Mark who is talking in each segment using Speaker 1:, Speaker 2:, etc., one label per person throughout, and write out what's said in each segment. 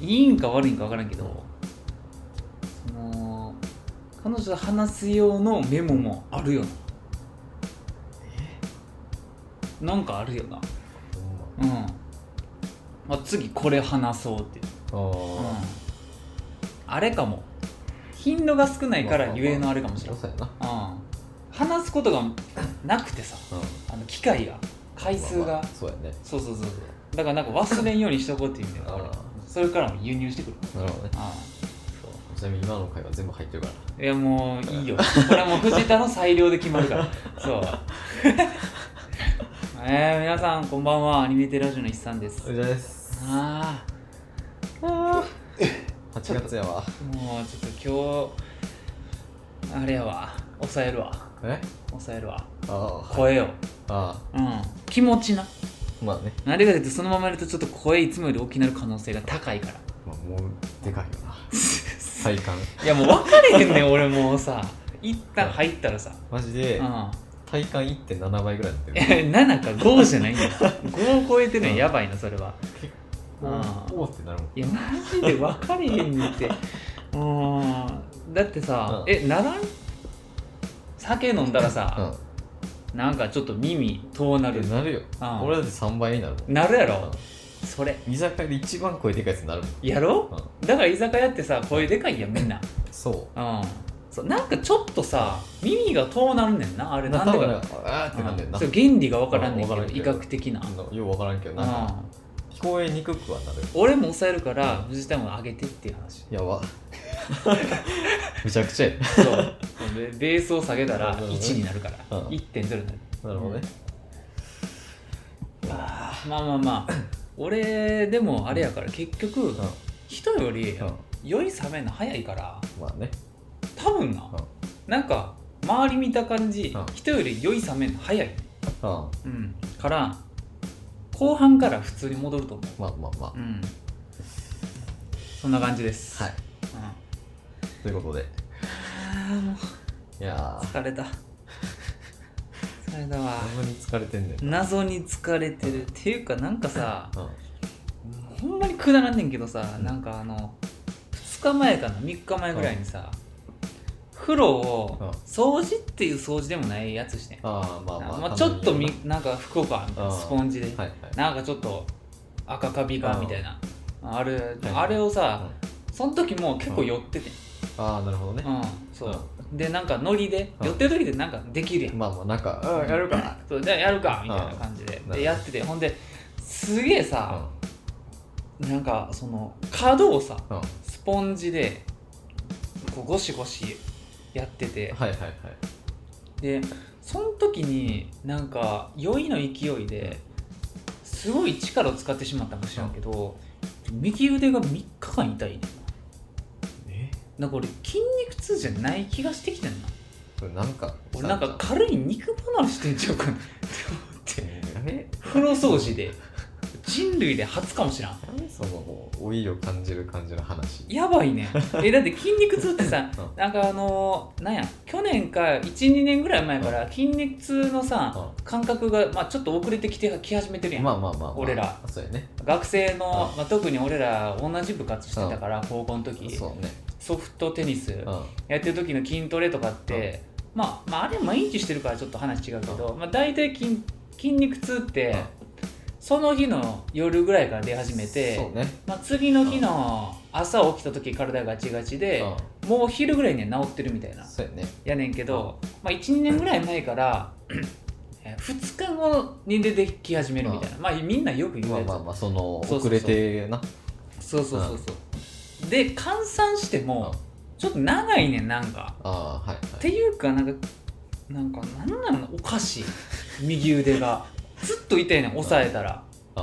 Speaker 1: いいんか悪いんか分からんけどその彼女と話す用のメモもあるよななんかあるよなうん、まあ、次これ話そうって、
Speaker 2: あ
Speaker 1: うん
Speaker 2: ー、
Speaker 1: あれかも頻度が少ないからゆえのあれかもしれない、
Speaker 2: そうやな
Speaker 1: うん、話すことがなくてさあの機会が回数
Speaker 2: まあま
Speaker 1: が
Speaker 2: あそうやね
Speaker 1: そうそうそうそうだからなんか忘れんようにしとこうっていう意味では俺
Speaker 2: あー
Speaker 1: それからも輸入してくる
Speaker 2: なるほどね
Speaker 1: あ
Speaker 2: ちなみに今の会話全部入ってるから
Speaker 1: あいやもう いいよこれはもう藤田の裁量で決まるから そうえー、皆さんこんばんはアニメテラジオの一さんです
Speaker 2: じゃです
Speaker 1: あーあ
Speaker 2: 8月やわ
Speaker 1: ーもうちょっと今日あれやわ抑えるわ
Speaker 2: え
Speaker 1: 抑えるわ
Speaker 2: ああ
Speaker 1: 声を
Speaker 2: あ
Speaker 1: うん気持ちな
Speaker 2: あまあね、
Speaker 1: 慣れが出てそのままやるとちょっと声いつもより大きなる可能性が高いから
Speaker 2: まあ、もうでかいよな体感
Speaker 1: いやもう分かれへんねん俺もうさ一旦入ったらさ、
Speaker 2: マジ
Speaker 1: う
Speaker 2: で
Speaker 1: ん、
Speaker 2: 体感1.7倍ぐらいになってる
Speaker 1: 7か5じゃないんだよ5を超えてるのやばいなそれはあー
Speaker 2: おおってなるもん
Speaker 1: いやマジで分かれへんねんってうんだってさ、
Speaker 2: うん
Speaker 1: えならん酒飲んだら
Speaker 2: う
Speaker 1: さ、
Speaker 2: ん
Speaker 1: なんかちょっと耳遠な
Speaker 2: な
Speaker 1: る
Speaker 2: るなるよ、
Speaker 1: うん
Speaker 2: 俺だって3倍になるもん
Speaker 1: なるや
Speaker 2: う
Speaker 1: ろ
Speaker 2: ん
Speaker 1: それ
Speaker 2: 居酒屋で一番声でかいやつになるもん、
Speaker 1: やろ
Speaker 2: うん
Speaker 1: だから居酒屋ってさ声でかいやんみんな
Speaker 2: そ
Speaker 1: うんそうなんかちょっとさ耳が遠なるねんなあれ
Speaker 2: う
Speaker 1: なんでかな
Speaker 2: あーってなんだよな、
Speaker 1: そう原理が分からんねんけ
Speaker 2: う
Speaker 1: ど
Speaker 2: ん分
Speaker 1: 医
Speaker 2: からんけど
Speaker 1: 学的な、
Speaker 2: あのよう分からんけどなんか
Speaker 1: うん
Speaker 2: 聞こえにくくはなる
Speaker 1: 俺も抑えるから藤田も上げてっていう話
Speaker 2: やばむちゃくちゃや
Speaker 1: そうでベースを下げたら
Speaker 2: なるほどね
Speaker 1: 1になるから
Speaker 2: うん
Speaker 1: 1.0になる
Speaker 2: なるほどね
Speaker 1: あーまあまあまあ俺でもあれやから結局
Speaker 2: うん、うん、
Speaker 1: 人より酔い冷めるの早いから
Speaker 2: まあね
Speaker 1: 多分な
Speaker 2: うん
Speaker 1: なんか周り見た感じ
Speaker 2: うん
Speaker 1: 人より酔い冷めるの早い
Speaker 2: うん
Speaker 1: うんから後半から普通に戻ると思う
Speaker 2: まあまあま
Speaker 1: うんそんな感じです
Speaker 2: あはい
Speaker 1: うん
Speaker 2: ということで
Speaker 1: あーもう
Speaker 2: いやー
Speaker 1: 疲れた疲れたわ
Speaker 2: ほんまに疲れてんねんな
Speaker 1: 謎に疲れてるっていうかなんかさ
Speaker 2: うん
Speaker 1: ほんまにくだらんねんけどさなんかあの2日前かな3日前ぐらいにさ風呂を
Speaker 2: うん
Speaker 1: 掃除っていう掃除でもないやつしてん
Speaker 2: あーまあま
Speaker 1: な
Speaker 2: あ、
Speaker 1: まあ、ちょっとみ
Speaker 2: は
Speaker 1: なんか福岡みたいな
Speaker 2: うん
Speaker 1: スポンジで
Speaker 2: いはい
Speaker 1: なんかちょっと赤カビがみたいなあれ
Speaker 2: い
Speaker 1: あれを
Speaker 2: う
Speaker 1: さ
Speaker 2: ん
Speaker 1: その時も結構寄ってて
Speaker 2: ああなるほどね
Speaker 1: うんそうでなんかノリで寄ってる時でなんかできるやん
Speaker 2: まあまあなんかうんやるか
Speaker 1: そうじゃあやるかみたいな感じで
Speaker 2: うん
Speaker 1: でやっててほんですげえさ、
Speaker 2: う
Speaker 1: なんかその角をさ
Speaker 2: んうん
Speaker 1: スポンジでこうゴシゴシやってて
Speaker 2: はいはいはい
Speaker 1: でその時になんか酔いの勢いですごい力を使ってしまったかもしれんけど、右腕が3日間痛いねんな
Speaker 2: え
Speaker 1: なんか俺筋肉痛じゃない気がしてきてんな
Speaker 2: これなんか
Speaker 1: 俺なんか軽い肉離れしてんちゃうかなって思って
Speaker 2: えやめ
Speaker 1: 風呂掃除で人類で初かもしらん
Speaker 2: やめそのもう老いを感じる感じの話
Speaker 1: やばい ねえだって筋肉痛ってさ
Speaker 2: うん
Speaker 1: なんかあのーなんや去年か12年ぐらい前から筋肉痛のさ
Speaker 2: う
Speaker 1: 感覚が、まあ、ちょっと遅れてきてき始めてるやん、
Speaker 2: まあまあまあまあ
Speaker 1: 俺ら
Speaker 2: そうやね
Speaker 1: 学生の、
Speaker 2: うん
Speaker 1: まあ、特に俺ら同じ部活してたから高校の時
Speaker 2: そうね
Speaker 1: ソフトテニス
Speaker 2: うんは
Speaker 1: やってる時の筋トレとかって、まあ、まああれ毎日してるからちょっと話違うけど、まあ、大体筋筋肉痛って、
Speaker 2: うん
Speaker 1: その日の夜ぐらいから出始めて、
Speaker 2: そうね
Speaker 1: まあ、次の日の朝起きた時体がガチガチで、
Speaker 2: う
Speaker 1: もう昼ぐらいには治ってるみたいなん
Speaker 2: そうやね
Speaker 1: やねんけど、まあ、12年ぐらい前からえ2日後に出てき始めるみたいな、まあみんなよく言う
Speaker 2: まあ
Speaker 1: やつ、
Speaker 2: まあまあその
Speaker 1: そうそうそ
Speaker 2: 遅
Speaker 1: う
Speaker 2: れてな
Speaker 1: そうそうそうそうで換算して
Speaker 2: うん
Speaker 1: もちょっと長いねんなんか
Speaker 2: ああーはい
Speaker 1: っ
Speaker 2: は
Speaker 1: て
Speaker 2: い
Speaker 1: いうかなんかなんかなんなのおかしい右腕 がずっと痛いねん押さえたら、うん、
Speaker 2: あ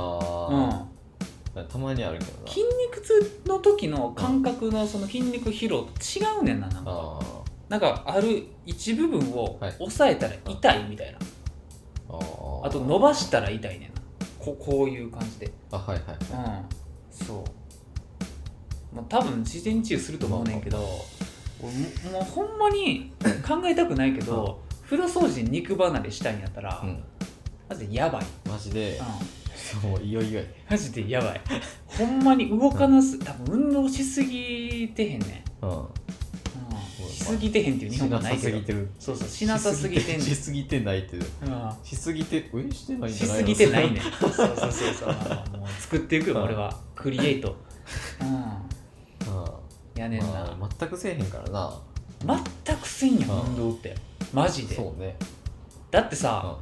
Speaker 2: あたまにあるけどな
Speaker 1: 筋肉痛の時の感覚のその筋肉疲労と違うねんななんか
Speaker 2: あー
Speaker 1: なんかある一部分を
Speaker 2: はい
Speaker 1: 押さえたら痛いみたいな、
Speaker 2: あー
Speaker 1: あと伸ばしたら痛いねんなここういう感じで
Speaker 2: あはいはいはい
Speaker 1: うんそう、まあ、多分自然治癒すると思うねんけど俺ももうほんまに考えたくないけど風呂掃除に肉離れしたいんやったら、
Speaker 2: うん
Speaker 1: マジでやばい、
Speaker 2: マジで
Speaker 1: う
Speaker 2: そういよいよや
Speaker 1: マジでやばいほんまに動かなす多分運動しすぎてへんね、
Speaker 2: うん
Speaker 1: うん、しすぎてへんっていう日本語ないけ
Speaker 2: しなさすぎ
Speaker 1: ど
Speaker 2: てる
Speaker 1: そうそうしなさすぎてんね
Speaker 2: しすぎてないって
Speaker 1: うん
Speaker 2: しすぎてえしてないんじ
Speaker 1: し
Speaker 2: ゃない
Speaker 1: すぎてないね そうそうそうそうまあまあもう作っていくよ俺はクリエイトうん
Speaker 2: うん
Speaker 1: やねんな、
Speaker 2: まあ全くせえへんからな
Speaker 1: 全くせんやん
Speaker 2: うん
Speaker 1: 運動ってマジで
Speaker 2: そうね
Speaker 1: だって
Speaker 2: う
Speaker 1: さ、
Speaker 2: ん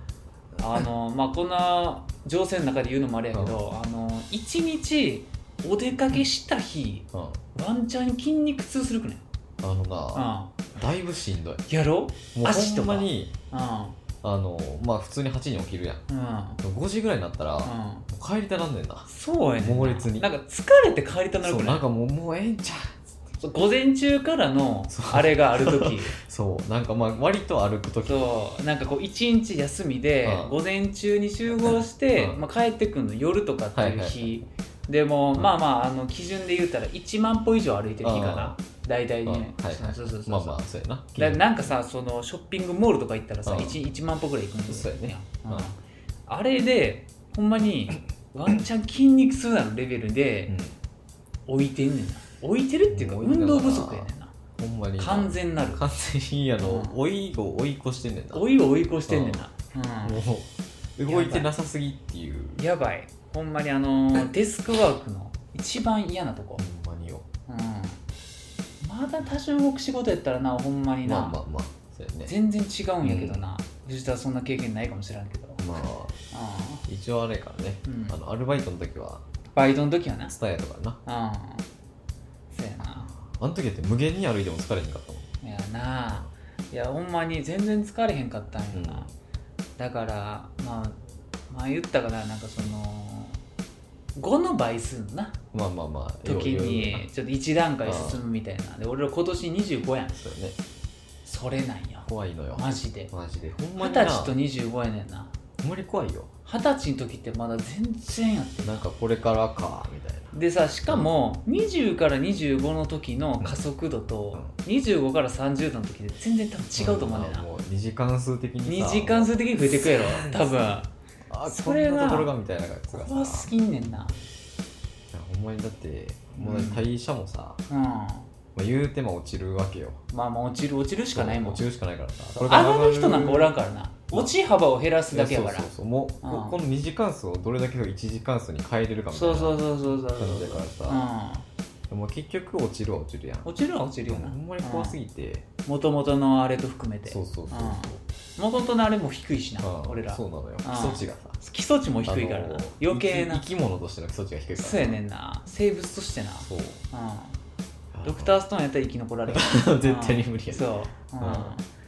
Speaker 1: あのまあこんな情勢の中で言うのもあれやけど、あの一日お出かけした日
Speaker 2: うん
Speaker 1: ワンチャン筋肉痛するくない、
Speaker 2: あのなだいぶしんどい
Speaker 1: うん、やろ
Speaker 2: もう
Speaker 1: 足
Speaker 2: ほ
Speaker 1: と
Speaker 2: ん
Speaker 1: か
Speaker 2: まに
Speaker 1: うん
Speaker 2: あのまあ普通に8時に起きるやん
Speaker 1: うん
Speaker 2: 5時ぐらいになったらも
Speaker 1: うん
Speaker 2: う帰りたなんねんな
Speaker 1: そうやねんな
Speaker 2: 猛烈に
Speaker 1: なんか疲れて帰りたなる
Speaker 2: そ
Speaker 1: く
Speaker 2: う
Speaker 1: な
Speaker 2: ないんかもうもうええんちゃ
Speaker 1: そう午前中からの
Speaker 2: そう
Speaker 1: あれがある時
Speaker 2: うそうなんかまあ割と歩くとき
Speaker 1: そうなんかこう一日休みで
Speaker 2: うん
Speaker 1: 午前中に集合して、
Speaker 2: うん
Speaker 1: まあ、帰ってくるの夜とかっていう日、
Speaker 2: はいは
Speaker 1: でも、
Speaker 2: うん
Speaker 1: まあまああの基準で言ったら1万歩以上歩いてる日かな大体
Speaker 2: うんはい
Speaker 1: ね、
Speaker 2: はい
Speaker 1: そうそうそうそう
Speaker 2: まあまあそうやな
Speaker 1: だなんかさそのショッピングモールとか行ったらさ、
Speaker 2: うん
Speaker 1: 一 1, 万歩ぐらい行くんです
Speaker 2: そうやねうん
Speaker 1: あれでほんまにワンチャン筋肉痛なのレベルで置いてんねんな置いてるっていうか
Speaker 2: もう置いて
Speaker 1: 運
Speaker 2: んだ
Speaker 1: 動不
Speaker 2: な
Speaker 1: 足やねんな
Speaker 2: うんほんまに
Speaker 1: 完全なる
Speaker 2: 完全にあの
Speaker 1: うん
Speaker 2: 追いを追い越してんねんな
Speaker 1: 追いを追い越してんねんな、うん
Speaker 2: もう動いてなさすぎっていう
Speaker 1: やばいほんまにあのーデスクワークの一番嫌なとこ、
Speaker 2: ほんまによ
Speaker 1: うん、まだ多少動く仕事やったらなほんまにな、
Speaker 2: まあまあまあそうやね
Speaker 1: 全然違うんやけどな、藤田はそんな経験ないかもしれんけど、うん
Speaker 2: まあ一応あれやからね
Speaker 1: うん
Speaker 2: あのアルバイトの時は
Speaker 1: バイトの時はなうん
Speaker 2: スタヤとかな
Speaker 1: そうやな
Speaker 2: あの時だって無限に歩いても疲れへんかったもん
Speaker 1: いやないやほんまに全然疲れへんかったんやな、
Speaker 2: うん
Speaker 1: だからまあ前言ったからなんかその5の倍数のな
Speaker 2: まあまあまあ
Speaker 1: 時
Speaker 2: ようよう
Speaker 1: にちょっと1段階進むみたいなで俺ら今年25やん
Speaker 2: そうやね
Speaker 1: それなんよ
Speaker 2: 怖いのよ
Speaker 1: マジで
Speaker 2: マジでほんま
Speaker 1: 二
Speaker 2: に
Speaker 1: 十
Speaker 2: な
Speaker 1: 歳と25やねんな
Speaker 2: ほんまに怖いよ
Speaker 1: 二十歳の時ってまだ全然やって
Speaker 2: なんかこれからかみたいな
Speaker 1: でさしかも20から25の時の加速度と25から30度の時で全然多分違うと思うねん
Speaker 2: ん
Speaker 1: な
Speaker 2: もう2時間数的に
Speaker 1: 2
Speaker 2: さ
Speaker 1: 時間数的に増えてくやろ多分
Speaker 2: あ
Speaker 1: そ
Speaker 2: そ
Speaker 1: れが
Speaker 2: れこんなところがみたいなやつが
Speaker 1: 怖すぎんねんない
Speaker 2: やほんまにだってもう代謝もさ、
Speaker 1: うん
Speaker 2: まあ、言うても落ちるわけよ
Speaker 1: まあまあ落ちる落ちるしかないもん
Speaker 2: 落ちるしかないからさ
Speaker 1: 上がる人なんかおら
Speaker 2: ん
Speaker 1: んからな落ち幅を減らすだけやから
Speaker 2: そうそうそうもう
Speaker 1: うん
Speaker 2: この2時間数をどれだけ1時間数に変えれるかみたい
Speaker 1: そ
Speaker 2: な
Speaker 1: うそうそうそうそう
Speaker 2: 感じだ
Speaker 1: そ
Speaker 2: か
Speaker 1: う
Speaker 2: らさ、もう結局落ちるは落ちるやん
Speaker 1: 落ちるは落ちるよな
Speaker 2: ほんまに怖すぎて、
Speaker 1: もともとのあれと含めて
Speaker 2: そうそうそうそ
Speaker 1: も
Speaker 2: う、
Speaker 1: ともとのあれも低いしな
Speaker 2: うん
Speaker 1: 俺ら
Speaker 2: そうなのよ
Speaker 1: ん
Speaker 2: 基礎値がさ
Speaker 1: 基礎値も低いからな
Speaker 2: あの
Speaker 1: 余計な
Speaker 2: 生き生き物としての基礎値が低いから
Speaker 1: そうやねんな生物としてな
Speaker 2: そう
Speaker 1: うんドクターストーンやったら生き残られる
Speaker 2: 絶対に無理や
Speaker 1: そううん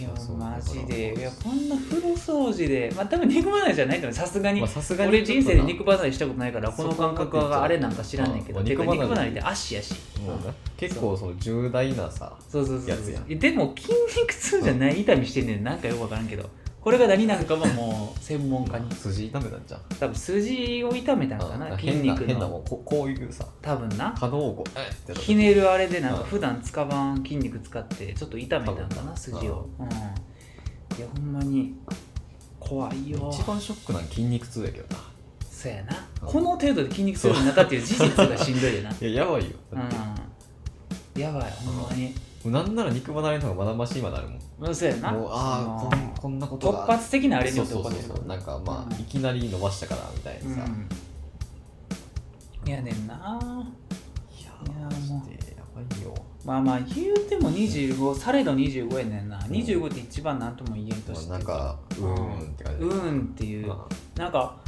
Speaker 1: いや
Speaker 2: そう
Speaker 1: マジ
Speaker 2: だ
Speaker 1: で
Speaker 2: から
Speaker 1: いやこんな風呂掃除でまあ多分憎まないじゃないと思うさすがに
Speaker 2: まあさすがに
Speaker 1: 俺
Speaker 2: ちょっ
Speaker 1: 人
Speaker 2: とな
Speaker 1: 生で肉離れしたことないからこの
Speaker 2: そこは
Speaker 1: 感
Speaker 2: なって
Speaker 1: 覚はあれなんか知らんねんけど
Speaker 2: うん
Speaker 1: てか
Speaker 2: 肉離
Speaker 1: 肉
Speaker 2: れ
Speaker 1: 離れって足やし
Speaker 2: もう
Speaker 1: うん
Speaker 2: な結構その重大なさ
Speaker 1: そうそうそう
Speaker 2: やつや
Speaker 1: そうでも筋肉痛じゃない痛みしてんねんなんかよくわからんけどこれが何なんかはもう専門家に
Speaker 2: 筋痛めたんじゃん
Speaker 1: 多分筋を痛めたんか
Speaker 2: う
Speaker 1: なん筋
Speaker 2: 変な
Speaker 1: 肉
Speaker 2: 変な
Speaker 1: の
Speaker 2: もうここういうさ
Speaker 1: 多分な
Speaker 2: 可動部をえっって
Speaker 1: ひねるあれでなん
Speaker 2: う
Speaker 1: か
Speaker 2: ん
Speaker 1: 普段使わん筋肉使ってちょっと痛めたん
Speaker 2: 多
Speaker 1: か
Speaker 2: 分
Speaker 1: な
Speaker 2: な
Speaker 1: 筋をうんいやほんまに怖いよ
Speaker 2: 一番ショックなの筋肉痛やけどな
Speaker 1: そうやな
Speaker 2: うん
Speaker 1: この程度で筋肉痛になったっていう事実がしんどいよな
Speaker 2: いややばいよだって、も
Speaker 1: うんやばいほんまに
Speaker 2: うなんなら肉離れの方がまだまし今なるもん
Speaker 1: うんそうやな
Speaker 2: もうあ
Speaker 1: そ
Speaker 2: あ
Speaker 1: の
Speaker 2: こんこんなこと
Speaker 1: 突
Speaker 2: が
Speaker 1: 発的なあれに
Speaker 2: そ
Speaker 1: よ
Speaker 2: う
Speaker 1: って起
Speaker 2: そう
Speaker 1: こっ
Speaker 2: そう
Speaker 1: てる
Speaker 2: そうなんかまあ、
Speaker 1: うん
Speaker 2: いきなり伸ばしたからみたいなさ、
Speaker 1: うん、いやねんない
Speaker 2: や
Speaker 1: いや
Speaker 2: ーマジでやばいよ
Speaker 1: まあまあ言うても25されど25やねんな25って一番何とも言えんと
Speaker 2: ま
Speaker 1: し
Speaker 2: あ
Speaker 1: て
Speaker 2: なんかうーんって感じ
Speaker 1: うーんっていう
Speaker 2: ま
Speaker 1: なんか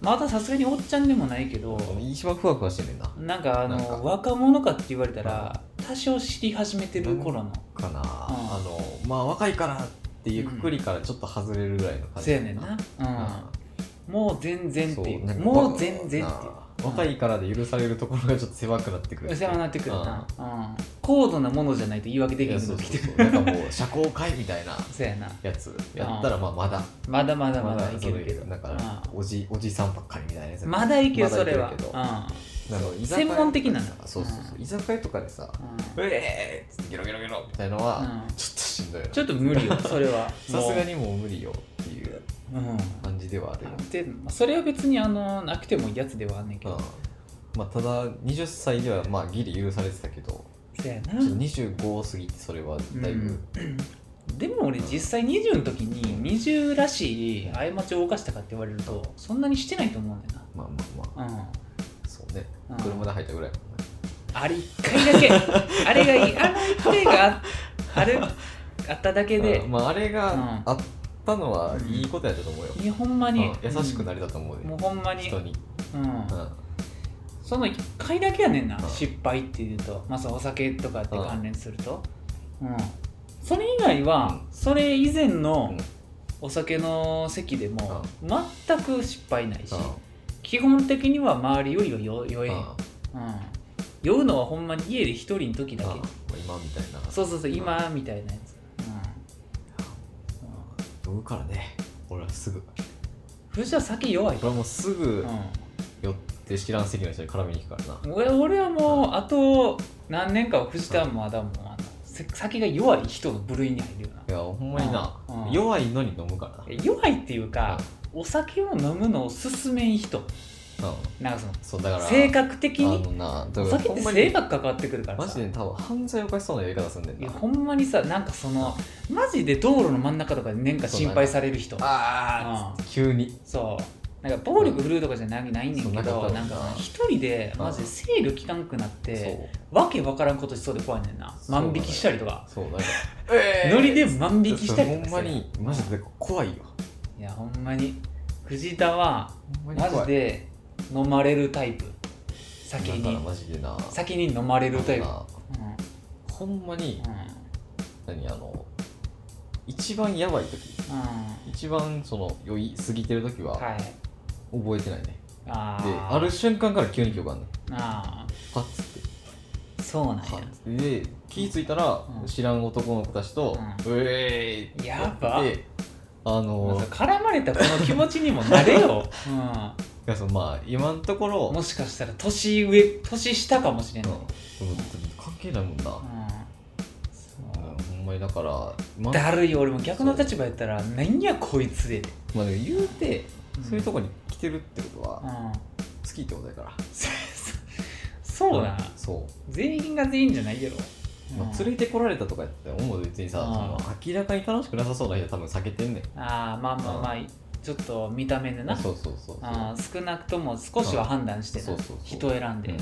Speaker 1: またさすがにおっちゃんでもないけど
Speaker 2: あ一番ふわふわしてんねんな
Speaker 1: なんかあの
Speaker 2: なんか
Speaker 1: 若者かって言われたら多少知り始めてる頃の
Speaker 2: かな、あのまあ若いからっていうくくりからちょっと外れるぐらいの感じ
Speaker 1: そうやねんな、うん、もう全然っていうもう全然っていう
Speaker 2: う若いからで許されるところがちょっと狭くなってくる
Speaker 1: お世話になってくるな、うん、高度なものじゃないと言い訳
Speaker 2: う
Speaker 1: で
Speaker 2: ん
Speaker 1: き
Speaker 2: い
Speaker 1: へん
Speaker 2: や
Speaker 1: く
Speaker 2: そ
Speaker 1: な
Speaker 2: う
Speaker 1: ってき
Speaker 2: そう
Speaker 1: てる
Speaker 2: そうなんかもう社交会みたいな
Speaker 1: そうやな
Speaker 2: やつやったらまあまだ
Speaker 1: まだまだま
Speaker 2: ま
Speaker 1: だ
Speaker 2: だ
Speaker 1: い
Speaker 2: そ
Speaker 1: けるけ
Speaker 2: れ
Speaker 1: ど
Speaker 2: なん
Speaker 1: うん
Speaker 2: かおじおじさんばっかりみたいなやつ
Speaker 1: まだいけるそれは
Speaker 2: まだいけるけど
Speaker 1: う
Speaker 2: なんか居酒屋
Speaker 1: 専門的なの
Speaker 2: そうそうそうう居酒屋とかでさ
Speaker 1: ん
Speaker 2: 「うえー!」っつってゲロゲロゲロみたいなのは
Speaker 1: うん
Speaker 2: ちょっとしんどいな
Speaker 1: ちょっと無理よそれは
Speaker 2: さすがにもう無理よっていう
Speaker 1: うん
Speaker 2: 感じではあるよ、
Speaker 1: でまあそれは別にあのなくてもいいやつではあんねんけ
Speaker 2: うん
Speaker 1: ど、
Speaker 2: まあ、ただ20歳ではまあギリ許されてたけど
Speaker 1: そやな
Speaker 2: ちょっと25過ぎてそれはだいぶ、
Speaker 1: うんでも俺実際20の時に20らしい過ちを犯したかって言われるとそんなにしてないと思うんだよ
Speaker 2: まあまあま
Speaker 1: なうん
Speaker 2: あそうね
Speaker 1: うん
Speaker 2: 車で入ったぐらいやもんね
Speaker 1: あれ一回だけ あれがいいあの一回がああれあっただけで
Speaker 2: あまあ、あれ
Speaker 1: うん
Speaker 2: があったのはいいことやったと思うよ、
Speaker 1: いやほんま
Speaker 2: うん
Speaker 1: に
Speaker 2: 優しくな
Speaker 1: る、
Speaker 2: れたと思うね、
Speaker 1: もうほんまに
Speaker 2: 人に、
Speaker 1: うん
Speaker 2: うん、あ
Speaker 1: その一回だけやねんな、
Speaker 2: うん
Speaker 1: 失敗っていうとまずお酒とかって関連すると、うんそれ以外は、それ以前の
Speaker 2: うん
Speaker 1: お酒の席でも、全く失敗ないし、
Speaker 2: あ
Speaker 1: 基本的には周りよりは酔酔えへん、うん
Speaker 2: あ
Speaker 1: 酔うのはほんまに家で一人の時だ
Speaker 2: あ
Speaker 1: け、
Speaker 2: 今みたいな
Speaker 1: そうそうそう今みたいなやつ、うんうん、
Speaker 2: 飲むからね俺はすぐ
Speaker 1: 藤田酒弱い
Speaker 2: 俺はもうすぐ
Speaker 1: う
Speaker 2: 寄って知らん席の人に絡みに行くからな、
Speaker 1: ん、俺俺はもうあと何年かは藤田はまだもうあのせ酒が弱い人の部類に入るよない
Speaker 2: やほんまにな、
Speaker 1: うんうん
Speaker 2: 弱いのに飲むから
Speaker 1: え弱いっていうか、お酒を飲むのを勧めん人
Speaker 2: な、うん、
Speaker 1: なんかそ
Speaker 2: そうだか
Speaker 1: の
Speaker 2: ら
Speaker 1: 性格的
Speaker 2: あ
Speaker 1: に
Speaker 2: のなだ
Speaker 1: お
Speaker 2: から
Speaker 1: 酒っ
Speaker 2: ほ
Speaker 1: て
Speaker 2: んま
Speaker 1: 性
Speaker 2: に
Speaker 1: 格関わってくるから
Speaker 2: マジ
Speaker 1: さ
Speaker 2: で多分犯罪を犯しそうなやり方すんねん
Speaker 1: いや
Speaker 2: な
Speaker 1: ほんまにさなんかそのマジで道路の真ん中とかで年間心配される人
Speaker 2: あ
Speaker 1: う
Speaker 2: ー急に
Speaker 1: そうなんか暴力振るうとかじゃないないねんけ
Speaker 2: そ
Speaker 1: ど
Speaker 2: うな
Speaker 1: なんん
Speaker 2: か
Speaker 1: か
Speaker 2: あったな
Speaker 1: 一人でマジで制御きかんくなって
Speaker 2: そう
Speaker 1: わけわからんことしそうで怖いねんな
Speaker 2: そうなの
Speaker 1: 万
Speaker 2: よ
Speaker 1: 引きしたりとか
Speaker 2: そうなんか
Speaker 1: ノリで万引きしたり
Speaker 2: ほ
Speaker 1: とか
Speaker 2: ん
Speaker 1: さ
Speaker 2: まにマジで怖いよ
Speaker 1: いやほんまに藤田は
Speaker 2: ほんまに
Speaker 1: マ
Speaker 2: 怖い
Speaker 1: ジで飲まれるタイプ先
Speaker 2: だから
Speaker 1: に
Speaker 2: マジでな
Speaker 1: 先に飲まれるタイプ
Speaker 2: あの
Speaker 1: うん
Speaker 2: なほんまに
Speaker 1: うん
Speaker 2: 何あの一番やばい時
Speaker 1: うん
Speaker 2: 一番その酔い過ぎてる時は
Speaker 1: はい
Speaker 2: 覚えてないね、
Speaker 1: あ
Speaker 2: で
Speaker 1: ー
Speaker 2: ある瞬間から急に記憶あんねん
Speaker 1: あ
Speaker 2: パッつって
Speaker 1: ーそうなんや
Speaker 2: パッつってで気付いたら
Speaker 1: うん
Speaker 2: 知らん男の子たちと「うえーい!」って
Speaker 1: やば
Speaker 2: ってあの
Speaker 1: まあ絡まれたこの気持ちにもなれ よ、
Speaker 2: いやそのまあ今のとこ
Speaker 1: う
Speaker 2: ろ
Speaker 1: ん、もしかしたら年上年下かもしれ
Speaker 2: う
Speaker 1: なんい、
Speaker 2: でも関係ないもんな、
Speaker 1: うん
Speaker 2: うんほんまにだから、ま
Speaker 1: だるい俺も逆の立場やったら何やこいつで、
Speaker 2: まあ、でも言うて、
Speaker 1: ん
Speaker 2: そういうとこに来てるってことは
Speaker 1: う、ん、
Speaker 2: 好きってことやから
Speaker 1: そそそうなん
Speaker 2: んそう、
Speaker 1: 全員が全員じゃないやろ、
Speaker 2: まあ、
Speaker 1: うん
Speaker 2: 連れてこられたとかやって思う別にさ、
Speaker 1: うん
Speaker 2: その明らかに楽しくなさそうな人は多分避けてんねん
Speaker 1: ああまあまあまあ、ちょっと見た目でな
Speaker 2: そうそうそうそう
Speaker 1: あー少なくとも少しは判断してな
Speaker 2: そうそうそう
Speaker 1: 人選んで、
Speaker 2: うん、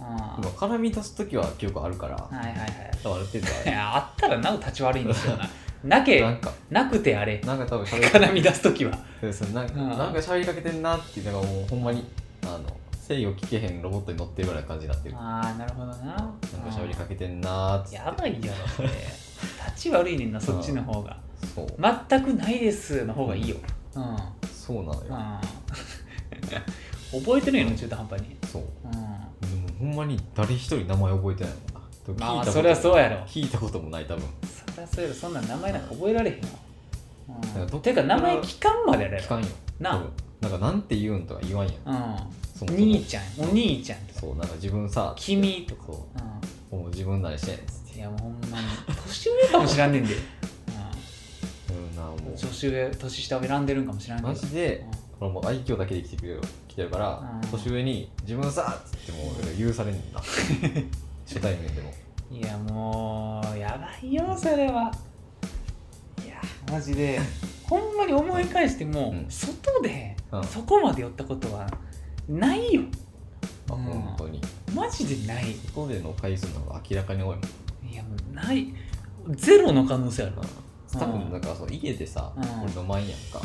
Speaker 1: あ
Speaker 2: まあ絡み出す時は記憶あるから、
Speaker 1: あはいはいはい
Speaker 2: だからある程
Speaker 1: い
Speaker 2: 度
Speaker 1: やあったらなお立ち悪いんですよ なな
Speaker 2: あ
Speaker 1: け
Speaker 2: れなんか
Speaker 1: なくてあれ
Speaker 2: なんか多分喋
Speaker 1: 絡み出す時は
Speaker 2: でそのなんか
Speaker 1: うん
Speaker 2: なんか喋りかけてんなっていうのがもうほんまにあの制御聞けへんロボットに乗ってるような感じになってるなんか
Speaker 1: ああなるほどななんか
Speaker 2: 喋りかけてんなーっつって
Speaker 1: やばいやろそれ立ち悪いねんなそっちの方が
Speaker 2: そう
Speaker 1: 全くないですの方がいいようん、うん、
Speaker 2: そうなのよ、
Speaker 1: 覚えてるよな中途半端に
Speaker 2: そう
Speaker 1: うん
Speaker 2: でもほんまに誰一人名前覚えてないもんなでも
Speaker 1: まあ
Speaker 2: 聞いたこと
Speaker 1: そりゃそうやろ
Speaker 2: 聞いたこともない多分
Speaker 1: そりゃそうやろそんな名前なんか覚えられへんわ、
Speaker 2: ら
Speaker 1: うん、
Speaker 2: どっか
Speaker 1: て
Speaker 2: ら
Speaker 1: か名前聞かんまでやれ
Speaker 2: 聞かんよ
Speaker 1: な
Speaker 2: 多分なんかなんて言うんとか言わんやん
Speaker 1: あ
Speaker 2: そも
Speaker 1: うん
Speaker 2: そも
Speaker 1: 兄ちゃんお兄ちゃんとか
Speaker 2: そうなんか自分さ
Speaker 1: 君とか
Speaker 2: そ
Speaker 1: うん
Speaker 2: うもう自分なりしてないっつっ
Speaker 1: いやもうほんまに年上かもしらんねん で、
Speaker 2: てうんなも
Speaker 1: うん、
Speaker 2: う
Speaker 1: 年上年下を選んでるんかもしらんねん
Speaker 2: マ
Speaker 1: け
Speaker 2: ジ
Speaker 1: ど
Speaker 2: でこれもう愛嬌だけで生きてくれる来てるから、
Speaker 1: うん
Speaker 2: 年上に「自分さ」っつってもう許されんね んな初対面でも
Speaker 1: うんいやもうやばいよそれはいやマジでほんまに思い返しても、
Speaker 2: うん
Speaker 1: 外で
Speaker 2: うん
Speaker 1: そこまで寄ったことはないよ、
Speaker 2: あ
Speaker 1: うん
Speaker 2: 本当に
Speaker 1: マジでない
Speaker 2: そこでの回数の方が明らかに多いもんない
Speaker 1: やもうないゼロの可能性ある
Speaker 2: 多分なんかその家でさ、
Speaker 1: うん
Speaker 2: 俺飲まんやんか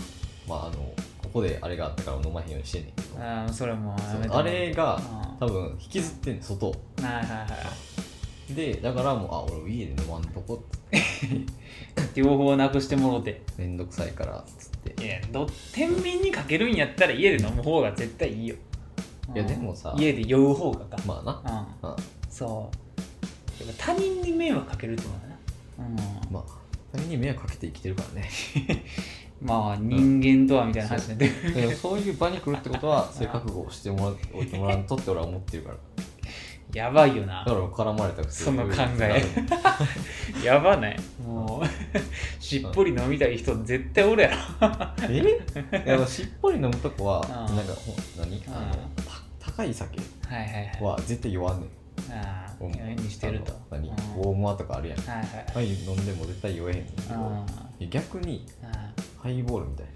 Speaker 2: まああのここであれがあったから飲まへんようにしてんねんけど
Speaker 1: あーそれはもうやめた
Speaker 2: そう
Speaker 1: 方
Speaker 2: あ
Speaker 1: がいい
Speaker 2: れが
Speaker 1: う
Speaker 2: 多分引きずってんねん外を
Speaker 1: んはいはいはい
Speaker 2: でだからもうあ俺家で飲まんとこって
Speaker 1: 両方なくしてもろて
Speaker 2: めんどくさいからっつって
Speaker 1: いやど天秤にかけるんやったら家で飲む方が絶対いいよ
Speaker 2: いや
Speaker 1: うん
Speaker 2: でもさ
Speaker 1: 家で酔う方がか、
Speaker 2: まあな
Speaker 1: う
Speaker 2: まあ
Speaker 1: んそうやっぱ他人に迷惑かけるってことだな、うん
Speaker 2: まあ他人に迷惑かけて生きてるか らね
Speaker 1: まあ人間とはみたいな話になってくる
Speaker 2: でもそういう場に来るってことはそういう覚悟をしてもらおいてもらうとって俺は思ってるから
Speaker 1: やばいよな
Speaker 2: だから絡まれたら普通
Speaker 1: その考えやばないもう しっぽり飲みたい人絶対おるやろ
Speaker 2: えいやしっぽり飲むとこは
Speaker 1: うん
Speaker 2: なんかほ何あの
Speaker 1: うん
Speaker 2: た高い酒
Speaker 1: はいはいはい
Speaker 2: は絶対酔わんねん
Speaker 1: ああ
Speaker 2: 俺も
Speaker 1: にしてると
Speaker 2: あの何
Speaker 1: うん
Speaker 2: ウォーマーとかあるやん
Speaker 1: はいはい
Speaker 2: ハイ飲んでも絶対酔えへんねんけど
Speaker 1: あ
Speaker 2: いや逆に
Speaker 1: ああ
Speaker 2: ハイボールみたい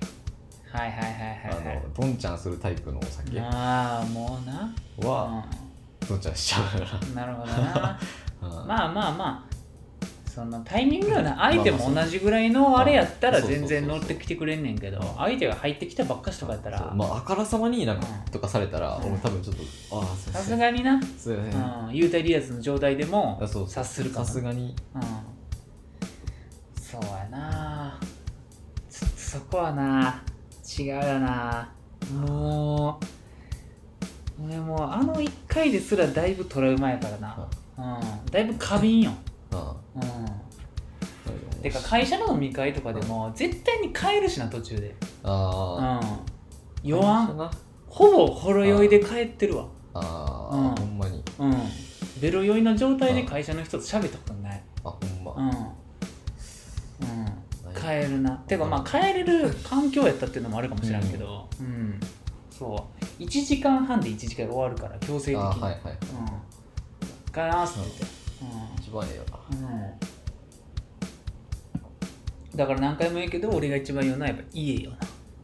Speaker 1: あはいはいはい
Speaker 2: な
Speaker 1: はいはい
Speaker 2: あのドンちゃんするタイプのお酒
Speaker 1: ああもうな、
Speaker 2: はドンちゃんしちゃうか
Speaker 1: うん、なるほど な
Speaker 2: らうん
Speaker 1: まあまあまあそのタイミングよな相手も同じぐらいのあれやったら
Speaker 2: そうそうそ
Speaker 1: 全
Speaker 2: う
Speaker 1: 然乗ってきてくれんねんけど
Speaker 2: うん
Speaker 1: 相手が入ってきたばっかしとかやった
Speaker 2: そう
Speaker 1: ら
Speaker 2: まああからさまになんか
Speaker 1: うん
Speaker 2: とかされたら
Speaker 1: うん
Speaker 2: 俺多分ちょっとああすい
Speaker 1: さ
Speaker 2: ませ
Speaker 1: す
Speaker 2: ん
Speaker 1: がにな、
Speaker 2: すいません
Speaker 1: うん、幽体離脱の状態でも
Speaker 2: あそう
Speaker 1: 察するか
Speaker 2: さ
Speaker 1: も
Speaker 2: すがに
Speaker 1: うんそうやなちょっとそこはな違うよなもう俺もうあの1回ですらだいぶトラウマやからな、うん、だいぶ過敏よ、
Speaker 2: うん
Speaker 1: うん、
Speaker 2: うん
Speaker 1: てか会社の飲み会とかでも絶対に帰るしな途中で、う
Speaker 2: ああ
Speaker 1: ん、弱
Speaker 2: 会社
Speaker 1: ん
Speaker 2: な
Speaker 1: ほぼほろ酔いで帰ってるわ、
Speaker 2: あ
Speaker 1: う
Speaker 2: あ
Speaker 1: ん
Speaker 2: ほんまに
Speaker 1: うん、ベロ酔いの状態で会社の人と喋ったことない
Speaker 2: あほん
Speaker 1: うん、
Speaker 2: ま
Speaker 1: うん、
Speaker 2: ない
Speaker 1: 帰るなてかまあ帰れる環境やったっていうのもあるかもしれんけど、うんそう1時間半で1時間終わるから強制的に、
Speaker 2: あーはいはい
Speaker 1: うんガラスって
Speaker 2: 一番ええよな
Speaker 1: 言って、うんうん、だから何回も言うけど俺が一番言うのはやっぱ家よな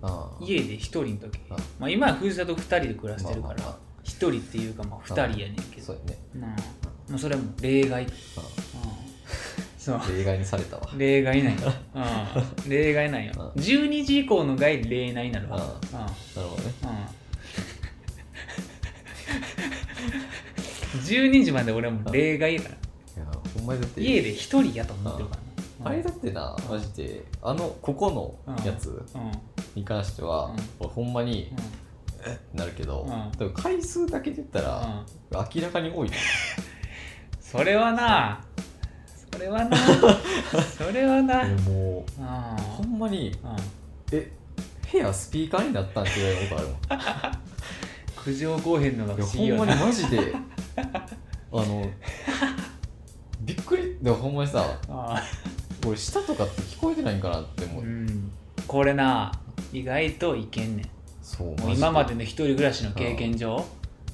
Speaker 2: あー
Speaker 1: 家で1人の時
Speaker 2: うん
Speaker 1: まあ今は藤田と2人で暮らしてるから、
Speaker 2: まあまあま
Speaker 1: 1人っていうかまあ2人やねんけ
Speaker 2: あ
Speaker 1: ど
Speaker 2: そうやね
Speaker 1: うんもうそれはもう例 外、うん、そう
Speaker 2: うん例外にされたわ
Speaker 1: 例外ないよ、うん、例外ないよ
Speaker 2: うん
Speaker 1: 12時以降の外例外になるわ、
Speaker 2: う
Speaker 1: うんん
Speaker 2: なるほどね
Speaker 1: うん、12時まで俺はもう例外やから
Speaker 2: いやほんまにだって
Speaker 1: 家で一人やと思ってるからな、
Speaker 2: あ
Speaker 1: う
Speaker 2: れ
Speaker 1: ん
Speaker 2: だってなマジであのここのやつ
Speaker 1: うん
Speaker 2: に関しては、
Speaker 1: うん
Speaker 2: 俺ほんまに
Speaker 1: うん
Speaker 2: なるけど、
Speaker 1: うん
Speaker 2: でも回数だけで言ったら、
Speaker 1: うん
Speaker 2: 明らかに多いな
Speaker 1: それはなそれはなそれはな、うん
Speaker 2: 俺もうほ
Speaker 1: うん
Speaker 2: まに
Speaker 1: ん、
Speaker 2: え部屋スピーカーになったんって言われたことあるもん
Speaker 1: 苦情こうへんのが
Speaker 2: い
Speaker 1: 不思
Speaker 2: やほ
Speaker 1: 議
Speaker 2: ん
Speaker 1: よ
Speaker 2: ま
Speaker 1: な
Speaker 2: にマジ であのびっくりでもほんまにさ俺下とかって聞こえてないんかなって思
Speaker 1: う
Speaker 2: う、
Speaker 1: ん、これな意外といけんねん
Speaker 2: そう
Speaker 1: もう
Speaker 2: マジ
Speaker 1: 今までの一人暮らしの経験上、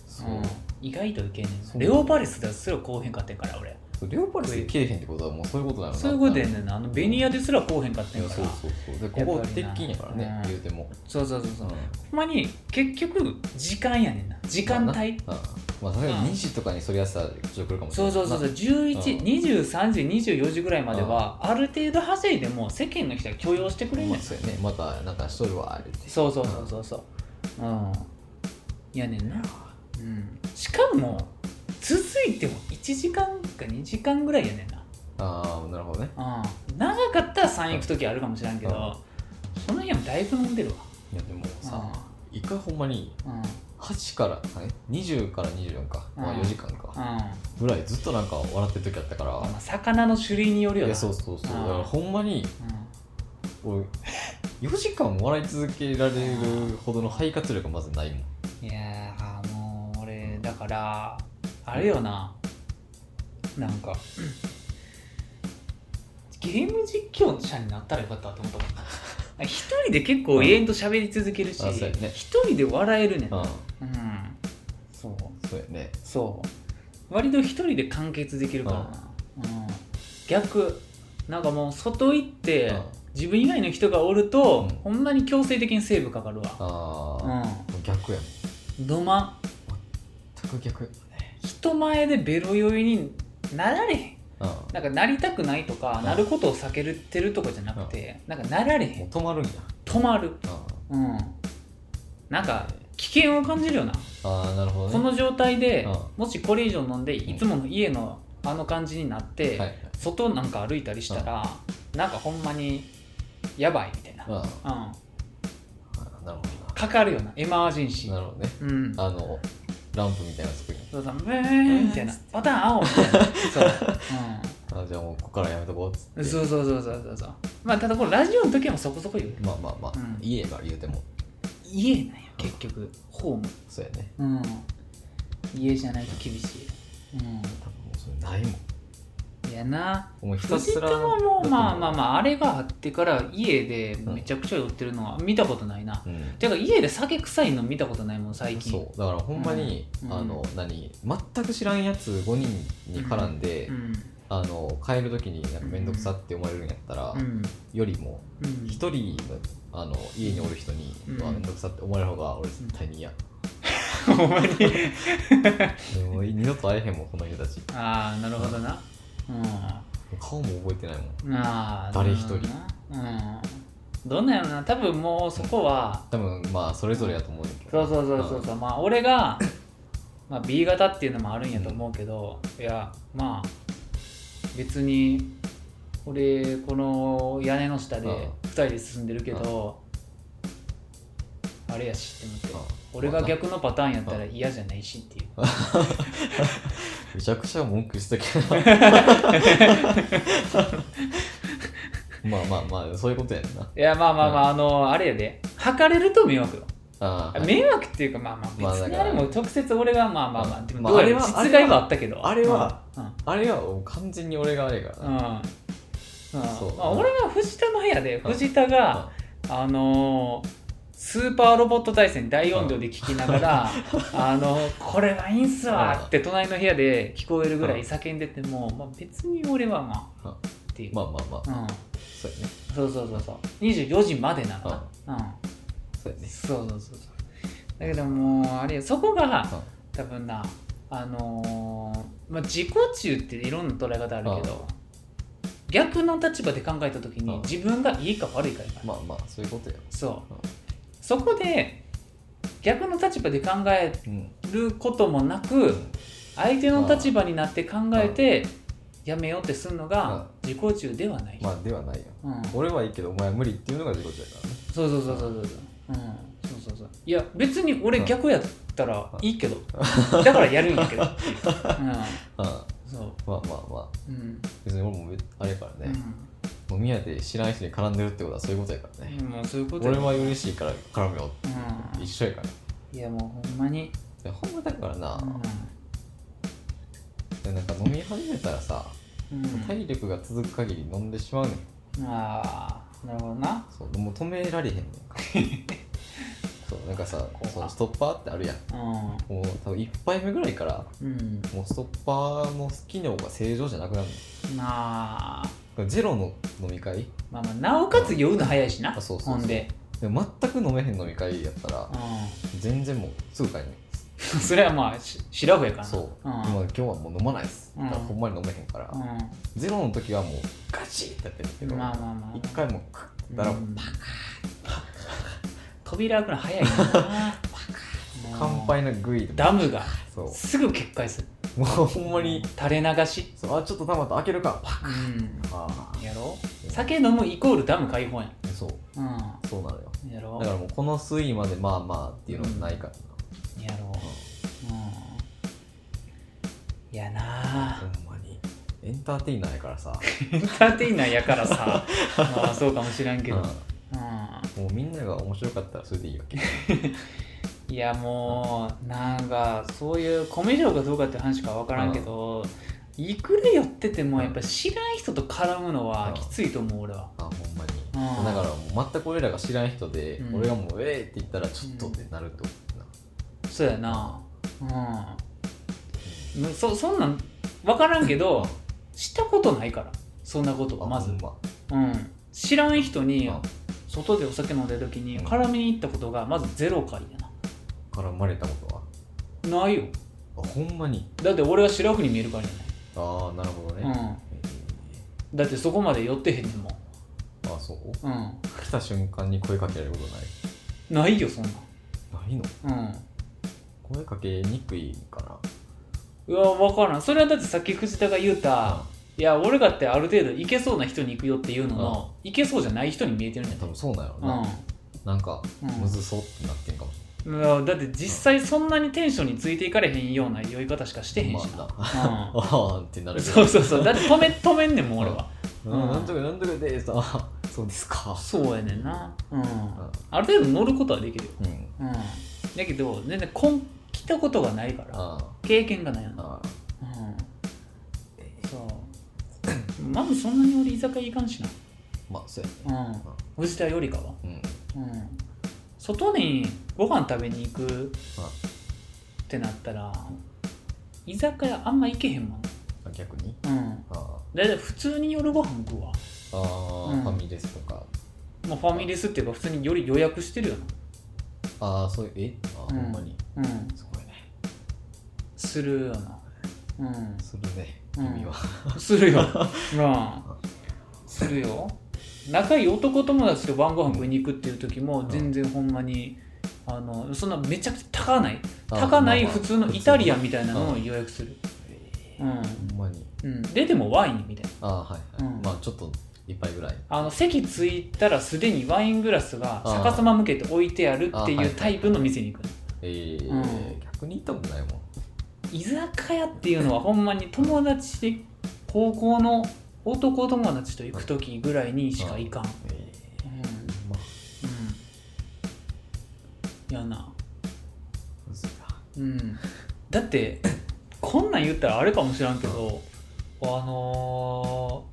Speaker 2: そう
Speaker 1: う,、ん、意外といけんね
Speaker 2: そ
Speaker 1: ん
Speaker 2: う
Speaker 1: レオパレスですらこうへんかってんから俺
Speaker 2: そうレオパレスでけえへんってことはもうそういうことなのかな
Speaker 1: そういうことやねんなあのベニヤですらこうへんかっ
Speaker 2: い
Speaker 1: てん
Speaker 2: や
Speaker 1: か
Speaker 2: そう
Speaker 1: ら
Speaker 2: そうそうでここ
Speaker 1: やっぱり
Speaker 2: 鉄
Speaker 1: な
Speaker 2: 筋やからね、
Speaker 1: うん
Speaker 2: 言うても、
Speaker 1: そうそうそうそううんほんまに結局時間やねんな時間帯、
Speaker 2: まあなうんまあ例えば
Speaker 1: うん
Speaker 2: 2時とかにそれやったらちょっと来るかもしれ
Speaker 1: そう
Speaker 2: ない
Speaker 1: そうそうそうう11、
Speaker 2: うん
Speaker 1: 23時24時ぐらいまではある程度はしいでも世間の人は許容してくれんねん、
Speaker 2: まあそうやねまたなんかしとるわあれって
Speaker 1: そうそうそうそうそううんやねんな、うん、しかも続いても1時間か2時間ぐらいやねんな
Speaker 2: ああなるほどね
Speaker 1: うん長かったら3行く時あるかもしれんけど、その日はだいぶ飲んでるわ
Speaker 2: いやでもさ一回ほんまに
Speaker 1: うんうん
Speaker 2: 8からあれ20から24か、まあ、
Speaker 1: うん
Speaker 2: 4時間
Speaker 1: うん
Speaker 2: か
Speaker 1: ま
Speaker 2: ぐらいずっとなんか笑ってる時あったから、
Speaker 1: あ魚の種類によるよ
Speaker 2: い
Speaker 1: な
Speaker 2: やそうそうそうだ
Speaker 1: うん
Speaker 2: からほんまに俺4時間笑い続けられるほどの肺活量がまずないもん
Speaker 1: うんいやーもう俺だからあれよななんかゲーム実況者になったらよかったと思った もん一人で結構永遠と喋り続けるし
Speaker 2: うんあそうやね
Speaker 1: 一人で笑えるねん、
Speaker 2: う
Speaker 1: うんそう
Speaker 2: そうやね
Speaker 1: そう割と一人で完結できるからな、うん、逆なんかもう外行って
Speaker 2: うん
Speaker 1: 自分以外の人がおると、
Speaker 2: うん
Speaker 1: ほんまに強制的にセーブかかるわ
Speaker 2: ああ、
Speaker 1: う
Speaker 2: もう逆やもん
Speaker 1: んどま
Speaker 2: 全く逆
Speaker 1: 人前でベロ酔いになられへん
Speaker 2: うんも
Speaker 1: なんかなりたくないとか、
Speaker 2: うん
Speaker 1: なることを避けるってるとかじゃなくて、なんかなられへ
Speaker 2: うん止まるんや
Speaker 1: 止まる
Speaker 2: あ
Speaker 1: うんなんか危険を感じるよな
Speaker 2: あーなるほどね
Speaker 1: この状態で
Speaker 2: うん
Speaker 1: もしこれ以上飲んでいつもの家のあの感じになって、
Speaker 2: はいはい
Speaker 1: 外なんか歩いたりしたら、なんかほんまにやばいみたいな、
Speaker 2: うん
Speaker 1: うん、
Speaker 2: あーなるほ
Speaker 1: かかるよなエマージェンシ
Speaker 2: どな
Speaker 1: ー
Speaker 2: なるほどね
Speaker 1: うん
Speaker 2: あのランプみたいなの作る
Speaker 1: そうそうブーンみたいなパターン青みたいな そう、
Speaker 2: あーじゃあもうここからやめとこうっつっ
Speaker 1: う
Speaker 2: て
Speaker 1: ん、そうそうそうそうそうそうまあただこのラジオの時もそこそこ言う
Speaker 2: まあまあまあ、
Speaker 1: うん
Speaker 2: 家やから言うても
Speaker 1: 家なんや結局ホーム
Speaker 2: そうやね
Speaker 1: うん家じゃないと厳しい、う
Speaker 2: 多分もうそれないもん
Speaker 1: ん、いやな
Speaker 2: もうひた
Speaker 1: 藤
Speaker 2: す
Speaker 1: 玉
Speaker 2: ら
Speaker 1: もまあまあま
Speaker 2: あ
Speaker 1: ああれがあってから家でめちゃくちゃ酔ってるのは見たことないな、
Speaker 2: うん
Speaker 1: てか家で酒臭いの見たことないもん最近
Speaker 2: そうだからほんまに、
Speaker 1: うん
Speaker 2: あの何全く知らんやつ5人に絡んで、
Speaker 1: うん
Speaker 2: あの帰る時になんか面倒くさって思われるんやったら、
Speaker 1: うん
Speaker 2: よりも
Speaker 1: うん
Speaker 2: 一人のあの家におる人に、
Speaker 1: うん
Speaker 2: うわ面倒くさって思われる方が俺絶対に嫌、
Speaker 1: ほんまに
Speaker 2: もう二度と会えへんもんこの人たち
Speaker 1: ああなるほどなうん
Speaker 2: 顔も覚えてないもん
Speaker 1: ああ
Speaker 2: 誰一人
Speaker 1: うんどんなんやろな多分もうそこは
Speaker 2: 多分まあそれぞれやと思うねんけ
Speaker 1: そ
Speaker 2: ど
Speaker 1: うそうそうそうそうまあ俺が、まあ、B 型っていうのもあるんやと思うけど、いやまあ別に俺この屋根の下で
Speaker 2: うん
Speaker 1: 2人で進んでるけど、あれやしって思って、
Speaker 2: うん
Speaker 1: 俺が逆のパターンやったら嫌じゃないしっていう
Speaker 2: めちゃくちゃ文句したけどまあまあまあそういうことやんない
Speaker 1: やまあまあまあ、あのあれやで測れると迷惑よ
Speaker 2: ああ
Speaker 1: 迷惑っていうかまあま
Speaker 2: ま
Speaker 1: あ
Speaker 2: あ
Speaker 1: 別に
Speaker 2: だか
Speaker 1: あ
Speaker 2: ら
Speaker 1: れも直接俺がまあまあまあ、
Speaker 2: うん
Speaker 1: でも
Speaker 2: まあ
Speaker 1: どうやら
Speaker 2: あれは
Speaker 1: 実害はあったけど
Speaker 2: あれは
Speaker 1: うんうん
Speaker 2: あれはもう完全に俺があれやから
Speaker 1: う
Speaker 2: な、
Speaker 1: んうん
Speaker 2: そう
Speaker 1: まあ、俺は藤田の部屋で
Speaker 2: うん
Speaker 1: 藤田が、あのースーパーロボット対戦大音量で聞きながら「 あのーこれはいいんすわ」って隣の部屋で聞こえるぐらい叫んでても、まあ、別に俺はまあ
Speaker 2: うん
Speaker 1: っていう、
Speaker 2: まあまあまあ
Speaker 1: うん、
Speaker 2: そうやね
Speaker 1: そうそうそうそう24時までなのかな、うん
Speaker 2: そうやね
Speaker 1: そうそうそうそうだけどもうあれよそこが多分なあのーまあ、自己中っていろんな捉え方あるけど逆の立場で考えた時
Speaker 2: う
Speaker 1: に
Speaker 2: ん
Speaker 1: 自分がいいか悪いかやから、
Speaker 2: まあまあそういうことや
Speaker 1: そう
Speaker 2: うん
Speaker 1: そこで逆の立場で考え
Speaker 2: うん
Speaker 1: ることもなく相手の立場になって考えてやめようってするのが自己中ではない、
Speaker 2: まあではないよ
Speaker 1: うん、
Speaker 2: 俺はいいけどお前は無理っていうのが自己中やからね
Speaker 1: そうそうそうそうそうそう,、うん、そうそうそういや別に俺逆やったらいいけど、だからやるんや けどっていう、
Speaker 2: うん
Speaker 1: うん、そう
Speaker 2: まあまあまあ
Speaker 1: うん、
Speaker 2: 別に俺も別あれやからね、もう宮で知らん人に絡んでるってことはそういうことやからね、
Speaker 1: うん、もうそういうこと
Speaker 2: 俺は嬉しいから絡めよう
Speaker 1: う
Speaker 2: 一緒やから
Speaker 1: ん、いやもうほんまに、
Speaker 2: でほんまだからな、
Speaker 1: う
Speaker 2: でなんか飲み始めたらさ、
Speaker 1: んうん、
Speaker 2: 体力が続く限り飲んでしまうねん
Speaker 1: ああなるほど な
Speaker 2: そうもう止められへんねんそうなんかさ
Speaker 1: 怖っ
Speaker 2: そのストッパーってあるやんもう多分1杯目ぐらいから
Speaker 1: うん、うん、
Speaker 2: もうストッパーの機能が正常じゃなくなる
Speaker 1: まあ
Speaker 2: のゼロの飲み会
Speaker 1: まあまあなおかつ酔うの早いしな、
Speaker 2: あそうそうそう
Speaker 1: ほんで、
Speaker 2: でも全く飲めへん飲み会やったら
Speaker 1: う
Speaker 2: 全然もうすぐ帰んねん
Speaker 1: ん、それはまあし白笛かな
Speaker 2: そう、
Speaker 1: うん
Speaker 2: 今今日はもう飲まないです、
Speaker 1: うん
Speaker 2: だからほんまに飲めへんから、
Speaker 1: う
Speaker 2: ゼロの時はもうガチってやってるけど、
Speaker 1: ん、まあまあまあ
Speaker 2: 一回もうクッてやった
Speaker 1: う
Speaker 2: ら、
Speaker 1: ん扉開くの早いなもう
Speaker 2: 乾杯のグイで
Speaker 1: ダムが
Speaker 2: そう
Speaker 1: すぐ決壊する
Speaker 2: もうほんまに
Speaker 1: 垂れ流し
Speaker 2: そうあちょっと玉と開けるかパ
Speaker 1: うん
Speaker 2: ッあ
Speaker 1: やろ酒飲むイコールダム解放や
Speaker 2: あそう
Speaker 1: う
Speaker 2: そうなのよ
Speaker 1: んやろ
Speaker 2: だからもうこの水位までまあまあっていうのもないから
Speaker 1: やろうう
Speaker 2: な、
Speaker 1: んいやな あ
Speaker 2: ほんまにエンターテイナーやからさ、
Speaker 1: エンターテイナーやからさ まあそうかもしらんけど
Speaker 2: う
Speaker 1: うん
Speaker 2: んもうみんなが面白かったらそれでいいわけ
Speaker 1: いやもうなんかそういう米量がどうかって話か分からんけど、いくら寄っててもやっぱ知らん人と絡むのは
Speaker 2: うん
Speaker 1: きついと思う俺は。
Speaker 2: あほんまに
Speaker 1: うん
Speaker 2: だからもう全く俺らが知らん人で、
Speaker 1: うん
Speaker 2: 俺がもう「ええ!」って言ったらちょっとってなるってことな、
Speaker 1: そうやな。うん。むそそんなん分からんけどしたことないからそんなこと
Speaker 2: あ
Speaker 1: まず
Speaker 2: ほん、ま
Speaker 1: うん、知らん人に
Speaker 2: あ
Speaker 1: 外でお酒飲んでる時に
Speaker 2: うん
Speaker 1: 絡みに行ったことがまずゼロ回や
Speaker 2: 絡まれたことは
Speaker 1: な。ないよ。
Speaker 2: あほんまに
Speaker 1: だって俺は白くに見えるからじ
Speaker 2: ああなるほど
Speaker 1: ゃない。
Speaker 2: ね、
Speaker 1: うん。だってそこまで寄ってへんねんも。
Speaker 2: えーあそうん
Speaker 1: うん。
Speaker 2: 来た瞬間に声かけられることない
Speaker 1: ないよそんなん
Speaker 2: ないの
Speaker 1: うん
Speaker 2: 声かけにくいかな、
Speaker 1: うわ分からんそれはだってさっき藤田が言うた、いや俺だってある程度いけそうな人に行くよっていうのの、いけそうじゃない人に見えてるんや
Speaker 2: 多
Speaker 1: と
Speaker 2: 分そうなんやろな、
Speaker 1: 思
Speaker 2: なんか
Speaker 1: うん、うん
Speaker 2: むずそうってなってんかもし
Speaker 1: うわだって実際そんなにテンションについていかれへんような酔い方しかして
Speaker 2: れ
Speaker 1: へん
Speaker 2: んま
Speaker 1: し
Speaker 2: あな
Speaker 1: な、
Speaker 2: あーってな
Speaker 1: うん、
Speaker 2: るけ
Speaker 1: そ
Speaker 2: ど
Speaker 1: うそうそうだって止め止めんねんもん俺は、
Speaker 2: うん
Speaker 1: うん
Speaker 2: なんとかなんとかでさあそうですか
Speaker 1: そうやねんな、うん
Speaker 2: ん
Speaker 1: ある程度乗ることはできるよ、
Speaker 2: うん
Speaker 1: うん、だけど全然こん来たことがないから
Speaker 2: あ
Speaker 1: 経験がないよ
Speaker 2: ー
Speaker 1: な、
Speaker 2: あ
Speaker 1: うんまずそんなに俺居酒屋行かんし
Speaker 2: まあそうやね
Speaker 1: なうん藤田よりかは
Speaker 2: うん
Speaker 1: うん外にご飯食べに行くってなったら居酒屋あんま行けへんもん
Speaker 2: あ逆に
Speaker 1: うん
Speaker 2: あ
Speaker 1: だいたい普通に夜ご飯食うわ
Speaker 2: ああ、
Speaker 1: うん
Speaker 2: ファミレスとか
Speaker 1: まあファミレスっていうか普通により予約してるよ
Speaker 2: ああそういうえあー、
Speaker 1: うん
Speaker 2: ほんまに
Speaker 1: なうん
Speaker 2: すごいね
Speaker 1: するよなうん
Speaker 2: するね
Speaker 1: うん
Speaker 2: 君は、
Speaker 1: す るよ。うん。するよ。仲いい男友達と晩ご飯食いに行くっていう時も
Speaker 2: ん
Speaker 1: 全然ほんまに、あのそんなめちゃくちゃ高ない
Speaker 2: あ
Speaker 1: 高な
Speaker 2: ま
Speaker 1: い
Speaker 2: あまあ
Speaker 1: 普通のイタリアンみたいなのを予約する。
Speaker 2: え
Speaker 1: うん。
Speaker 2: ーほんまに
Speaker 1: うん、ででもワインみたいな。
Speaker 2: ああはいはい、
Speaker 1: うん
Speaker 2: まあちょっと一杯ぐらい
Speaker 1: あの席着いたらすでにワイングラスが逆さま向けて置いてあるって
Speaker 2: あはいいう
Speaker 1: タイプの店に行く。
Speaker 2: えー
Speaker 1: うん
Speaker 2: 逆に行ったことないもん
Speaker 1: 居酒屋っていうのはほんまに友達で高校の男友達と行く時ぐらいにしか行かん。
Speaker 2: え
Speaker 1: うん
Speaker 2: ー、まあ
Speaker 1: うん。やな。
Speaker 2: むずいな
Speaker 1: うん。だって、こんなん言ったらあれかもしらんけど、あの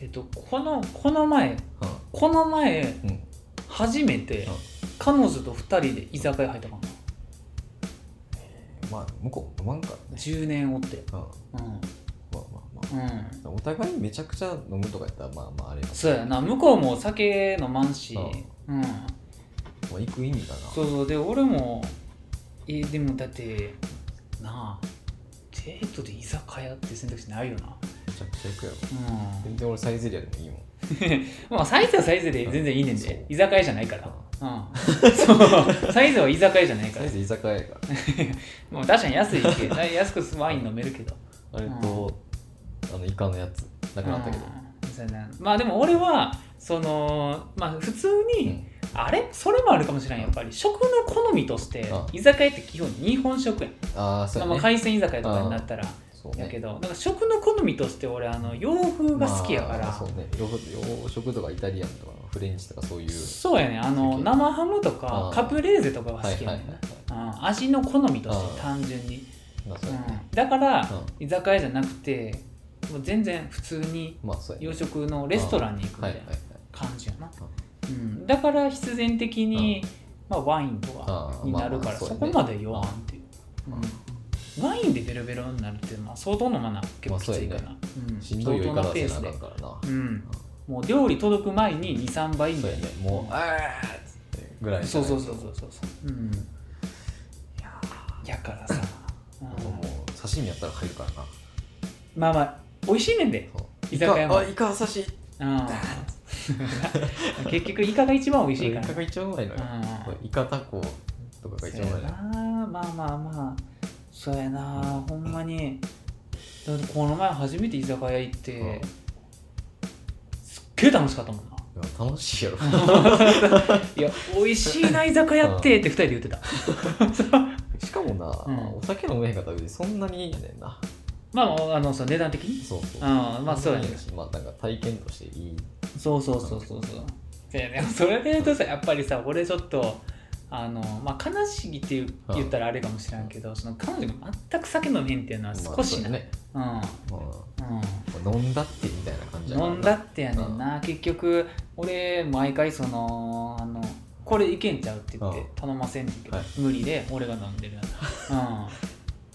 Speaker 1: ーえっと、この、この前、
Speaker 2: う
Speaker 1: この前、
Speaker 2: ん、うん、
Speaker 1: 初めて
Speaker 2: うん、
Speaker 1: 彼女と二人で居酒屋入ったかな。
Speaker 2: まあ向こう飲まんからね
Speaker 1: 10年おって。
Speaker 2: うんま
Speaker 1: うん。
Speaker 2: あまあま
Speaker 1: うん。
Speaker 2: あお互いめちゃくちゃ飲むとかやったらまあまああれやけど
Speaker 1: そうやな、向こうも酒飲まんし、うん。
Speaker 2: まあ行く意味がな
Speaker 1: そうそう、で、俺も、え、でもだって、なあ、デートで居酒屋って選択肢ないよな。
Speaker 2: めちゃくちゃ行くやろ
Speaker 1: うん。
Speaker 2: 全然俺サイゼリアでもいいもん
Speaker 1: まあサイズはサイズで全然いいねん
Speaker 2: そう
Speaker 1: で居酒屋じゃないから、うん、 そうサイズは居酒屋じゃないか
Speaker 2: サ
Speaker 1: ら
Speaker 2: イゼ居酒屋やから
Speaker 1: もう確かに安いけど安くワイン飲めるけど
Speaker 2: あれと、あのイカのやつなくなったけど、
Speaker 1: うんそうやなまあでも俺はそのまあ普通に、
Speaker 2: うん
Speaker 1: あれそれもあるかもしれんやっぱり食の好みとして
Speaker 2: うん
Speaker 1: 居酒屋って基本日本食やん、
Speaker 2: ああそうや
Speaker 1: まあ
Speaker 2: ね
Speaker 1: 海鮮居酒屋とかになったら
Speaker 2: そう
Speaker 1: やけ
Speaker 2: ね
Speaker 1: どなんか食の好みとして俺あの洋風が好きやから、
Speaker 2: まあそうね洋洋食とかイタリアンとかフレンチとかそういう
Speaker 1: そうやねあの生ハムとか
Speaker 2: うん
Speaker 1: カプレーゼとかが好きや
Speaker 2: はい
Speaker 1: ね
Speaker 2: は
Speaker 1: ん
Speaker 2: いはい
Speaker 1: な
Speaker 2: は
Speaker 1: うん味の好みとし
Speaker 2: うん
Speaker 1: て単純に、
Speaker 2: いまあ
Speaker 1: う
Speaker 2: そ
Speaker 1: ん
Speaker 2: うやね、
Speaker 1: だから、
Speaker 2: う
Speaker 1: 居酒屋じゃなくてもう全然普通に
Speaker 2: まあそうやね
Speaker 1: 洋食のレストランに行くみた
Speaker 2: はい
Speaker 1: い
Speaker 2: はい
Speaker 1: な
Speaker 2: はい
Speaker 1: 感じやな、
Speaker 2: うん
Speaker 1: うん、だから必然的に、まあ、ワインとか
Speaker 2: う
Speaker 1: に
Speaker 2: ん
Speaker 1: なるから、
Speaker 2: まあまあ
Speaker 1: そ
Speaker 2: そうやね
Speaker 1: こまで酔わんっていう、
Speaker 2: うん
Speaker 1: うんワインでベロベロになるっていうのは相当飲まな結構きついかな、
Speaker 2: ま
Speaker 1: うん、
Speaker 2: しんどい酔い
Speaker 1: 相
Speaker 2: 方
Speaker 1: 当な
Speaker 2: は
Speaker 1: ペ
Speaker 2: せ
Speaker 1: ー
Speaker 2: なあ
Speaker 1: ス
Speaker 2: か
Speaker 1: で
Speaker 2: んからな、
Speaker 1: うん、もう料理届く前に23倍み
Speaker 2: そ
Speaker 1: た
Speaker 2: う
Speaker 1: いな
Speaker 2: やねもう、ああーっつってぐらいじゃ
Speaker 1: そう
Speaker 2: ない
Speaker 1: そ
Speaker 2: と
Speaker 1: うそうそうそうそううんいやーやからさ、うん
Speaker 2: あともう刺身やったら入るからな
Speaker 1: まあまあ美味しいねんで、
Speaker 2: そう
Speaker 1: 居酒屋も
Speaker 2: イカあイカ刺し
Speaker 1: うん結局イカが一番美味しい
Speaker 2: イ
Speaker 1: から
Speaker 2: カが一番うまいのよ
Speaker 1: うん
Speaker 2: そうイカタコとかが一
Speaker 1: そう
Speaker 2: 番うまい
Speaker 1: や
Speaker 2: の
Speaker 1: な
Speaker 2: よ
Speaker 1: まあまあまあそうやなほんまにだってこの前初めて居酒屋行って、
Speaker 2: うん
Speaker 1: すっげえ楽しかったもんない
Speaker 2: や楽しいやろ
Speaker 1: いや美味しいな居酒屋ってって二人で言ってた
Speaker 2: しかもな、
Speaker 1: うん
Speaker 2: お酒飲めへんかったらそんなにいいやねんな
Speaker 1: まあまああのそう値段的に
Speaker 2: そうそう
Speaker 1: うんまあそうやね
Speaker 2: しまあなんか体験としていい
Speaker 1: そうそうそうそうそう。でね、それで言うとさ、やっぱりさ、俺ちょっと、あの、まあ、悲しいって言う
Speaker 2: うん
Speaker 1: 言ったらあれかもしれんけど、その彼女が全く酒飲めへんっていうのは少し
Speaker 2: まあそうや
Speaker 1: な。
Speaker 2: ね、ま
Speaker 1: うん。
Speaker 2: あ、飲んだってみたいな感じや
Speaker 1: うん。
Speaker 2: から
Speaker 1: 飲んだってやねんな。結局、俺、毎回その、あの、これいけんちゃうって言っ
Speaker 2: う
Speaker 1: て
Speaker 2: ん
Speaker 1: 頼ませんねんけど、
Speaker 2: はい
Speaker 1: 無理で俺が飲んでるや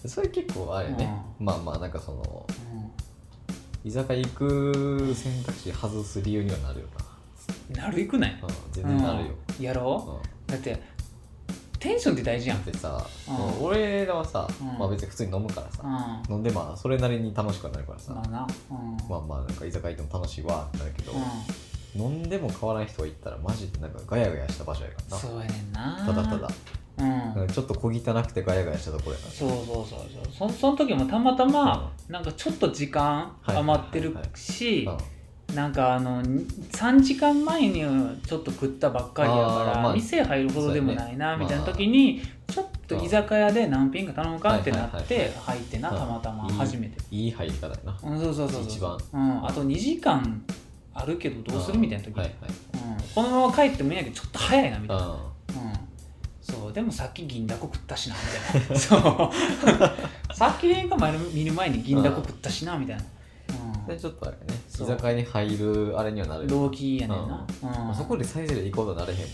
Speaker 1: つ。
Speaker 2: それ結構あれやね、まあまあなんかその
Speaker 1: うん。うん
Speaker 2: 居酒屋行く選択肢外す理由にはなるよ
Speaker 1: なるいくない
Speaker 2: な、うん、全然なるよ、
Speaker 1: うんや
Speaker 2: う
Speaker 1: ろ
Speaker 2: ん
Speaker 1: うだって、テンションって大事や
Speaker 2: だ
Speaker 1: ん
Speaker 2: っ。てさ、
Speaker 1: うん
Speaker 2: その俺らはさ、
Speaker 1: うん
Speaker 2: まあ別に普通に飲むからさ
Speaker 1: うん。、ま
Speaker 2: 飲んでまあそれなりに楽しくはなるからさ、
Speaker 1: あな。うん。
Speaker 2: まあまあなんか居酒屋行っても楽しいわってなるけど、
Speaker 1: うん
Speaker 2: 飲んでも変わらない人が行ったらマジでなんかガヤガヤした場所やから
Speaker 1: そうやねんな
Speaker 2: なただただ、
Speaker 1: うん、
Speaker 2: なんかちょっと小汚くてガヤガヤしたところやから
Speaker 1: そうそうそうそうそその時もたまたま、なんかちょっと時間
Speaker 2: はい
Speaker 1: 余ってるし、
Speaker 2: うん
Speaker 1: なんかあのに3時間前にちょっと食ったばっかりやか
Speaker 2: あ
Speaker 1: ら、
Speaker 2: ーまあ
Speaker 1: 店入るほどでもないな、
Speaker 2: そうやね
Speaker 1: みたいな時に、ちょっと居酒屋で何品か頼むかってな
Speaker 2: は
Speaker 1: っ
Speaker 2: いはいはい
Speaker 1: て入ってな、
Speaker 2: うん
Speaker 1: たまたま
Speaker 2: いい
Speaker 1: 初めて、
Speaker 2: いい入り方やな、
Speaker 1: うん、そうそうそうそう
Speaker 2: 一番
Speaker 1: うん、あと2時間あるけどどうするみたいな時、
Speaker 2: はいはい
Speaker 1: うん、このまま帰ってもいいんやけどちょっと早いなみたいな
Speaker 2: あ
Speaker 1: うんそうでもさっき銀だこ食ったしなみたいな そうさっき映画見る前に銀だこ食ったしなみたいな、
Speaker 2: あ
Speaker 1: う
Speaker 2: で
Speaker 1: ん、
Speaker 2: ちょっとあれね居
Speaker 1: そう
Speaker 2: 酒屋に入るあれにはなるよ
Speaker 1: 動機やねんな、うん
Speaker 2: まあそこでサイゼリヤ行こうとはなれへんも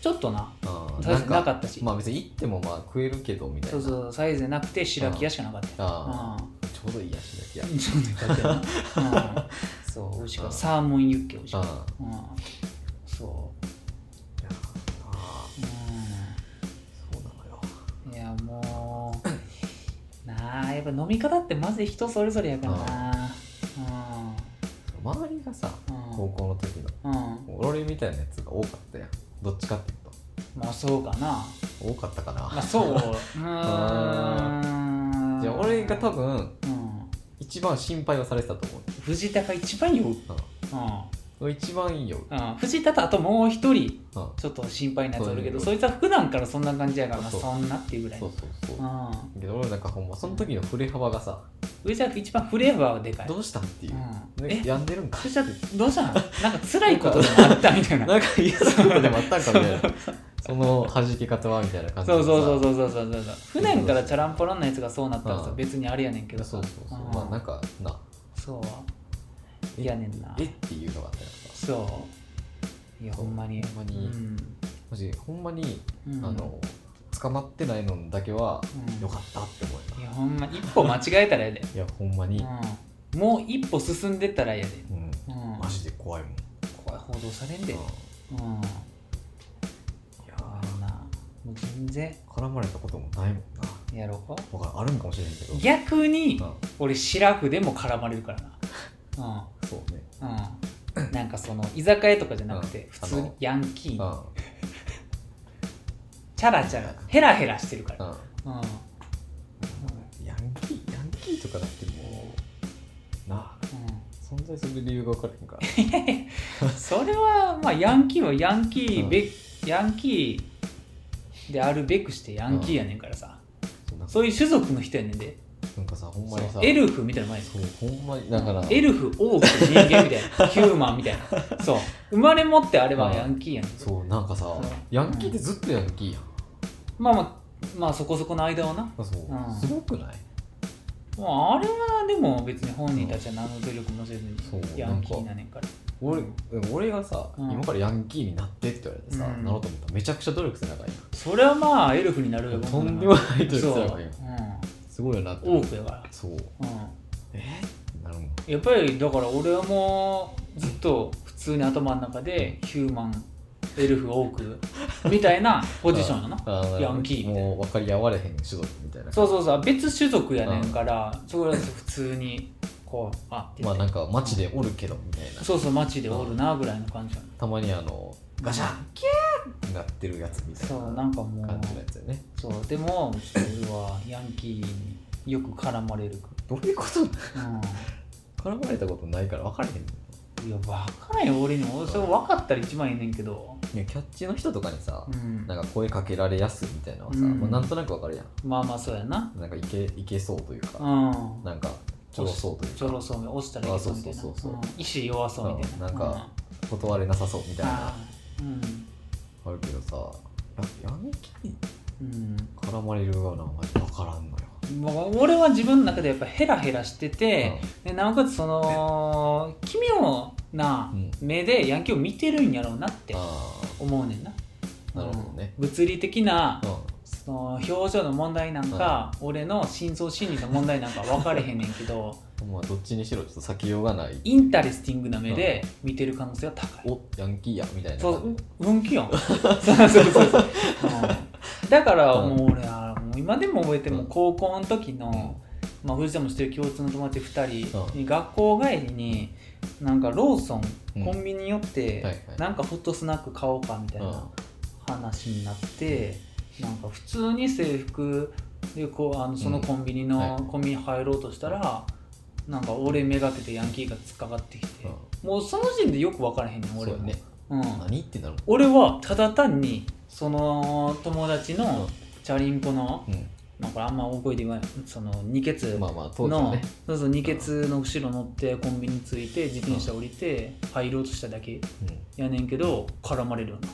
Speaker 1: ちょっとなん
Speaker 2: な,、うん、
Speaker 1: サイゼなかったし、
Speaker 2: まあ別に行ってもまあ食えるけどみたい
Speaker 1: そ
Speaker 2: な
Speaker 1: うそうサイゼなくて白木屋しかなかったよ
Speaker 2: あちょうどいいやしだけや
Speaker 1: うんそうね買ってなうんそう美味しかったサーモンユッケ美味しかった
Speaker 2: あ
Speaker 1: うんそう
Speaker 2: あ
Speaker 1: う
Speaker 2: そうなのよ
Speaker 1: んいやもうなあやっぱ飲み方ってまず人それぞれやからな
Speaker 2: 周りがさ
Speaker 1: うんうん
Speaker 2: 高校の時の
Speaker 1: うん
Speaker 2: 俺みたいなやつが多かったやんどっちかっていう
Speaker 1: まあそうかな
Speaker 2: と多かったかな、
Speaker 1: まあそううーん
Speaker 2: じゃあ俺が多分
Speaker 1: うん
Speaker 2: 一番心配はされてたと思う
Speaker 1: 藤田が一番酔ううん
Speaker 2: 俺一番いいよ、
Speaker 1: うん藤田とあともう一人
Speaker 2: うん、
Speaker 1: ちょっと心配なやつおるけど
Speaker 2: そ
Speaker 1: そういつは普段からそんな感じやからまあ
Speaker 2: そう
Speaker 1: そんなっていうぐらい
Speaker 2: そうそうそううんけど俺なんかほんまその時の振れ幅がさ
Speaker 1: 藤田が一番フレーバーはでかい
Speaker 2: どうしたんっていう、
Speaker 1: うん
Speaker 2: ね
Speaker 1: え
Speaker 2: 病んでるんか
Speaker 1: 藤田どうしたのなんか辛いことでもあったみたいな
Speaker 2: なんか言いやすいことでもあ ったんかみたいなその弾け方はみたいな感じ で
Speaker 1: そう
Speaker 2: さ
Speaker 1: そうそうそうそうそうそう普段からチャランポランなやつがそうなったらさ
Speaker 2: うん
Speaker 1: 別にあれやねんけどさ
Speaker 2: そうそうそう
Speaker 1: うん
Speaker 2: まあなんかな
Speaker 1: そう
Speaker 2: え
Speaker 1: いやねんな
Speaker 2: えっていうのがあったやんか
Speaker 1: そういやほんまに
Speaker 2: ほんまに
Speaker 1: うん
Speaker 2: もしほんまに、
Speaker 1: うん
Speaker 2: あの捕まってないのだけは、
Speaker 1: うん
Speaker 2: よかったって思え
Speaker 1: いや
Speaker 2: た
Speaker 1: ほんま一歩間違えたらやで、
Speaker 2: いやほんまに、
Speaker 1: うん、もう一歩進んでったらやで、
Speaker 2: うん
Speaker 1: うん、
Speaker 2: マジで怖いもん
Speaker 1: 怖い報道されんで、
Speaker 2: う
Speaker 1: うんん、
Speaker 2: いや
Speaker 1: 怖いなもう全然
Speaker 2: 絡まれたこともないもんな
Speaker 1: やろうか
Speaker 2: わからんあるんかもしれへんけど
Speaker 1: 逆に
Speaker 2: う
Speaker 1: 俺シラフでも絡まれるからな、
Speaker 2: んそうね
Speaker 1: うんうん、なんかその居酒屋とかじゃなくて
Speaker 2: うん
Speaker 1: 普通にヤンキ
Speaker 2: うん
Speaker 1: ーチャラチャラヘラヘラしてるから、
Speaker 2: うん
Speaker 1: うん
Speaker 2: ヤンキーヤンキーとかだってもうなあ
Speaker 1: う
Speaker 2: 存在する理由が分からへんから
Speaker 1: ん、それはまあヤンキーはヤンキーべ、ヤンキーであるべくしてヤンキーやねんからさ、
Speaker 2: そうなんか
Speaker 1: そういう種族の人やねんで
Speaker 2: なんかさほんまにさ
Speaker 1: エルフみたいな前
Speaker 2: そうほんまにだから
Speaker 1: エルフオーク人間みたいなヒューマンみたいな そう生まれ持ってあれはヤンキーやねん
Speaker 2: そうなんかさ
Speaker 1: そう
Speaker 2: ヤンキーってずっとヤンキーやん
Speaker 1: まあまあまあそこそこの間はな
Speaker 2: そう
Speaker 1: うん
Speaker 2: すごくない
Speaker 1: まああれはでも別に本人たちは何の努力もせずに
Speaker 2: そう
Speaker 1: ヤンキーなねんから
Speaker 2: 俺俺がさ
Speaker 1: うん
Speaker 2: 今からヤンキーになってって言われてさ
Speaker 1: うん
Speaker 2: なろうと思ったらめちゃくちゃ努力せなあかんや
Speaker 1: それはまあエルフになるよ
Speaker 2: んとんでもない努力せ
Speaker 1: そ
Speaker 2: な
Speaker 1: う、
Speaker 2: あかんやんすごいよなって
Speaker 1: うん、
Speaker 2: 思
Speaker 1: オ
Speaker 2: う
Speaker 1: ークやか
Speaker 2: そ
Speaker 1: ら、
Speaker 2: う
Speaker 1: うん、
Speaker 2: えってなるもん
Speaker 1: やっぱりだから俺はもうずっと普通に頭の中でヒューマンエルフオークみたいなポジションやな
Speaker 2: あー
Speaker 1: ヤンキーみたいな
Speaker 2: もう分かり合われへん種族みたいな
Speaker 1: そうそうそう別種族やねんからそこら普通にこうあって
Speaker 2: ま
Speaker 1: 言
Speaker 2: あ
Speaker 1: って
Speaker 2: なんか街でおるけどみたいな
Speaker 1: そうそう街でおるなぐらいの感じやねん
Speaker 2: たまにあのガシャンキャーってなってるやつみたい
Speaker 1: そう
Speaker 2: な
Speaker 1: なんかも
Speaker 2: 感じのや
Speaker 1: う
Speaker 2: つよね
Speaker 1: そうでもちょっと俺はヤンキーによく絡まれるか
Speaker 2: どういうこと
Speaker 1: らうん
Speaker 2: 絡まれたことないから分からへんね
Speaker 1: いや分からんよ俺にもそれ分かったら一番いいねんけど
Speaker 2: んいやキャッチの人とかにさ
Speaker 1: うん
Speaker 2: なんか声かけられやすいみたいなのはさ、
Speaker 1: うん
Speaker 2: まあ、なんとなく分かるや
Speaker 1: まあまあそうやなん
Speaker 2: なんかいけいけそうという
Speaker 1: う
Speaker 2: か
Speaker 1: ん
Speaker 2: なんかちょろそうという
Speaker 1: ちょ
Speaker 2: か
Speaker 1: ろそうめ押したらいいぞみたい
Speaker 2: あ
Speaker 1: な
Speaker 2: そうそうそうそう
Speaker 1: うん意志弱そうみたいな
Speaker 2: うんなんか断れなさそうみ
Speaker 1: う
Speaker 2: た
Speaker 1: ん
Speaker 2: いな
Speaker 1: あーうん
Speaker 2: あるけどさやヤンキーに
Speaker 1: うん
Speaker 2: 絡まれるようなの分からんのよ
Speaker 1: まあ俺は自分の中でやっぱヘラヘラしてて、でなおかつその奇妙な
Speaker 2: うん
Speaker 1: 目でヤンキーを見てるんやろうなって
Speaker 2: あ
Speaker 1: 思うねんな、
Speaker 2: あなるほどね
Speaker 1: うん物理的な
Speaker 2: あうん
Speaker 1: その表情の問題なんか、俺の深層心理の問題なんか分かれへんねんけど
Speaker 2: まあどっちにしろちょっと避けようがない
Speaker 1: インタレスティングな目で見てる可能性は高い
Speaker 2: おヤンキーやみたいな
Speaker 1: そう
Speaker 2: 感じ、
Speaker 1: 運気 音。そうそうそうそう。うんだから
Speaker 2: うん
Speaker 1: もう俺はもう今でも覚えてるも
Speaker 2: う
Speaker 1: うん高校の時の、まあ、藤田も知ってる共通の友達2人に学校帰りになんかローソン
Speaker 2: うん
Speaker 1: コンビニ寄っ
Speaker 2: はい
Speaker 1: て
Speaker 2: はい
Speaker 1: なんかホットスナック買おうかみたいな話になってなんか普通に制服でこうあのそのコンビニ
Speaker 2: うん
Speaker 1: の
Speaker 2: はい
Speaker 1: コンビニ入ろうとしたらなんか俺めがけてヤンキーが突っかかってきてもうその時点でよく分からへんねん
Speaker 2: そう
Speaker 1: 俺
Speaker 2: や
Speaker 1: も。
Speaker 2: ね
Speaker 1: うん、
Speaker 2: 何ってなる
Speaker 1: 俺はただ単にその友達のチャリンコの、
Speaker 2: うん、
Speaker 1: まあ、これあんま大声で言わないその二ケツの、
Speaker 2: まあまあ当時はね
Speaker 1: そうそう二ケツの後ろ乗ってコンビニ着いて自転車降りて入ろうとしただけ
Speaker 2: うん
Speaker 1: やねんけど絡まれるよな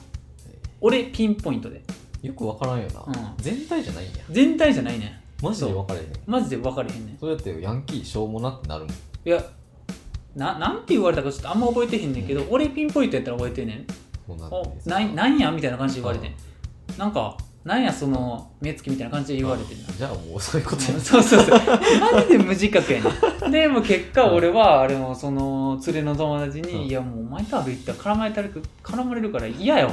Speaker 1: 俺ピンポイントで、
Speaker 2: よく分からんよな、
Speaker 1: うん
Speaker 2: 全体じゃないんや
Speaker 1: 全体じゃないねん
Speaker 2: マジで分からへんねん
Speaker 1: マジで分かれへんねん
Speaker 2: そうやってヤンキーしょうもなってなるもん
Speaker 1: いやななんて言われたかちょっとあんま覚えてへんねんけど、俺ピンポイントやったら覚えてんねん
Speaker 2: そうなん
Speaker 1: お
Speaker 2: です
Speaker 1: ななんやみたいな感じで言われて、
Speaker 2: うん
Speaker 1: なんかなんやその目つきみたいな感じで言われてるな、
Speaker 2: じゃあもうそういうことや
Speaker 1: うんそうそうそう マジで無自覚やねんでもう結果俺はあれもその連れの友達に「
Speaker 2: うん
Speaker 1: いやもうお前と歩いてたら絡まれたる絡まれるから嫌やわ」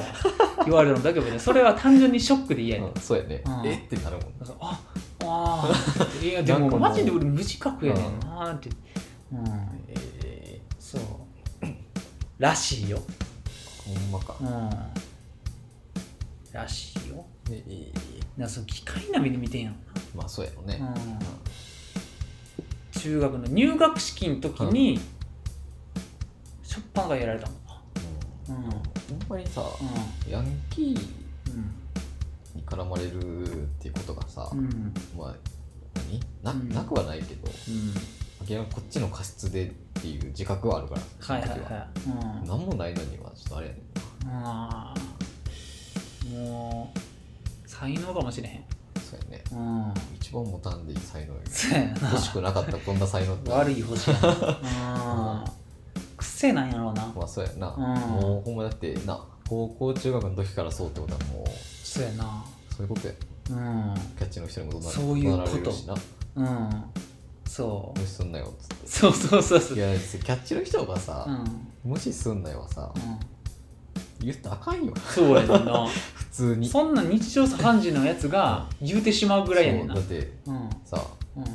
Speaker 1: 言われるのだけどねそれは単純にショックで嫌やねん、
Speaker 2: うんそうやね
Speaker 1: うん
Speaker 2: えってなるもん
Speaker 1: だからああーいやで
Speaker 2: なん
Speaker 1: も
Speaker 2: かもう
Speaker 1: マジで俺無自覚やねんなーってうん
Speaker 2: え
Speaker 1: そうらしいよ
Speaker 2: ー、ほんまか
Speaker 1: うんらしいよ
Speaker 2: えー
Speaker 1: だからその機械並みで見てんや
Speaker 2: まあそうやろね
Speaker 1: ろな、うん中学の入学式の時にしょっぱなからやられたもんな
Speaker 2: うん
Speaker 1: うん
Speaker 2: ほんまにさヤンキーに絡まれるっていうことがさ、
Speaker 1: うんうん
Speaker 2: まあ何
Speaker 1: うん
Speaker 2: ななくはないけど、
Speaker 1: うん
Speaker 2: 明らかにこっちの過失でっていう自覚はあるからそ
Speaker 1: は
Speaker 2: の
Speaker 1: いは
Speaker 2: 時
Speaker 1: いはい、うん
Speaker 2: 何もないのにはちょっとあれやねん
Speaker 1: あ
Speaker 2: な
Speaker 1: ーもう才能かもしれへん
Speaker 2: そうやね
Speaker 1: うん
Speaker 2: 一番持たんでいい才能よ
Speaker 1: そうやな
Speaker 2: 欲しくなかったこんな才能って
Speaker 1: 悪い星やなうん癖なんやろうな
Speaker 2: まあそうやな、
Speaker 1: うん
Speaker 2: もうほんまだってな高校中学の時からそうってことはもう
Speaker 1: そうやな
Speaker 2: そういうことや
Speaker 1: うん
Speaker 2: キャッチの人にも怒鳴
Speaker 1: そういうこと
Speaker 2: 怒鳴られるしな
Speaker 1: うんそ
Speaker 2: 無視すんなよっつっ
Speaker 1: うそうそうそうそう
Speaker 2: ていやキャッチの人が
Speaker 1: うん
Speaker 2: さ、
Speaker 1: うん
Speaker 2: 無視すんなよはさ言ったらあかんよ
Speaker 1: そうやねんな
Speaker 2: 普通に
Speaker 1: そんな日常茶飯事のやつが言うてしまうぐらいやねんな
Speaker 2: そううだって
Speaker 1: ん
Speaker 2: さ
Speaker 1: うん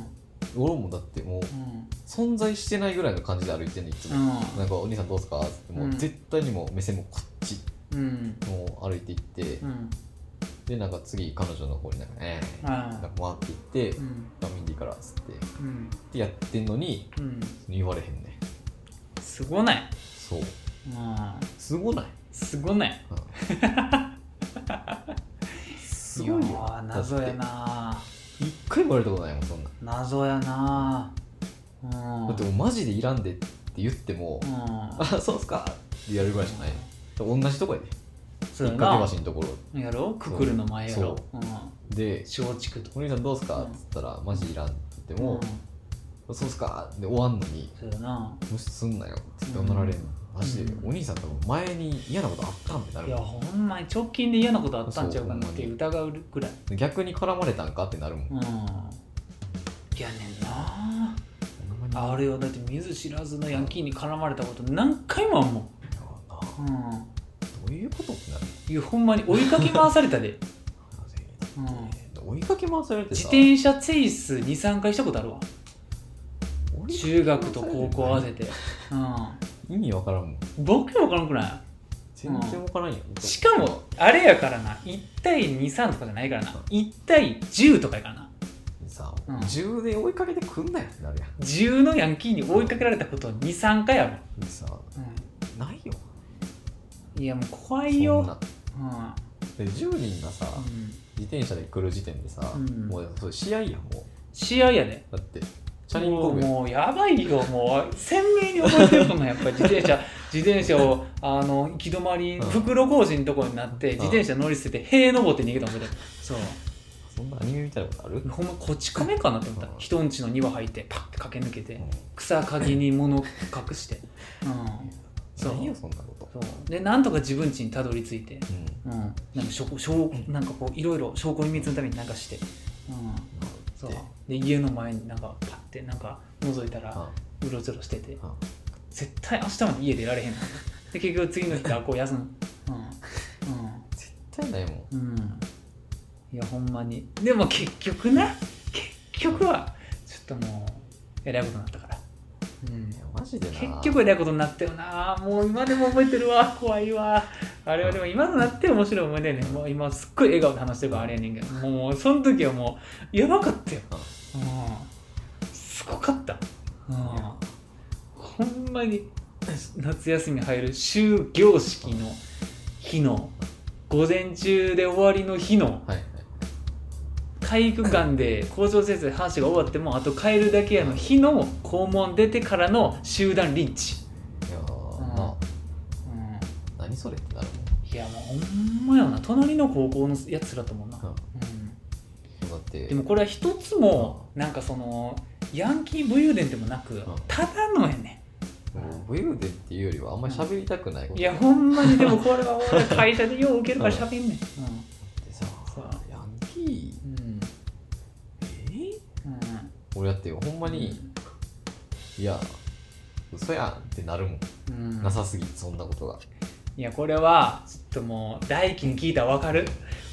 Speaker 2: 俺もだっても
Speaker 1: う
Speaker 2: う
Speaker 1: ん
Speaker 2: 存在してないぐらいの感じで歩いてんねんいつも、なんか「お兄さんどうすか?」っつってもううん絶対にもう目線もこっち
Speaker 1: うんうん
Speaker 2: もう歩いていって、
Speaker 1: うん
Speaker 2: でなんか次彼女の方になんか「ええ
Speaker 1: あ
Speaker 2: なん
Speaker 1: あ
Speaker 2: か回っていって「
Speaker 1: うん
Speaker 2: あ見んでいいから」っつって
Speaker 1: うん
Speaker 2: ってやってんのに
Speaker 1: うん
Speaker 2: 言われへんね
Speaker 1: すごない
Speaker 2: そう
Speaker 1: うん
Speaker 2: すごない、
Speaker 1: すごない
Speaker 2: うん、すごい
Speaker 1: や
Speaker 2: よ
Speaker 1: ー謎や
Speaker 2: だっ
Speaker 1: な
Speaker 2: て一回も言われたことないもんそんな、
Speaker 1: 謎やなうん
Speaker 2: だってもうマジでいらんでって言っても「
Speaker 1: うん
Speaker 2: あそうっすか」ってやるぐらいしかない同じとこやで
Speaker 1: そうや
Speaker 2: 一
Speaker 1: な
Speaker 2: かけ橋のところ
Speaker 1: やろくくるの前やろ
Speaker 2: そうで
Speaker 1: うん松竹と
Speaker 2: 「お兄さんどうすか?」
Speaker 1: う
Speaker 2: っ
Speaker 1: ん
Speaker 2: つったら「マジいらん」って言っても
Speaker 1: ん
Speaker 2: 「そうっすか?」で終わんのに
Speaker 1: そうやな
Speaker 2: 「無視すんなよ」って言って怒られるのマジで
Speaker 1: うん
Speaker 2: お兄さん多分前に嫌なことあったんってないる
Speaker 1: や
Speaker 2: もん
Speaker 1: ほんまに直近で嫌なことあったんちゃうかなって疑うぐらい
Speaker 2: で逆に絡まれたんかってなるもん
Speaker 1: うんやねんな
Speaker 2: ほんまに
Speaker 1: あれはだって見ず知らずのヤンキーに絡まれたこと何回もあんもん、
Speaker 2: だからな
Speaker 1: うん、
Speaker 2: どういうことってなる
Speaker 1: いやほんまに追いかけ回されたで
Speaker 2: うん、追いかけ回されて
Speaker 1: 自
Speaker 2: さ
Speaker 1: 転車チェイス23回したことあるわ中学と高校合わせて、
Speaker 2: 意味わからんもん
Speaker 1: うん、僕分からんくな
Speaker 2: 全然わからんよ、
Speaker 1: いしかもあれやからな1対23とかじゃないからな1対10とかやからな
Speaker 2: さ、
Speaker 1: うん
Speaker 2: 銃で追いかけてくんなよってなるやん
Speaker 1: 10のヤンキーに追いかけられたこと23回ある、
Speaker 2: でさないよ
Speaker 1: うん、いやもう怖
Speaker 2: そ
Speaker 1: い
Speaker 2: ん
Speaker 1: よ
Speaker 2: な
Speaker 1: うん
Speaker 2: で10人がさ、
Speaker 1: うん
Speaker 2: 自転車で来る時点でさ、
Speaker 1: うん
Speaker 2: もうそう試合やんも
Speaker 1: 試合やで
Speaker 2: うだってチャリンコ部やん
Speaker 1: もうもうやばいよもう鮮明に覚えてるもんなやっぱり自転 車自転車をあの行き止まり
Speaker 2: うん
Speaker 1: 袋小路のとこになって自転車乗り捨てて塀登って逃げたもんでそう
Speaker 2: そんなアニメみたいなことある、うん
Speaker 1: ほんまこち亀かなって思った
Speaker 2: うん
Speaker 1: 人んちの庭入ってパッて駆け抜けて草陰に物隠してうんそう
Speaker 2: ないよそんなこと
Speaker 1: そうでなんとか自分家にたどり着いて
Speaker 2: うん
Speaker 1: うんなんか証拠証なんかこういろいろ証拠隠滅のためになんかしてうんそう
Speaker 2: で
Speaker 1: で家の前になんかパッてなんか覗いたら
Speaker 2: あ
Speaker 1: うろちょろしてて
Speaker 2: あ
Speaker 1: 絶対明日まで家出られへんので結局次の日学校休むう
Speaker 2: 絶対ないもん
Speaker 1: んうんうんいやほんまにでも結局な結局はちょっともうえらいことになったからうん
Speaker 2: いやマジでな
Speaker 1: 結局えらいことになったよなもう今でも覚えてるわ怖いわあれはでも今となって面白い思い出やねんもう今すっごい笑顔で話してるからあれやねんけどもうその時はもうやばかったよ
Speaker 2: うん
Speaker 1: うんすごかった、うん
Speaker 2: いや
Speaker 1: ほんまに夏休み入る終業式の日の午前中で終わりの日の
Speaker 2: はいはい
Speaker 1: 体育館で校長先生の話が終わってもあと帰るだけやの日の校門出てからの集団リンチ、
Speaker 2: いやー、
Speaker 1: うん
Speaker 2: な
Speaker 1: うん
Speaker 2: 何それってなる
Speaker 1: いやもうほんまやな隣の高校のやつらともんな、
Speaker 2: も
Speaker 1: う
Speaker 2: ん、
Speaker 1: ん
Speaker 2: うん、だって
Speaker 1: でもこれは一つもなんかそのヤンキー武勇伝でもなく
Speaker 2: ん
Speaker 1: ただのやね
Speaker 2: もう武勇伝っていうよりはあんまり喋りたくないこと
Speaker 1: いやほんまにでもこ れは俺会社でよう受けるから喋んねん、
Speaker 2: ってさ
Speaker 1: そう
Speaker 2: ヤンキ
Speaker 1: うんうん
Speaker 2: ーえ
Speaker 1: う
Speaker 2: ー
Speaker 1: ん
Speaker 2: 俺だってほんまにいや嘘やんってなるもん、
Speaker 1: うん
Speaker 2: なさすぎてそんなことが
Speaker 1: いやこれはちょっともう大輝に聞いたらわかる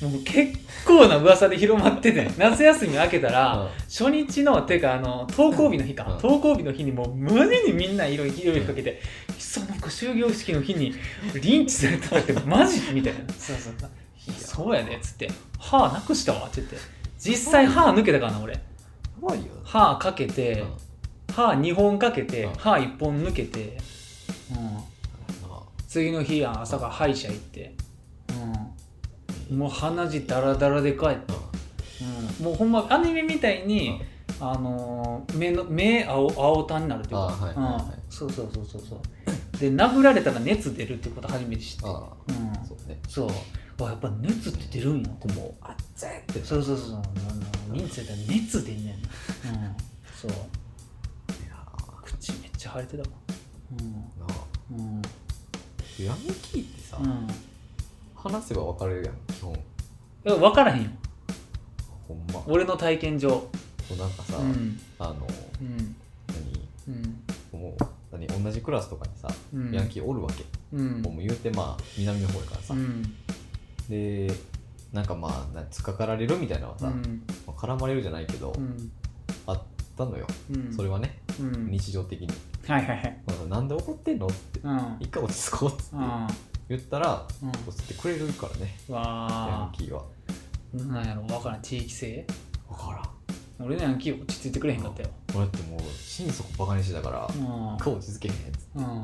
Speaker 1: もう結構な噂で広まってて夏休み明けたら、初日のてかあの登校日の日か、
Speaker 2: うん
Speaker 1: 登校日の日にもう胸にみんな色々色々かけて、いっそなんか終業式の日にリンチされたってマジみたいなそうそうそうやでっつって歯なくしたわって言って実際歯抜けたからな俺
Speaker 2: うん、やばいよ、
Speaker 1: 歯かけて、
Speaker 2: うん
Speaker 1: 歯2本かけて、
Speaker 2: うん
Speaker 1: 歯1本抜けて、うん、
Speaker 2: な
Speaker 1: 次の日朝から歯医者行って、うん、もう鼻血ダラダラで帰って、うん、もうほんまアニメみたいに、あのー目の目青青たんになるっていうか、
Speaker 2: あはいはいはい
Speaker 1: うん、そうそうそうそうそうで殴られたら熱出るってこと初めて知って、
Speaker 2: ああ
Speaker 1: うん、
Speaker 2: そうね
Speaker 1: そうあやっぱ熱って出るんやと思う
Speaker 2: あっちゃって
Speaker 1: そうそうそう人生で熱出んねん、うん、そう
Speaker 2: いや
Speaker 1: 口めっちゃ腫れてたもん
Speaker 2: ーなあ
Speaker 1: うん
Speaker 2: ヤンキーってさ、
Speaker 1: うん、
Speaker 2: 話せば分かるやん基本
Speaker 1: うん、分からへんよ
Speaker 2: ほんまこ
Speaker 1: 俺の体験上
Speaker 2: うなんかさ、
Speaker 1: うん
Speaker 2: あの
Speaker 1: うんうん
Speaker 2: 何もう何同じクラスとかにさ、
Speaker 1: うん
Speaker 2: ヤンキーおるわけ、
Speaker 1: うん
Speaker 2: もう言うてまあ南の方やからさ、
Speaker 1: うん
Speaker 2: でなんかまあなつかかられるみたいなのは
Speaker 1: う
Speaker 2: さ、
Speaker 1: ん
Speaker 2: まあ絡まれるじゃないけど、
Speaker 1: うん
Speaker 2: あったのよ、
Speaker 1: うん
Speaker 2: それはね
Speaker 1: うん
Speaker 2: 日常的に、
Speaker 1: はいはいはい
Speaker 2: まあなんで怒ってんのって
Speaker 1: うんうん
Speaker 2: 一回落ち着こうっつって言ったら
Speaker 1: うん
Speaker 2: 落ち着いてくれるからねヤ
Speaker 1: わ
Speaker 2: ンキーは
Speaker 1: ーなんやろ分からん地域性
Speaker 2: 分から
Speaker 1: 俺のヤンキー落ち着いてくれへんかったよ
Speaker 2: ん俺だってもう心底バカにしてたから、
Speaker 1: うん
Speaker 2: 一回落ち着けへんっつって
Speaker 1: うん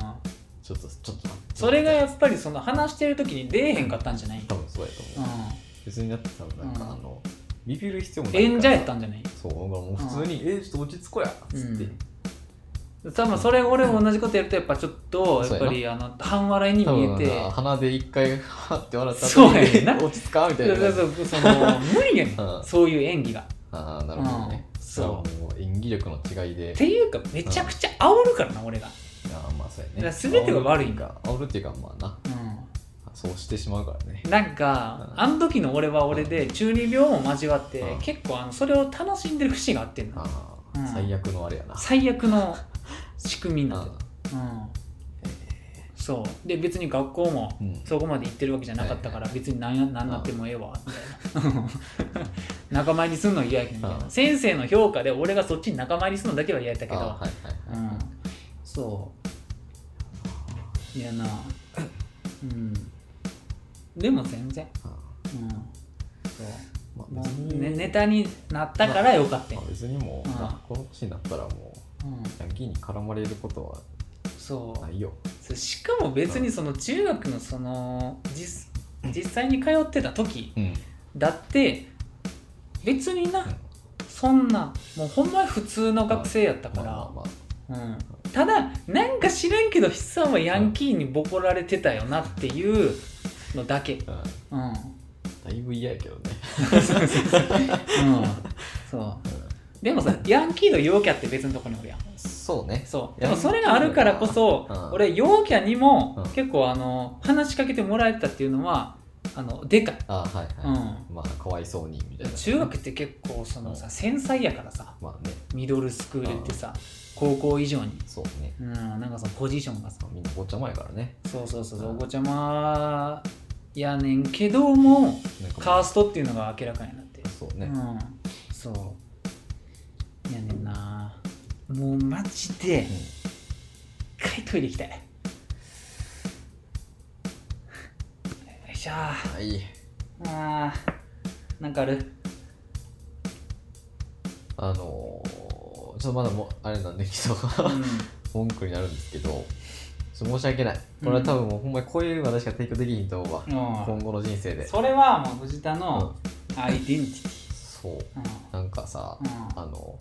Speaker 2: ちょっとちょっと待って
Speaker 1: それがやっぱりその話してる時に出えへんかったんじゃない
Speaker 2: 多分そうやと思う、
Speaker 1: う
Speaker 2: 別にだって多分なんか、
Speaker 1: うん
Speaker 2: あのビビる必要も
Speaker 1: ん
Speaker 2: ないから
Speaker 1: 演者やったんじゃない
Speaker 2: そうだからもう普通に「えーちょっと落ち着こうや」っつって、
Speaker 1: うん多分それ俺も同じことやるとやっぱちょっとやっぱりあの半笑いに
Speaker 2: 多
Speaker 1: 見え
Speaker 2: 分
Speaker 1: て
Speaker 2: な鼻で一回はって笑った
Speaker 1: そうやねんな
Speaker 2: 落ち着かんみた
Speaker 1: そ
Speaker 2: いな
Speaker 1: うそうそうその無理やね
Speaker 2: うん
Speaker 1: んそういう演技が
Speaker 2: ああなるほどね、
Speaker 1: うん
Speaker 2: それはもう演技力の違いで
Speaker 1: っていうかめちゃくちゃ煽るからな俺が
Speaker 2: ああまあそうや
Speaker 1: だ
Speaker 2: ね
Speaker 1: から全てが悪いん
Speaker 2: か煽るっていうかまあな
Speaker 1: う
Speaker 2: そうしてしまうからね
Speaker 1: んなんか
Speaker 2: うん
Speaker 1: あの時の俺は俺で中二病も交わって
Speaker 2: うん
Speaker 1: 結構あのそれを楽しんでる節があってんの
Speaker 2: ああ、
Speaker 1: うん
Speaker 2: 最悪のあれやな
Speaker 1: 最悪 の仕組みになって
Speaker 2: あ
Speaker 1: たうんそうで別に学校も
Speaker 2: うん
Speaker 1: そこまで行ってるわけじゃなかったから別に何や何なってもええわみたいな 仲間入りするの嫌やけどみたいな
Speaker 2: うん
Speaker 1: 先生の評価で俺がそっちに仲間入りするのだけは嫌やった
Speaker 2: あ
Speaker 1: けど
Speaker 2: あはいはいはい、
Speaker 1: うんそういやなうんでも全然
Speaker 2: ああ
Speaker 1: うんそう
Speaker 2: ま
Speaker 1: も
Speaker 2: あ別
Speaker 1: う
Speaker 2: に、
Speaker 1: ね、ネタになったからよかった
Speaker 2: ま
Speaker 1: よ
Speaker 2: あ、別にもう、
Speaker 1: うん
Speaker 2: まあこの年になったらもう
Speaker 1: うん、
Speaker 2: ヤンキーに絡まれることは
Speaker 1: そ
Speaker 2: ないよ
Speaker 1: うしかも別にその中学のその実実際に通ってた時
Speaker 2: うん、
Speaker 1: だって別にな
Speaker 2: うん
Speaker 1: そんなもうほんまに普通の学生やった
Speaker 2: ま
Speaker 1: か
Speaker 2: あま
Speaker 1: ら
Speaker 2: あまあ
Speaker 1: うんただなんか知らんけど筆算はヤンキーにボコられてたよなっていうのだけ
Speaker 2: うん
Speaker 1: うん、うん、
Speaker 2: だいぶ嫌やけどね、
Speaker 1: そうでもさヤンキーの陽キャって別のとこにおるやん
Speaker 2: そうね
Speaker 1: そうでもそれがあるからこそ、
Speaker 2: うん
Speaker 1: 俺陽キャにも
Speaker 2: うん
Speaker 1: 結構あの話しかけてもらえたっていうのはあのでかい
Speaker 2: あはいはい、まあかわいそうにみたいな
Speaker 1: 中学って結構その
Speaker 2: う
Speaker 1: さ繊細やからさ
Speaker 2: まあね
Speaker 1: ミドルスクールってさ高校以上に、
Speaker 2: そうね
Speaker 1: うん、なんかそのポジションがさ
Speaker 2: まあみんなごっちゃ前からね
Speaker 1: そうそうそうそううんお子ちゃまやねんけども
Speaker 2: なんか
Speaker 1: カーストっていうのが明らかになって、
Speaker 2: そう
Speaker 1: う
Speaker 2: ね、
Speaker 1: んそうやねんなもうマジで
Speaker 2: う
Speaker 1: 一回トイレ行きたいよいしょー
Speaker 2: ん、はい
Speaker 1: あーなんかある
Speaker 2: あのー、ちょっとまだもうあれなんだけど文句になるんですけどちょっと申し訳ないこれは多分もうほんまにこういう私が提供できひんと思うわ、
Speaker 1: うん
Speaker 2: 今後の人生で
Speaker 1: それはもう藤田のアイデンティテ
Speaker 2: そ
Speaker 1: ィ
Speaker 2: うなんかさ、
Speaker 1: うん
Speaker 2: あの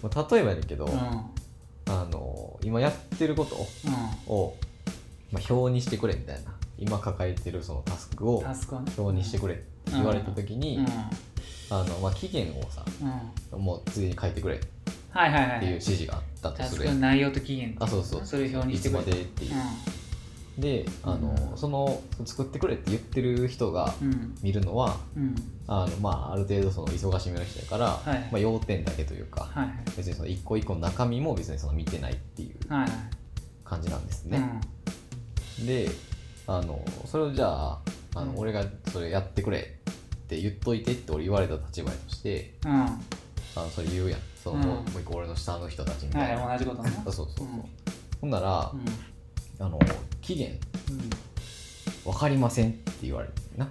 Speaker 2: まあ例えばやねんけど、
Speaker 1: うん
Speaker 2: あの今やってることを、まあ、表にしてくれみたいな今抱えてるそのタスク
Speaker 1: う
Speaker 2: を
Speaker 1: んタスクをね
Speaker 2: 表にしてくれって言われた時に、
Speaker 1: うん
Speaker 2: あのまあ、期限をさ
Speaker 1: うん
Speaker 2: もうついに書いてくれっ
Speaker 1: はいはいはい
Speaker 2: っていう指示があったと
Speaker 1: タス
Speaker 2: す
Speaker 1: ク
Speaker 2: るや
Speaker 1: の
Speaker 2: ん
Speaker 1: 内容と期限
Speaker 2: あそうそう
Speaker 1: それを表に
Speaker 2: い
Speaker 1: して
Speaker 2: つ
Speaker 1: く
Speaker 2: ま
Speaker 1: れ
Speaker 2: でっていう、であのその作ってくれって言ってる人が
Speaker 1: うんうん
Speaker 2: 見るのは
Speaker 1: うん
Speaker 2: あのまあある程度その忙しめの人やから、
Speaker 1: はい
Speaker 2: まあ、要点だけというか、
Speaker 1: はいはい
Speaker 2: 別にその一個一個の中身も別にその見てないっていう
Speaker 1: はいはい
Speaker 2: 感じなんですね、であのそれをじゃああ
Speaker 1: う
Speaker 2: の
Speaker 1: ん
Speaker 2: 俺がそれやってくれって言っといてって俺言われた立場として
Speaker 1: うんうんは
Speaker 2: あのそれ言うやんその、
Speaker 1: うん
Speaker 2: もう一個俺の下の人たちみたい
Speaker 1: い
Speaker 2: な、
Speaker 1: はい同じことね
Speaker 2: そうそうそう、
Speaker 1: うん
Speaker 2: ほんなら、
Speaker 1: うん
Speaker 2: あの期限
Speaker 1: う
Speaker 2: わかりませんって言われるな、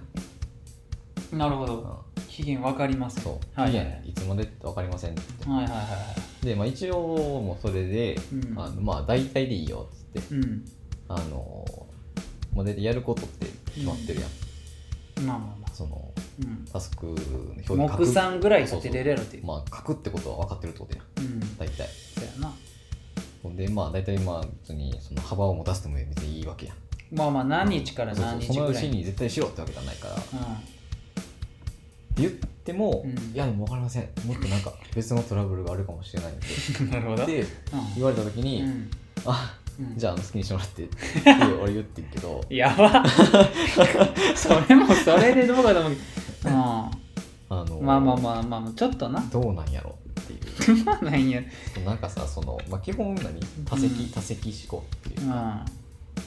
Speaker 1: んなるほ
Speaker 2: うん
Speaker 1: ど期限わかりません
Speaker 2: そう
Speaker 1: はい
Speaker 2: 期
Speaker 1: はい
Speaker 2: 限いつまでってわかりませんって
Speaker 1: はいはいはいは
Speaker 2: で、まあ、一応もうそれで、
Speaker 1: いうん
Speaker 2: あのまあ大体でいいよっつって
Speaker 1: うん
Speaker 2: あのまあ、大体やることって決まってるやん、
Speaker 1: まあまあまあ
Speaker 2: その
Speaker 1: うん
Speaker 2: タスクの表に書く
Speaker 1: 目算ぐらい立てれるやろっていう
Speaker 2: まあ書くってことは分かってるってことやん
Speaker 1: うん
Speaker 2: 大体
Speaker 1: そうやな
Speaker 2: ほんでまあ大体まあ別にその幅を持たせても別にいいわけやん
Speaker 1: まあまあ何日から何
Speaker 2: そう
Speaker 1: 日
Speaker 2: そうその
Speaker 1: ぐ
Speaker 2: う
Speaker 1: ら
Speaker 2: ち
Speaker 1: い
Speaker 2: に絶対しろってわけじゃないから
Speaker 1: う
Speaker 2: 言っても、
Speaker 1: うん
Speaker 2: いやでも分かりませんもっとなんか別のトラブルがあるかもしれないんで
Speaker 1: ん なるほど
Speaker 2: で言われた時に、あじ
Speaker 1: ゃ
Speaker 2: ゃああの好きにしてもらってって俺言ってんけど
Speaker 1: やばそれもそれでどうかと思うけどう
Speaker 2: あの
Speaker 1: ん まあまあまあまあちょっとな
Speaker 2: どうなんやろっていう
Speaker 1: まあなんや
Speaker 2: なんかさその、まあ、基本何多席
Speaker 1: うん
Speaker 2: 多席思考っていううんか、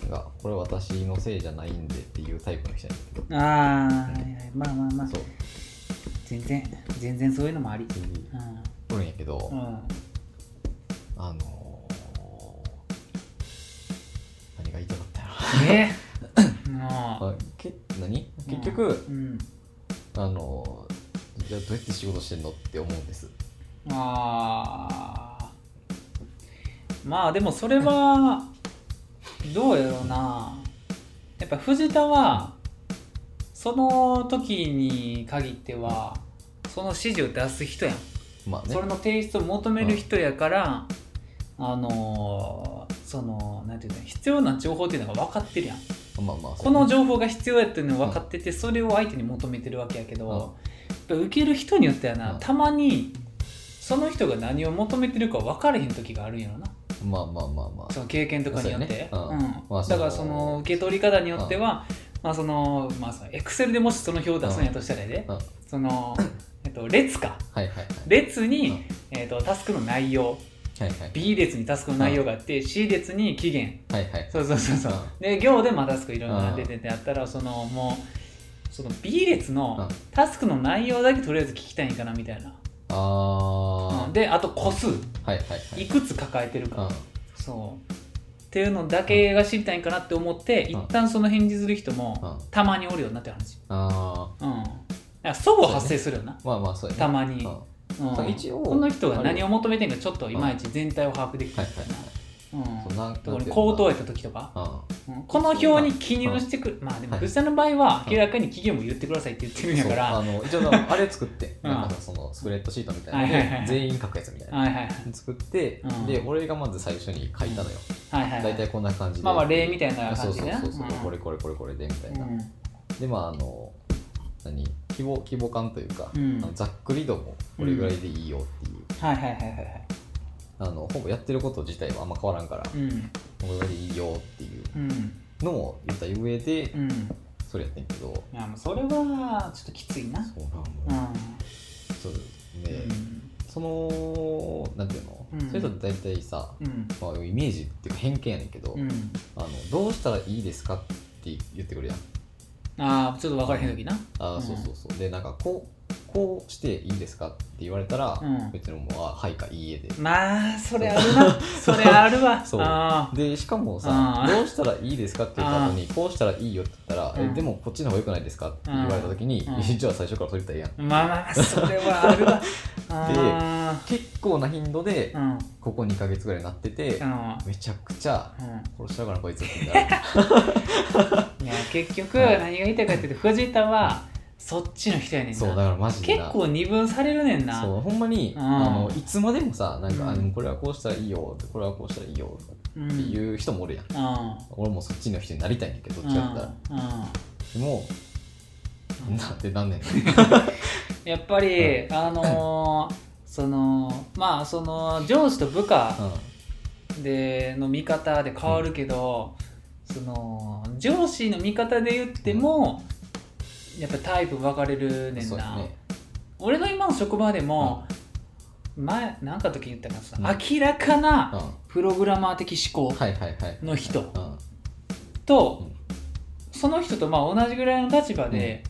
Speaker 1: あ
Speaker 2: がこれ私のせいじゃないんでっていうタイプの人やねんけど
Speaker 1: あはいはいまあまあまあ
Speaker 2: そう
Speaker 1: 全然全然そういうのもありうん
Speaker 2: おるんやけど、
Speaker 1: うん
Speaker 2: あのー何が言いたかったんや
Speaker 1: えも
Speaker 2: ろあけ何結局、
Speaker 1: ううん
Speaker 2: あのーじゃあどうやって仕事してんのって思うんです
Speaker 1: ああまあでもそれはどうやろうなやっぱ藤田はその時に限ってはその指示を出す人やん、
Speaker 2: まあね
Speaker 1: それの提出を求める人やから、あのーそのなんていうの必要な情報っていうのが分かってるやん
Speaker 2: まあまあ
Speaker 1: この情報が必要やっていうの分かっててそれを相手に求めてるわけやけど、
Speaker 2: うん
Speaker 1: やっぱ受ける人によってはな、
Speaker 2: うん
Speaker 1: たまにその人が何を求めてるか分からへん時があるんやろな
Speaker 2: まあまあまあまあ
Speaker 1: その経験とかによって、
Speaker 2: そうやねうん
Speaker 1: うん
Speaker 2: まあその
Speaker 1: だからその受け取り方によっては、まあそのまあそのエクセルでもしその表を出すんやとしたらやで、
Speaker 2: うん
Speaker 1: その、えっと、列か
Speaker 2: はいはいはい
Speaker 1: 列に、
Speaker 2: うん
Speaker 1: えっと、タスクの内容
Speaker 2: はいはい
Speaker 1: B 列にタスクの内容があって C 列に期限
Speaker 2: はいはい
Speaker 1: そうそうそうそう
Speaker 2: うん
Speaker 1: で行でまあタスクいろいろな出ててやったらそのもうその B 列
Speaker 2: うん
Speaker 1: のタスクの内容だけとりあえず聞きたいんかなみたいな、う
Speaker 2: ああ
Speaker 1: んであと個数
Speaker 2: はいはいはい
Speaker 1: いくつ抱えてるか、
Speaker 2: うん
Speaker 1: そうっていうのだけが知りたいんかなって思って
Speaker 2: うん
Speaker 1: 一旦その返事する人
Speaker 2: うん
Speaker 1: もたまにおるよなって話
Speaker 2: あ
Speaker 1: うんだからそご発生するよな、
Speaker 2: ーまあまあそうやね
Speaker 1: たまに、
Speaker 2: う
Speaker 1: うんん、
Speaker 2: から一応
Speaker 1: この人が何を求めてんかちょっといまいち全体を把握できて
Speaker 2: はい
Speaker 1: る
Speaker 2: はい
Speaker 1: か
Speaker 2: はい
Speaker 1: な、うん
Speaker 2: そうなん
Speaker 1: 特に口頭やった時とか、うんこの表に記入してくる、まあでも、
Speaker 2: はい
Speaker 1: 藤田の場合は
Speaker 2: うん
Speaker 1: 明らかに企業も言ってくださいって言ってるんや
Speaker 2: だ
Speaker 1: か、
Speaker 2: からら
Speaker 1: は
Speaker 2: あの一応なんかあれ作って、
Speaker 1: うん
Speaker 2: なんかそのスプレッドシートみた
Speaker 1: はいい
Speaker 2: な
Speaker 1: はいは
Speaker 2: ので
Speaker 1: い
Speaker 2: 全員書くやつみたい
Speaker 1: い
Speaker 2: な、
Speaker 1: はいはい。
Speaker 2: 作って、
Speaker 1: うん
Speaker 2: で俺がまず最初に書いたのよ、
Speaker 1: はいはいはい。
Speaker 2: 大体こんな感じで
Speaker 1: まあまあ例みたいな感じね
Speaker 2: そうそうそうそう、
Speaker 1: うん
Speaker 2: これこれこれこれでみたいうな、
Speaker 1: ん
Speaker 2: でまああの何規模規模感というか、
Speaker 1: うん
Speaker 2: あのざっくり度もこれぐらいでいいよっていう、
Speaker 1: はいはいはいはいはい。
Speaker 2: あのほぼやってること自体はあんま変わらんから、
Speaker 1: うん。
Speaker 2: これぐらいでいいよっていう
Speaker 1: うん。
Speaker 2: のも言った上で、
Speaker 1: うん。
Speaker 2: それやってんけど、
Speaker 1: いや、もうそれは、ちょっときついな。
Speaker 2: そうなん
Speaker 1: うん。
Speaker 2: そうで、
Speaker 1: うん
Speaker 2: そのなんていうの、
Speaker 1: うん
Speaker 2: それと大体さ、
Speaker 1: うん。
Speaker 2: まあ、イメージっていうか偏見やねんけど、
Speaker 1: うん。
Speaker 2: あのどうしたらいいですかって言ってくるやん
Speaker 1: ああ、ちょっと分からへん時な。
Speaker 2: あー、
Speaker 1: うん
Speaker 2: そうそうそうでなんかこうこうしていいですかって言われたら、
Speaker 1: うん
Speaker 2: 別にもうあはいかいいえで
Speaker 1: まあ、それあるな。それあるわ。
Speaker 2: そう
Speaker 1: あ
Speaker 2: でしかもさ
Speaker 1: あー
Speaker 2: どうしたらいいですかって言った後にこうしたらいいよって言ったら、
Speaker 1: うん
Speaker 2: えでもこっちの方が良くないですかって言われた時に、
Speaker 1: うん
Speaker 2: じゃあ最初からそれ言ったらいいやん
Speaker 1: あ。まあまあまあ、それはある わ。あ
Speaker 2: 結構な頻度で
Speaker 1: あ。うん。うん。
Speaker 2: ここ2ヶ月ぐらいなってて、めちゃくちゃ
Speaker 1: うん。
Speaker 2: 殺したからこいつってな る
Speaker 1: いや結局
Speaker 2: はい
Speaker 1: 何が言いたいかっていうと藤田はそっちの人やねん
Speaker 2: そうだ
Speaker 1: な
Speaker 2: からマジで
Speaker 1: 結
Speaker 2: な
Speaker 1: 構二分されるねんな
Speaker 2: そうほんまに、
Speaker 1: うん
Speaker 2: あのいつまでもさなんか、
Speaker 1: うん
Speaker 2: あでもこれはこうしたらいいよこれはこうしたらいいよっ
Speaker 1: うん
Speaker 2: ていう人もおるやん、
Speaker 1: うん
Speaker 2: 俺もそっちの人になりたいんだけどど
Speaker 1: う
Speaker 2: っ
Speaker 1: ん
Speaker 2: ちかって言ったら、でも
Speaker 1: うん
Speaker 2: なんてなんねん
Speaker 1: やっぱりあのーそのまあその上司と部下
Speaker 2: うん
Speaker 1: での見方で変わるけど、その上司の見方で言っても、やっぱタイプ分かれるねん
Speaker 2: そうや
Speaker 1: な、
Speaker 2: ね
Speaker 1: 俺の今の職場でも、前なんかの時言ったかなその
Speaker 2: うん
Speaker 1: 明らか
Speaker 2: うん
Speaker 1: な
Speaker 2: は
Speaker 1: プログラマー的思考
Speaker 2: いはいはい
Speaker 1: の人
Speaker 2: うん
Speaker 1: と、
Speaker 2: うん
Speaker 1: その人とまあ同じぐらいの立場で、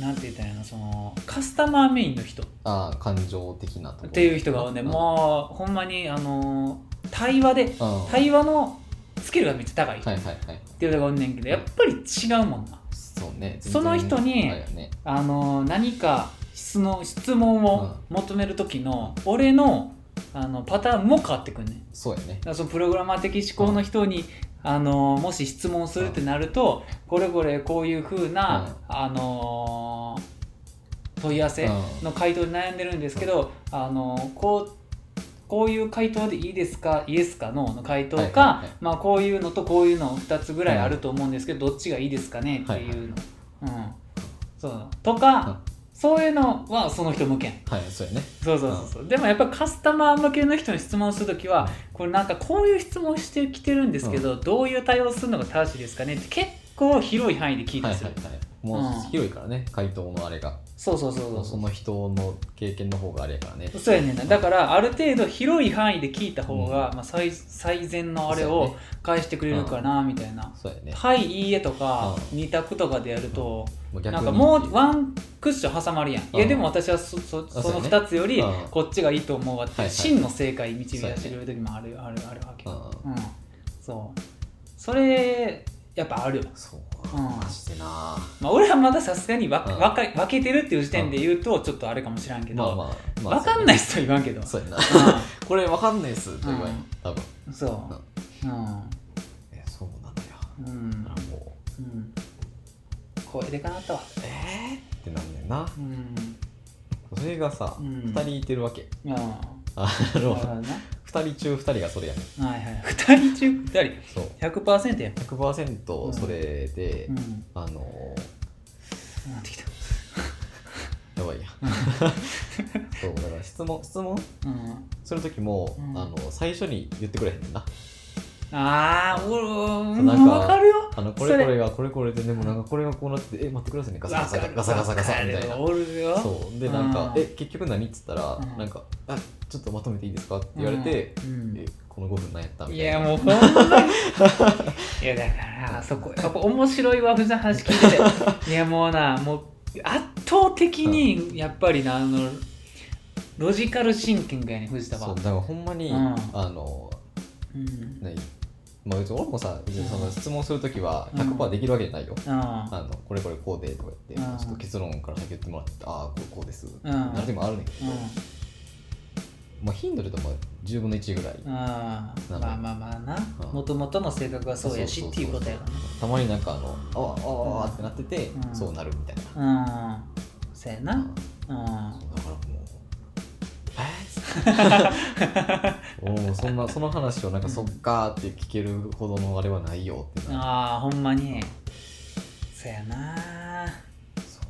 Speaker 1: なんて言ったらいいのそのカスタマーメインの人っ
Speaker 2: ああ感情的なところ
Speaker 1: ていう人がね、もうほんまにあの対話で
Speaker 2: うんはい
Speaker 1: 対話のスキルがめっちゃ高い人
Speaker 2: はいはい
Speaker 1: っていうのがおんねんけどやっぱり違うもんな
Speaker 2: そうね
Speaker 1: その人に
Speaker 2: 全然あれやね
Speaker 1: あの何か質の質問を求める時の俺のあのパターンも変わってくんねんだか
Speaker 2: そうやね
Speaker 1: らそのプログラマー的思考の人にあのもし質問するってなるとこれこれこういうふうなあの問い合わせ
Speaker 2: うん
Speaker 1: の回答で悩んでるんですけどあのこうこういう回答でいいですかイエスかノーの回答か、
Speaker 2: はいはいはい
Speaker 1: まあ、こういうのとこういうの2つぐらいあると思うんですけど、どっちがいいですかねっていうの、うん、そうとか、
Speaker 2: うん
Speaker 1: そういうのはその人向けやん
Speaker 2: はいそうやね
Speaker 1: そうそうそうそう、でもやっぱりカスタマー向けの人に質問するときはこれなんかこういう質問してきてるんですけど、どういう対応するのが正しいですかねって結構広い範囲で聞いた
Speaker 2: はい
Speaker 1: り
Speaker 2: はい
Speaker 1: する、
Speaker 2: はいも
Speaker 1: うん
Speaker 2: う広いからね回答のあれが
Speaker 1: そうそうそうそう
Speaker 2: その人の経験の方があれやからね
Speaker 1: そうやねんなだからある程度広い範囲で聞いた方が、まあ、最最善のあれ
Speaker 2: そうや
Speaker 1: を
Speaker 2: ね
Speaker 1: 返してくれるかなみたいな、
Speaker 2: そうやね
Speaker 1: はいいいえとか、
Speaker 2: う
Speaker 1: 二択とかでやると、
Speaker 2: もう
Speaker 1: なんか
Speaker 2: に
Speaker 1: もうワンクッション挟まるやん、いや
Speaker 2: うん
Speaker 1: でも私はそそ
Speaker 2: そうやね
Speaker 1: その2つより
Speaker 2: うん
Speaker 1: こっちがいいと思うわって、
Speaker 2: はいはい
Speaker 1: 真の正解導き出してくれる時もある,、あるあるわけ
Speaker 2: う
Speaker 1: うんんそうそれやっぱあるよ、
Speaker 2: そう
Speaker 1: うん
Speaker 2: マジでな
Speaker 1: まあ、俺はまださすがにわ、
Speaker 2: うん
Speaker 1: わか分けてるっていう時点で言うとちょっとあれかもしらんけど、
Speaker 2: まあまあまあ
Speaker 1: 分かんない人は言わんけど
Speaker 2: そうやな
Speaker 1: うん
Speaker 2: これわかんないっすと言われ
Speaker 1: うん
Speaker 2: 多分
Speaker 1: そう。うん。
Speaker 2: えそうなんだよ
Speaker 1: うん。
Speaker 2: も
Speaker 1: う
Speaker 2: う
Speaker 1: ん。声でかなったわ。
Speaker 2: えーってなんだよな
Speaker 1: うん。
Speaker 2: それがさ
Speaker 1: うん
Speaker 2: 二人いてるわけ
Speaker 1: うん。
Speaker 2: あ
Speaker 1: そう
Speaker 2: の
Speaker 1: だな。
Speaker 2: 二人中二人がそれやね
Speaker 1: はいはい。二人中二人。
Speaker 2: そう
Speaker 1: 100%やん。
Speaker 2: 100%それで、
Speaker 1: うん。
Speaker 2: あの
Speaker 1: なってきた。
Speaker 2: やばいや そうだから質問質問
Speaker 1: うん。
Speaker 2: する時も、
Speaker 1: うん
Speaker 2: あの最初に言ってくれへんねんな
Speaker 1: ああ、お
Speaker 2: そ
Speaker 1: お、
Speaker 2: う
Speaker 1: も
Speaker 2: なん
Speaker 1: う
Speaker 2: か
Speaker 1: わかるよ。
Speaker 2: あの
Speaker 1: そ
Speaker 2: これ
Speaker 1: れ
Speaker 2: これがこれこれででもなんかこれがこうなっててえ待ってくださいねガサガサ
Speaker 1: わかる
Speaker 2: ガサガサガサみたい
Speaker 1: わか
Speaker 2: な
Speaker 1: るおるよ。
Speaker 2: そうでなんか
Speaker 1: う
Speaker 2: 「
Speaker 1: ん
Speaker 2: え結局何?」っつったら、
Speaker 1: うん
Speaker 2: なんかあ「ちょっとまとめていいですか?」って言われて、
Speaker 1: うん。
Speaker 2: えこの5分何やったみ
Speaker 1: い
Speaker 2: たい
Speaker 1: や
Speaker 2: な
Speaker 1: もうほんまにいやだからそこやっぱ面白いわ藤田の話聞いてていやもうなもう圧倒的にやっぱりなあのロジカルシンキングやね藤田
Speaker 2: そ
Speaker 1: は
Speaker 2: うだからほんまに、
Speaker 1: うん
Speaker 2: あの
Speaker 1: うんうん
Speaker 2: 何まあ別に俺もさ別にその質問する時は
Speaker 1: う
Speaker 2: 100%
Speaker 1: ん
Speaker 2: できるわけじゃないよ、あのこれこれこうでとか言って、
Speaker 1: うん
Speaker 2: ちょっと結論から先言ってもらってああこうこうです、
Speaker 1: うん
Speaker 2: なるでもあるねんだけど、まあ、頻度で言うとまあ10分の1ぐらい、
Speaker 1: うんまあまあまあな
Speaker 2: うん
Speaker 1: もともとの性格はそうやしっていうことやから
Speaker 2: たまになんかあのあああ
Speaker 1: う
Speaker 2: あ
Speaker 1: ん
Speaker 2: ってなってて、
Speaker 1: うん
Speaker 2: そうなるみたいな、
Speaker 1: なうんそうや
Speaker 2: う
Speaker 1: なんうん
Speaker 2: そうだからもうえー、もうそんなその話をなんかそっかーって聞けるほどのあれはないよってな
Speaker 1: ああほんまにそうやな
Speaker 2: そ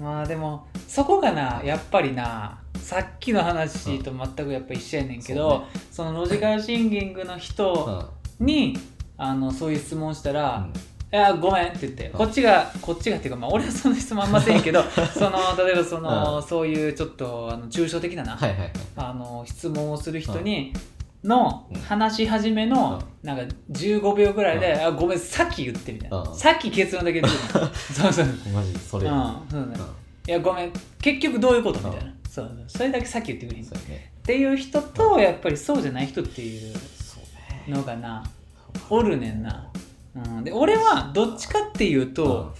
Speaker 2: う
Speaker 1: まあでもそこがなやっぱりなさっきの話と全くやっぱ一緒やねんけ
Speaker 2: そう
Speaker 1: ど、
Speaker 2: ね
Speaker 1: そのロジカルシンキングの人に、あのそういう質問した
Speaker 2: うん
Speaker 1: ら「いやごめん」って言って、こっちがこっちがっていうか、まあ、俺はその質問あんませんけ どその例えばその、
Speaker 2: う
Speaker 1: そういうちょっとあの抽象的なな、
Speaker 2: はいはいはい
Speaker 1: あの質問をする人に、の
Speaker 2: うん
Speaker 1: 話し始めの、なんか15秒ぐらいで
Speaker 2: う
Speaker 1: 「あごめんさっき言って」みたいな、
Speaker 2: うん
Speaker 1: さっき結論だけ言ってみたいなそうそうそう
Speaker 2: マジでそれ、うん
Speaker 1: うんそうねいやごめん結局どういうことみたいなそうそれだけさっき言ってくれへんっ
Speaker 2: そうやね
Speaker 1: ていう人とやっぱりそうじゃない人っていう
Speaker 2: そうね
Speaker 1: のがなおるねんな、うん、で俺はどっちかっていうと、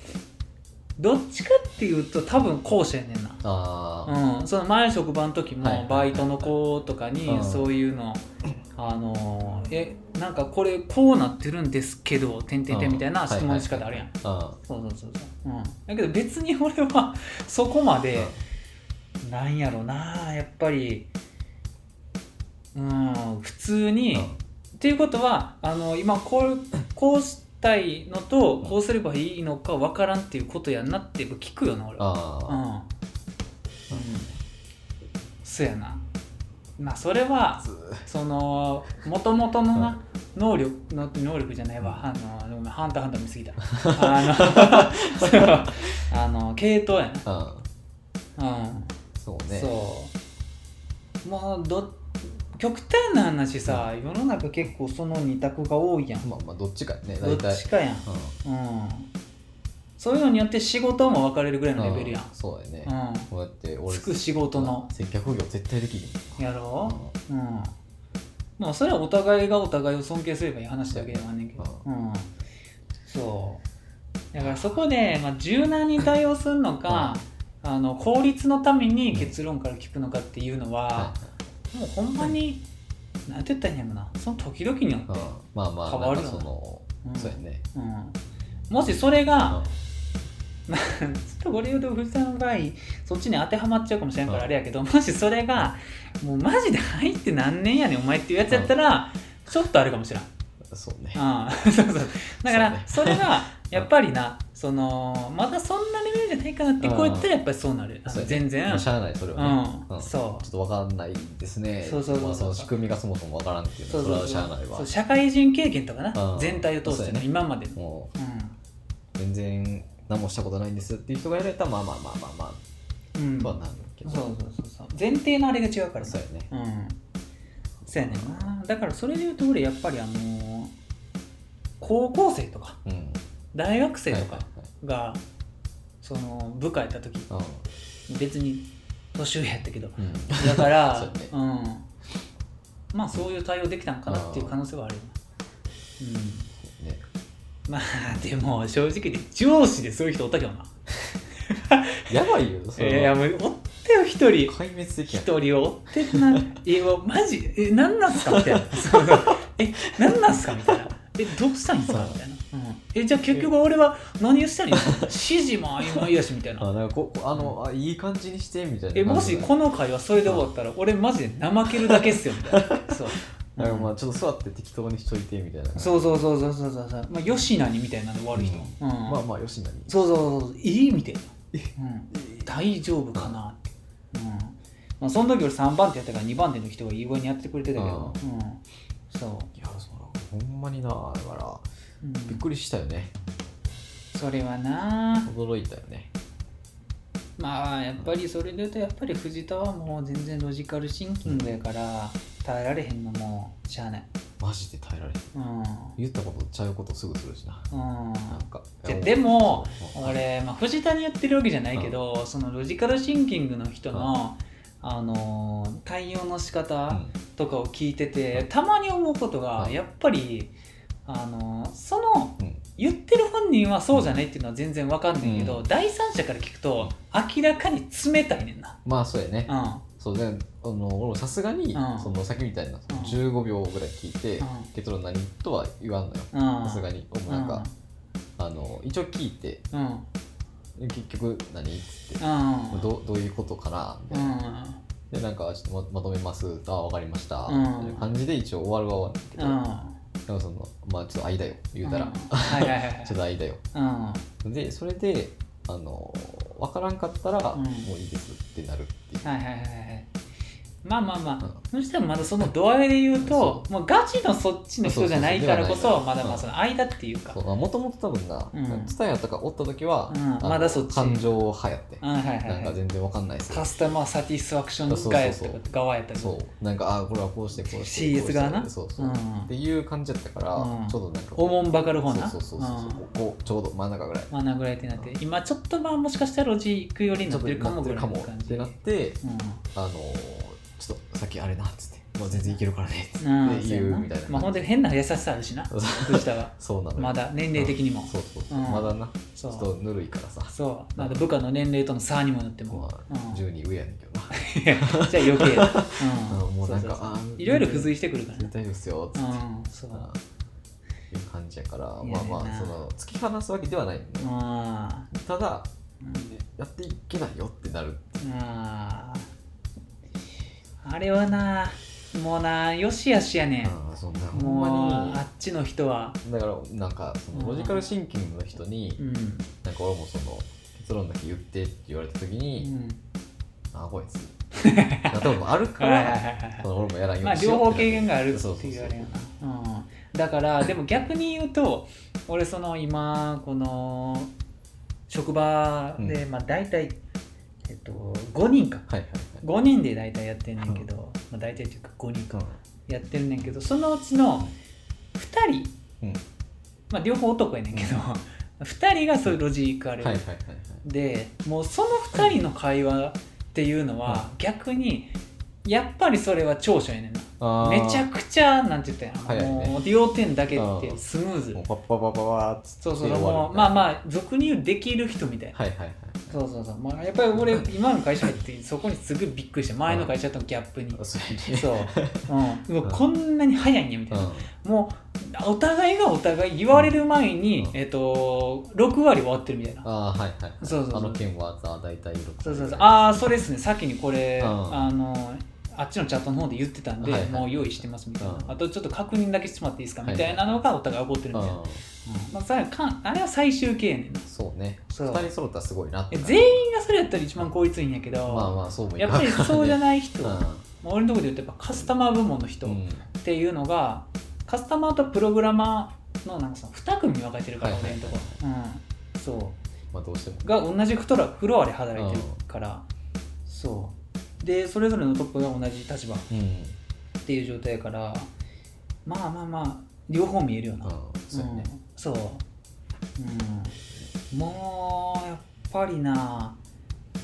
Speaker 1: どっちかっていうと多分後者やねんな
Speaker 2: うんああ、
Speaker 1: うん、その前の職場の時
Speaker 2: はいはい
Speaker 1: も
Speaker 2: はい
Speaker 1: バイトの子とか
Speaker 2: う
Speaker 1: に
Speaker 2: ん
Speaker 1: そういうの「あのーえなんかこれこうなってるんですけど」てんてんてんみたいな質問の仕方あるやん、
Speaker 2: あ
Speaker 1: そうそうそうそう、うん、だけど別に俺はそこまで、なんやろなやっぱりうん普通に、
Speaker 2: うん
Speaker 1: っていうことはあの今こうこうしたいのとこうすればいいのかわからんっていうことやんなってやっぱ聞くよな俺は
Speaker 2: あ
Speaker 1: うん、うん
Speaker 2: うん、
Speaker 1: そやなまあそれは
Speaker 2: つ
Speaker 1: そのもともとのな能力の能力じゃないわあのごめんハンターハンター見すぎたあのそう あの 系統や
Speaker 2: うん
Speaker 1: なうん
Speaker 2: そうね
Speaker 1: そうもうど極端な話さ世の中結構その二択が多いやん
Speaker 2: まあまあどっちかやね
Speaker 1: ど
Speaker 2: 大
Speaker 1: っ
Speaker 2: 体
Speaker 1: ちかやん
Speaker 2: うん
Speaker 1: うんそういうのによって仕事も分かれるぐらいのレベルやん
Speaker 2: うんそうだよね
Speaker 1: う
Speaker 2: こうやって
Speaker 1: ん
Speaker 2: 俺
Speaker 1: つく仕事の
Speaker 2: 接客業絶対できる
Speaker 1: やろ
Speaker 2: うん
Speaker 1: ううんまあそれはお互いがお互いを尊敬すればいい話だけではあんねんけどうんそうだからそこで、まあ、柔軟に対応するのかあの効率のために結論から聞くのかっていうのはもうほんまになんて言ったらいいんやろなその時々によって
Speaker 2: うんまあまあ
Speaker 1: 変わるよね
Speaker 2: なんかその
Speaker 1: うん
Speaker 2: そうやね
Speaker 1: うんもしそれが、
Speaker 2: うん
Speaker 1: まあちょっとこれ言うと藤さんの場合そっちに当てはまっちゃうかもしれんから
Speaker 2: うん
Speaker 1: あれやけど、もしそれがもうマジで入って何年やねんお前っていうやつやったら、ちょっとあるかもしれん、う
Speaker 2: そうね
Speaker 1: ん、 そうそうだか
Speaker 2: そう
Speaker 1: ら
Speaker 2: ね
Speaker 1: それがやっぱりなそのまだそんなレベルじゃないかなってこうやったらやっぱりそうなる、あの
Speaker 2: そうやね
Speaker 1: 全然、
Speaker 2: まあしゃあないそれはね
Speaker 1: うん
Speaker 2: んちょ
Speaker 1: そう
Speaker 2: っとわかんないですね
Speaker 1: そうそうそうそう
Speaker 2: まあその仕組みがそもそもわからんっていうの
Speaker 1: そう
Speaker 2: はそ
Speaker 1: そ
Speaker 2: れ
Speaker 1: うそう
Speaker 2: はしゃあないわ
Speaker 1: そう社会人経験とかな、
Speaker 2: うん
Speaker 1: 全体を通して
Speaker 2: そう
Speaker 1: ね
Speaker 2: やね
Speaker 1: 今までの、
Speaker 2: も
Speaker 1: う
Speaker 2: う全然何もしたことないんですっていう人がやられたらまあまあまあまあま
Speaker 1: んうん
Speaker 2: あとはなるけど
Speaker 1: そうそうそうそう前提のあれが違うから
Speaker 2: そ
Speaker 1: さ
Speaker 2: うやね
Speaker 1: うんそうやねんなだからそれで言うと俺やっぱりあのー高校生とか
Speaker 2: うん
Speaker 1: 大学生とか
Speaker 2: はい
Speaker 1: がその部下やった時
Speaker 2: はいはい
Speaker 1: 別に年上やったけど
Speaker 2: うんうん
Speaker 1: だか
Speaker 2: そう
Speaker 1: ら
Speaker 2: やね
Speaker 1: うんまあそういう対応できたんかなっていう可能性はあるよな
Speaker 2: ね
Speaker 1: うんまあ でも正直で上司でそういう人おったけどな
Speaker 2: やばいよそ
Speaker 1: い
Speaker 2: れは
Speaker 1: やいやもうおったよ一人
Speaker 2: 壊滅的やん
Speaker 1: 一人を追って な「えわマジえ何なんすか?」みたいなそう「 え何なんすか?」みたいな「えどうしたいんすか?」みたいな、うん「えじゃあ結局俺は何をしたらいいんすか指示も曖昧やし」みたいな
Speaker 2: あなんかこあのあいい感じにしてみた
Speaker 1: 「
Speaker 2: いな
Speaker 1: えもしこの回はそれで終わったら俺マジで怠けるだけっすよ」みたいなそう
Speaker 2: なんかまあちょっと座って適当にしといてみたいな
Speaker 1: そうそうそうそうそうそうそうまあよしなにみたいなので終わる人、うん
Speaker 2: まあまあよしなに
Speaker 1: そうそうそうそういいみたいな、うん、大丈夫かなって、うんまあ、その時俺3番手やったから2番手の人がいい具合にやってくれてたけど、うん、そう
Speaker 2: いやそうほんまになだから
Speaker 1: うん
Speaker 2: びっくりしたよね
Speaker 1: それはな
Speaker 2: 驚いたよね
Speaker 1: まあやっぱりそれで言うとやっぱり藤田はもう全然ロジカルシンキングやから耐えられへんのもしゃあない
Speaker 2: マジで耐えられへん
Speaker 1: うん、うん、
Speaker 2: 言ったことちゃうことすぐするしななんか
Speaker 1: じゃでも
Speaker 2: そう
Speaker 1: 俺、まあ、藤田に言ってるわけじゃないけど、そのロジカルシンキングの人の、あのー対応の仕
Speaker 2: う
Speaker 1: 方
Speaker 2: ん
Speaker 1: とかを聞いてて、たまに思うことが
Speaker 2: うん
Speaker 1: やっぱり、あのーその
Speaker 2: うん
Speaker 1: 言ってる本人はそうじゃないっていうのは全然わかんないけど、
Speaker 2: うん
Speaker 1: 第三者から聞くと明らかに冷たいねんな。
Speaker 2: まあそうやね
Speaker 1: うん
Speaker 2: そうであの俺もさすがに
Speaker 1: うん
Speaker 2: そのさっきみたいなその
Speaker 1: うん
Speaker 2: 15秒ぐらい聞いて
Speaker 1: うん
Speaker 2: 結論何とは言わんのよ
Speaker 1: うん
Speaker 2: さすがに俺もなんかあの一応聞いて
Speaker 1: うんうん
Speaker 2: 結局何っつって
Speaker 1: うん
Speaker 2: どうどういうことかなみたいな
Speaker 1: う
Speaker 2: でなんかちょっとままとめますあわかりました、
Speaker 1: うん
Speaker 2: みたいな感じで一応終わるは終わるんだけど、
Speaker 1: ん
Speaker 2: でもそのまあちょっと間よ言うたら、
Speaker 1: うん
Speaker 2: ち
Speaker 1: はいはいはいはい
Speaker 2: ょっと間よ
Speaker 1: うん
Speaker 2: でそれであの分からんかったら、
Speaker 1: うん
Speaker 2: もういいですってなるっていう、
Speaker 1: はいはいはいはいまあまあまあ、そしたらまだその度合いで言うともうガチのそっちの人じゃないからこそ
Speaker 2: そうそうそう
Speaker 1: まだまあその間っていうか、
Speaker 2: そうもともと多分な
Speaker 1: うん
Speaker 2: ツタヤとかおった時は、
Speaker 1: うん
Speaker 2: あの
Speaker 1: まだそっち
Speaker 2: 感情派やって、
Speaker 1: うんはいはい
Speaker 2: なん
Speaker 1: は
Speaker 2: か
Speaker 1: い
Speaker 2: 全然分かんないです
Speaker 1: カスタマーサティスファクション側やった
Speaker 2: そうそうそ
Speaker 1: 側やったり
Speaker 2: そうなんかあこれはこうしてこうして
Speaker 1: CS
Speaker 2: こうして
Speaker 1: 側な
Speaker 2: そうそう、
Speaker 1: うん
Speaker 2: っていう感じやったから、
Speaker 1: うん
Speaker 2: ちょっとなんか
Speaker 1: おもんばかる方な
Speaker 2: そうそうそうそうそう、こうちょうど真ん中ぐらい
Speaker 1: うんまあぐらいってなって今ちょっとまあもしかしたらロジック寄りに
Speaker 2: ち
Speaker 1: な
Speaker 2: ょっ
Speaker 1: っ
Speaker 2: と
Speaker 1: てるか
Speaker 2: な
Speaker 1: も
Speaker 2: っ
Speaker 1: ぐ
Speaker 2: て
Speaker 1: ら
Speaker 2: る
Speaker 1: いの
Speaker 2: かも
Speaker 1: 感
Speaker 2: っ
Speaker 1: じ
Speaker 2: て
Speaker 1: で
Speaker 2: なって
Speaker 1: う
Speaker 2: あのーちょっとさっきあれなっつってもう全然いけるからねっつって
Speaker 1: ん、うん、そうや
Speaker 2: 言う
Speaker 1: な
Speaker 2: みたいな
Speaker 1: まあほんで変な優しさある しな
Speaker 2: そう
Speaker 1: 藤田は
Speaker 2: そうなのよ
Speaker 1: まだ年齢的にも
Speaker 2: そうそうそう
Speaker 1: うん
Speaker 2: まだなち
Speaker 1: そ
Speaker 2: ょ
Speaker 1: う
Speaker 2: っとぬるいからさ
Speaker 1: そうまだ部下の年齢との差にもなっても
Speaker 2: ま、あ
Speaker 1: うん
Speaker 2: 10人上やねんけどな
Speaker 1: いやじゃあ余計だ、
Speaker 2: あもうなん
Speaker 1: そうそ
Speaker 2: か
Speaker 1: うそう
Speaker 2: あー
Speaker 1: いろいろ付随してくるからね
Speaker 2: 絶対ですよっつっ
Speaker 1: う
Speaker 2: て
Speaker 1: んそう
Speaker 2: あーいう感じやから
Speaker 1: いや
Speaker 2: まあま
Speaker 1: いやな
Speaker 2: あその突き放すわけではないのね
Speaker 1: あ
Speaker 2: ただ
Speaker 1: ー
Speaker 2: やっていけないよってなる
Speaker 1: あーあれはなもうなよしあしやね
Speaker 2: あーそんなほ
Speaker 1: ん
Speaker 2: ん
Speaker 1: もう
Speaker 2: ま
Speaker 1: あっちの人は
Speaker 2: にだからなんかそのロジカルシンキングの人に
Speaker 1: うん、
Speaker 2: なんか俺もその結論だけ言ってって言われた時
Speaker 1: う
Speaker 2: に、
Speaker 1: ん、
Speaker 2: あこいつなとこもあるか
Speaker 1: はいはいはい
Speaker 2: ら
Speaker 1: はい
Speaker 2: その俺もやらんよう
Speaker 1: まあ
Speaker 2: にしよ
Speaker 1: 両
Speaker 2: う
Speaker 1: 方
Speaker 2: って
Speaker 1: 経験がある
Speaker 2: そう
Speaker 1: っ
Speaker 2: そ
Speaker 1: て
Speaker 2: う
Speaker 1: 言
Speaker 2: そう
Speaker 1: われるよな、うん、だからでも逆に言うと俺その今この職場で、まあ大体、えっと、5人か
Speaker 2: はいはい
Speaker 1: 5人で大体やってんねんけど、まあ、大体っていうか5人か
Speaker 2: はい
Speaker 1: やってんねんけどそのうちの2人、
Speaker 2: うん
Speaker 1: まあ両方男やねんけど2 人がそういうロジークある、
Speaker 2: はいはいはいはい
Speaker 1: でもうその2人の会話っていうのは逆にやっぱりそれは長所やねんな
Speaker 2: あー
Speaker 1: めちゃくちゃなんて言ったんやろ
Speaker 2: 早いね
Speaker 1: もう要点だけっ
Speaker 2: う
Speaker 1: て
Speaker 2: ん
Speaker 1: スムーズ
Speaker 2: もうパッパパパパーっつって
Speaker 1: そうそう
Speaker 2: 終わる
Speaker 1: もう
Speaker 2: みたい
Speaker 1: ま
Speaker 2: な
Speaker 1: あまあ俗に言うできる人みたいな、
Speaker 2: はいはいはい
Speaker 1: そうそうそう、まあ、やっぱり 俺今の会社入ってそこにすぐびっくりして前の会社とのギャップに、
Speaker 2: それで
Speaker 1: そう
Speaker 2: うん
Speaker 1: うん、もうこんなに早いんやみたいな、もうお互いがお互い言われる前に、
Speaker 2: うん
Speaker 1: えっと6割終わってるみたいな、
Speaker 2: あーはいはいはい
Speaker 1: そうそうそう
Speaker 2: あの件はさ大体6
Speaker 1: そうそうそう
Speaker 2: あ
Speaker 1: ああそれですね先にこれ、
Speaker 2: うん
Speaker 1: あのあっちのチャットの方で言ってたんで、
Speaker 2: はいはい
Speaker 1: もう用意してますみたいな、
Speaker 2: うん
Speaker 1: あとちょっと確認だけしてもらっていいですか
Speaker 2: はい
Speaker 1: みたいなのがお互い怒ってるみたいな、うんまあ、さかんあれは最終形やねんな
Speaker 2: そうね
Speaker 1: そう
Speaker 2: 2人揃ったらすごいなって
Speaker 1: え
Speaker 2: な
Speaker 1: 全員がそれやったら一番効率いいんやけど、
Speaker 2: まあまあそうもい
Speaker 1: やっぱりそうじゃ
Speaker 2: ない
Speaker 1: ない人、
Speaker 2: うん
Speaker 1: まあ俺のとこで言うとやっぱカスタマー部門の人っ
Speaker 2: うん
Speaker 1: ていうのが、カスタマーとプログラマーのなんかさ2組に分かれてるから、
Speaker 2: はいはい
Speaker 1: 俺のとこ、うん、そう
Speaker 2: まあどうしても
Speaker 1: が同じフロアフロアで働いてるから、そうでそれぞれのトップが同じ立場っ
Speaker 2: うんうん
Speaker 1: ていう状態やからまあまあまあ両方見えるよな、
Speaker 2: そうやね
Speaker 1: んそう、うん、もうやっぱりな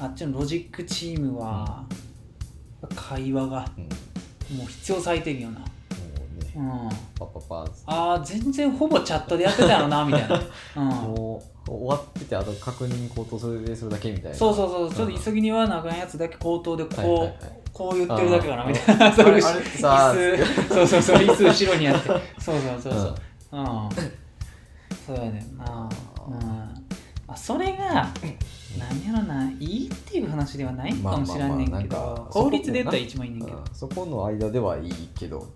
Speaker 1: あっちのロジックチームは、会話が
Speaker 2: うん
Speaker 1: も
Speaker 2: も
Speaker 1: う必要最低限よな、
Speaker 2: うね
Speaker 1: うん、
Speaker 2: パッパパーっつって
Speaker 1: あー全然ほぼチャットでやってたよなみた いな、うん、
Speaker 2: もう終わっててあと確認口頭それでするだけみたいな
Speaker 1: そう
Speaker 2: う
Speaker 1: そうそうちょっと急ぎに言わなあかんやつだけ口頭でこう、こう言ってるだけかな
Speaker 2: あー
Speaker 1: みたい な。そう
Speaker 2: あれあれってさ
Speaker 1: 椅 子、そうそうそう、椅子後ろにあって。そうそうそう
Speaker 2: う
Speaker 1: そ
Speaker 2: ん
Speaker 1: う。うん。そうやねんな。うん。あ、それが、なんやろな、いいっていう話ではないんかもしらんねんけ
Speaker 2: まあまあまあなん
Speaker 1: ど
Speaker 2: か、
Speaker 1: 効率で言ったら一番いいねんけど
Speaker 2: う。んそこの間ではいいけど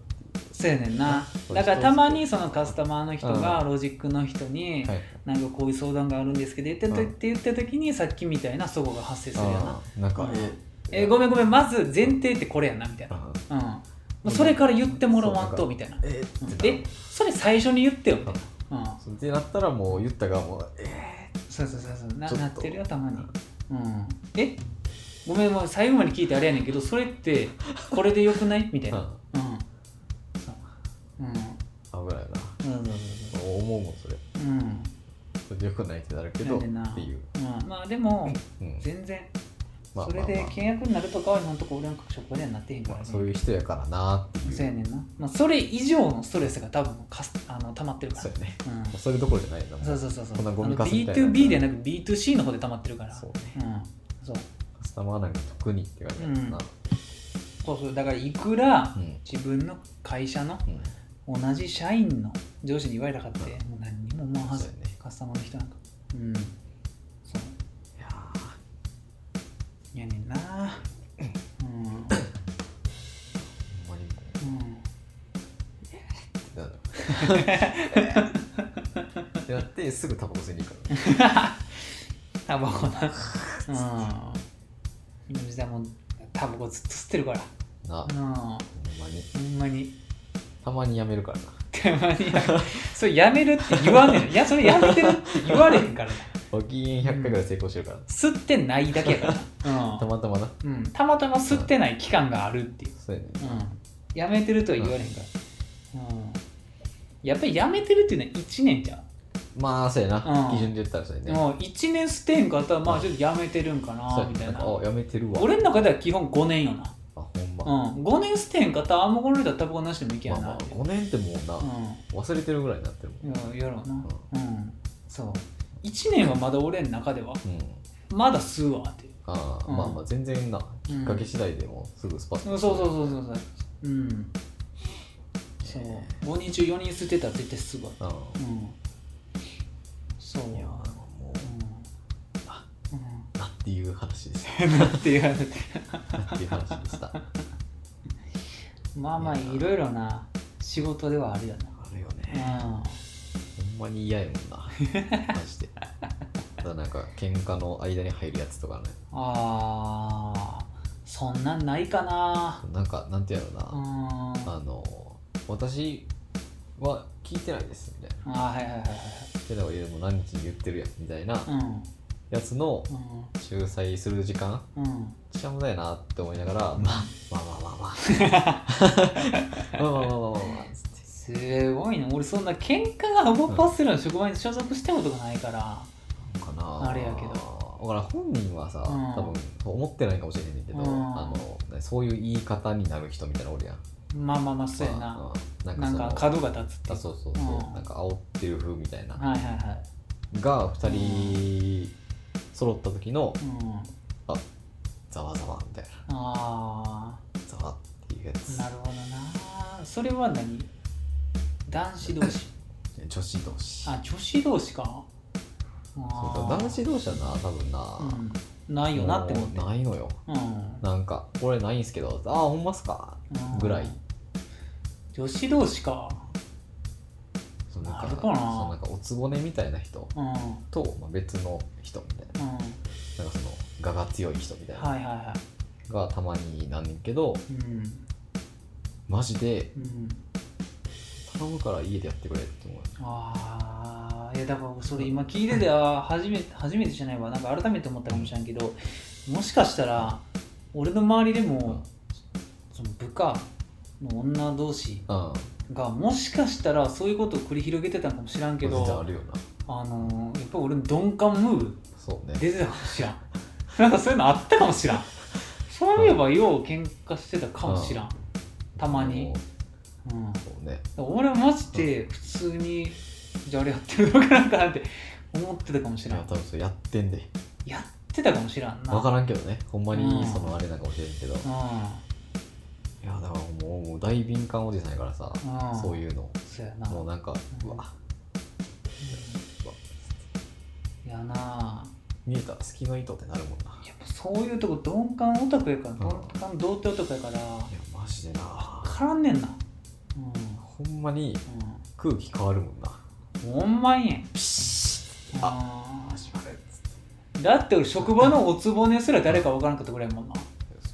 Speaker 1: そうやねんな。だからたまにそのカスタマーの人がロジックの人に、
Speaker 2: はい
Speaker 1: なんかこういう相談があるんですけど言ってと、
Speaker 2: うん
Speaker 1: って言った時にさっきみたいなそこが発生するやな
Speaker 2: あーなんか
Speaker 1: えご
Speaker 2: ん
Speaker 1: めんごめんまず前提ってこれやなみたいなうんまあ、それから言ってもらわん
Speaker 2: そ
Speaker 1: と
Speaker 2: う
Speaker 1: みたいな
Speaker 2: えーってな
Speaker 1: えそれ最初に言ってよみたいな、うん、
Speaker 2: そうってなったらもう言ったがもうえ
Speaker 1: そうそうそうそうな
Speaker 2: ちょっと
Speaker 1: なってるよたまに、うん、えごめんもう最後まで聞いてあれやねんけどそれってこれでよくないみたいなう
Speaker 2: ー
Speaker 1: んそううん
Speaker 2: うん危ないな
Speaker 1: そうそう
Speaker 2: そう思うもんそれ
Speaker 1: そうそううん
Speaker 2: それでよくないってなるけどっ
Speaker 1: な
Speaker 2: て
Speaker 1: んでな
Speaker 2: いう
Speaker 1: うん、まあでも
Speaker 2: うん
Speaker 1: 全然
Speaker 2: まあ
Speaker 1: それで契約になるとかは今のとこ俺の職場ではなってへんか
Speaker 2: ま
Speaker 1: ら
Speaker 2: あ
Speaker 1: ね
Speaker 2: そういう人やからなっていう
Speaker 1: そうやねんな、まあ、それ以上のストレスが多分かすあの溜まってるか
Speaker 2: そう
Speaker 1: ら
Speaker 2: やね
Speaker 1: うん
Speaker 2: もうそれどころじゃないんだもん
Speaker 1: そうそうそうそう
Speaker 2: こんなゴ
Speaker 1: あ
Speaker 2: ミ
Speaker 1: の
Speaker 2: かすみたいな
Speaker 1: B2B でなく B2C の方で溜まってるから
Speaker 2: そう
Speaker 1: うん、そう
Speaker 2: カスタマーなんか特にって感じだな
Speaker 1: そうそうだからいくら
Speaker 2: うん
Speaker 1: 自分の会社の
Speaker 2: うん
Speaker 1: 同じ社員の上司に言われたかって、もう何にも思わんはず、
Speaker 2: そうやね
Speaker 1: カスタマーの人なんかうんそ
Speaker 2: いやー
Speaker 1: ういやねんなうんうん
Speaker 2: ほんまにもうなんだろ うってやってすぐタバコ吸いに行くから
Speaker 1: タバコなうん水田もタバコずっと吸ってるから
Speaker 2: なほ
Speaker 1: うんん
Speaker 2: まに
Speaker 1: ほんまに
Speaker 2: たまにやめるからな
Speaker 1: たまにやめそれやめるって言わねえいやそれやめてるって言われへんからな
Speaker 2: ご機嫌100回ぐらい成功してるから
Speaker 1: 吸ってないだけやからな
Speaker 2: たまたまな
Speaker 1: うん、うん、たまたま吸ってない期間があるっていう、
Speaker 2: そうやね
Speaker 1: うん、やめてるとは言われへんから、うん、やっぱりやめてるっていうのは1年じゃ
Speaker 2: まあそうやな
Speaker 1: うん
Speaker 2: 基準で言ったらそうや
Speaker 1: ん、
Speaker 2: ね
Speaker 1: もう1年吸ってんかったらまあちょっとやめてるんか
Speaker 2: そう
Speaker 1: な
Speaker 2: や
Speaker 1: みたい
Speaker 2: ん
Speaker 1: な
Speaker 2: かあやめてるわ
Speaker 1: 俺の中では基本5年よな、
Speaker 2: あほんま
Speaker 1: う
Speaker 2: ま
Speaker 1: ん、5年吸ってんかったらあんまこの人はタバコなしでもいけや
Speaker 2: あ
Speaker 1: な
Speaker 2: まあ
Speaker 1: って、
Speaker 2: 5年ってもうな忘れてるぐらいになってるもん
Speaker 1: うんいややろうなうんそう1年はまだ俺の中では
Speaker 2: うん
Speaker 1: まだ吸うわっていう
Speaker 2: ああ
Speaker 1: うん
Speaker 2: まあまあ全然な
Speaker 1: う
Speaker 2: き
Speaker 1: ん
Speaker 2: っかけ次第でもすぐスパッ
Speaker 1: そう
Speaker 2: と
Speaker 1: そうそうそうそうそううんそう5人中4人吸ってたら絶対すごい
Speaker 2: うん
Speaker 1: うんそう
Speaker 2: いやーもう
Speaker 1: うん
Speaker 2: なっていう話ですよ
Speaker 1: うんなんていう話
Speaker 2: なっていう話でしたあ
Speaker 1: まあまあ
Speaker 2: いや
Speaker 1: いろいろな仕事ではあるよ
Speaker 2: るよね
Speaker 1: な
Speaker 2: ほんまに嫌やもんなマ ジでただなんか喧嘩の間に入るやつとかね
Speaker 1: うんああそんなんないかな
Speaker 2: なんかなんてやろうな、
Speaker 1: うーんあ
Speaker 2: あの私は聞いてないですみたいな
Speaker 1: ーはいはいはいはい
Speaker 2: 寺尾家でも何日に言ってるやんみたいなやつの
Speaker 1: う
Speaker 2: 仲裁する時間
Speaker 1: んうんうん
Speaker 2: めっちゃ無駄やなって思いながら、まあ、まあまあまあまあまあまあまあまあまあまあつって
Speaker 1: すごいね俺そんな喧嘩が勃発するような職場に所属したことがないから
Speaker 2: なんかな
Speaker 1: あれやけど
Speaker 2: だから本人はさ、
Speaker 1: うん
Speaker 2: 多分思ってないかもしれへんねんけど、
Speaker 1: うん
Speaker 2: あのそういう言い方になる人みたいなのおるやん
Speaker 1: まあまあまあそうやな
Speaker 2: まあうん
Speaker 1: な
Speaker 2: なんん
Speaker 1: か
Speaker 2: かそ
Speaker 1: 角
Speaker 2: の
Speaker 1: が立つって
Speaker 2: あそうそうそう、
Speaker 1: うん
Speaker 2: なんか煽ってる風みたいな、
Speaker 1: はいはいはい
Speaker 2: が2人揃った時の
Speaker 1: うん
Speaker 2: ざわざわみたいな
Speaker 1: あ
Speaker 2: ざわっていうや
Speaker 1: あ
Speaker 2: つ
Speaker 1: なるほどなそれは何男子同士
Speaker 2: 女子同士
Speaker 1: あ女子同士か
Speaker 2: そう
Speaker 1: あ
Speaker 2: そう男子同士はな多分な、
Speaker 1: うん、ないよなって思
Speaker 2: も
Speaker 1: っ
Speaker 2: う
Speaker 1: て
Speaker 2: ないのよ
Speaker 1: うん
Speaker 2: なんか「これないんすけどああほんますか
Speaker 1: うん
Speaker 2: ぐらい
Speaker 1: 女子同士か」
Speaker 2: その
Speaker 1: あるかな
Speaker 2: そのなんかおつぼねみたいな人
Speaker 1: うんうん
Speaker 2: と、まあ、別の人みたいななんかその我が強い人みたいな、
Speaker 1: はいはいは
Speaker 2: がたまになんねんけど
Speaker 1: いうん
Speaker 2: マジで
Speaker 1: うん
Speaker 2: 頼むから家でやってくれって思う
Speaker 1: ああいやだからそれ今聞いててあー初めて初めてじゃないわなんか改めて思ったかもしれんけどもしかしたら俺の周りでもその部下の女同士
Speaker 2: うん
Speaker 1: がもしかしたらそういうことを繰り広げてたのかもしらんけ
Speaker 2: 全然あ
Speaker 1: ど
Speaker 2: るよな
Speaker 1: あのーやっぱ俺の鈍感ムーブ
Speaker 2: そうね
Speaker 1: 出てたかもしらんなんかそういうのあったかもしらんそういえばよう喧嘩してたかもしらんたまに
Speaker 2: もう
Speaker 1: うん
Speaker 2: そうね
Speaker 1: 俺はマジで普通にじゃああれやってるのかなんかなって思ってたかもし
Speaker 2: い
Speaker 1: ら
Speaker 2: や
Speaker 1: ん
Speaker 2: 多分それやってんで
Speaker 1: やってたかもしらんな
Speaker 2: 分からんけどねほんま
Speaker 1: うん
Speaker 2: にそのあれなんかもしれんけど、いやだからもうもう大敏感おじさんやからさ、
Speaker 1: うんうん
Speaker 2: そういうの
Speaker 1: そうやな
Speaker 2: もうなんか
Speaker 1: う
Speaker 2: うんわうわ
Speaker 1: いやな
Speaker 2: 見えた隙の糸ってなるもんな
Speaker 1: やっぱそういうとこ鈍感オタクやから
Speaker 2: ん
Speaker 1: 鈍感童貞オタクやから
Speaker 2: いやマジでな
Speaker 1: 絡んねんなう
Speaker 2: ほんまに空気変わるもんな
Speaker 1: うんうんほんまにね
Speaker 2: ピシッあ
Speaker 1: あ
Speaker 2: 始まるっつっ
Speaker 1: ーだって俺職場のおつぼねすら誰か分からんかったぐらいやもんな
Speaker 2: て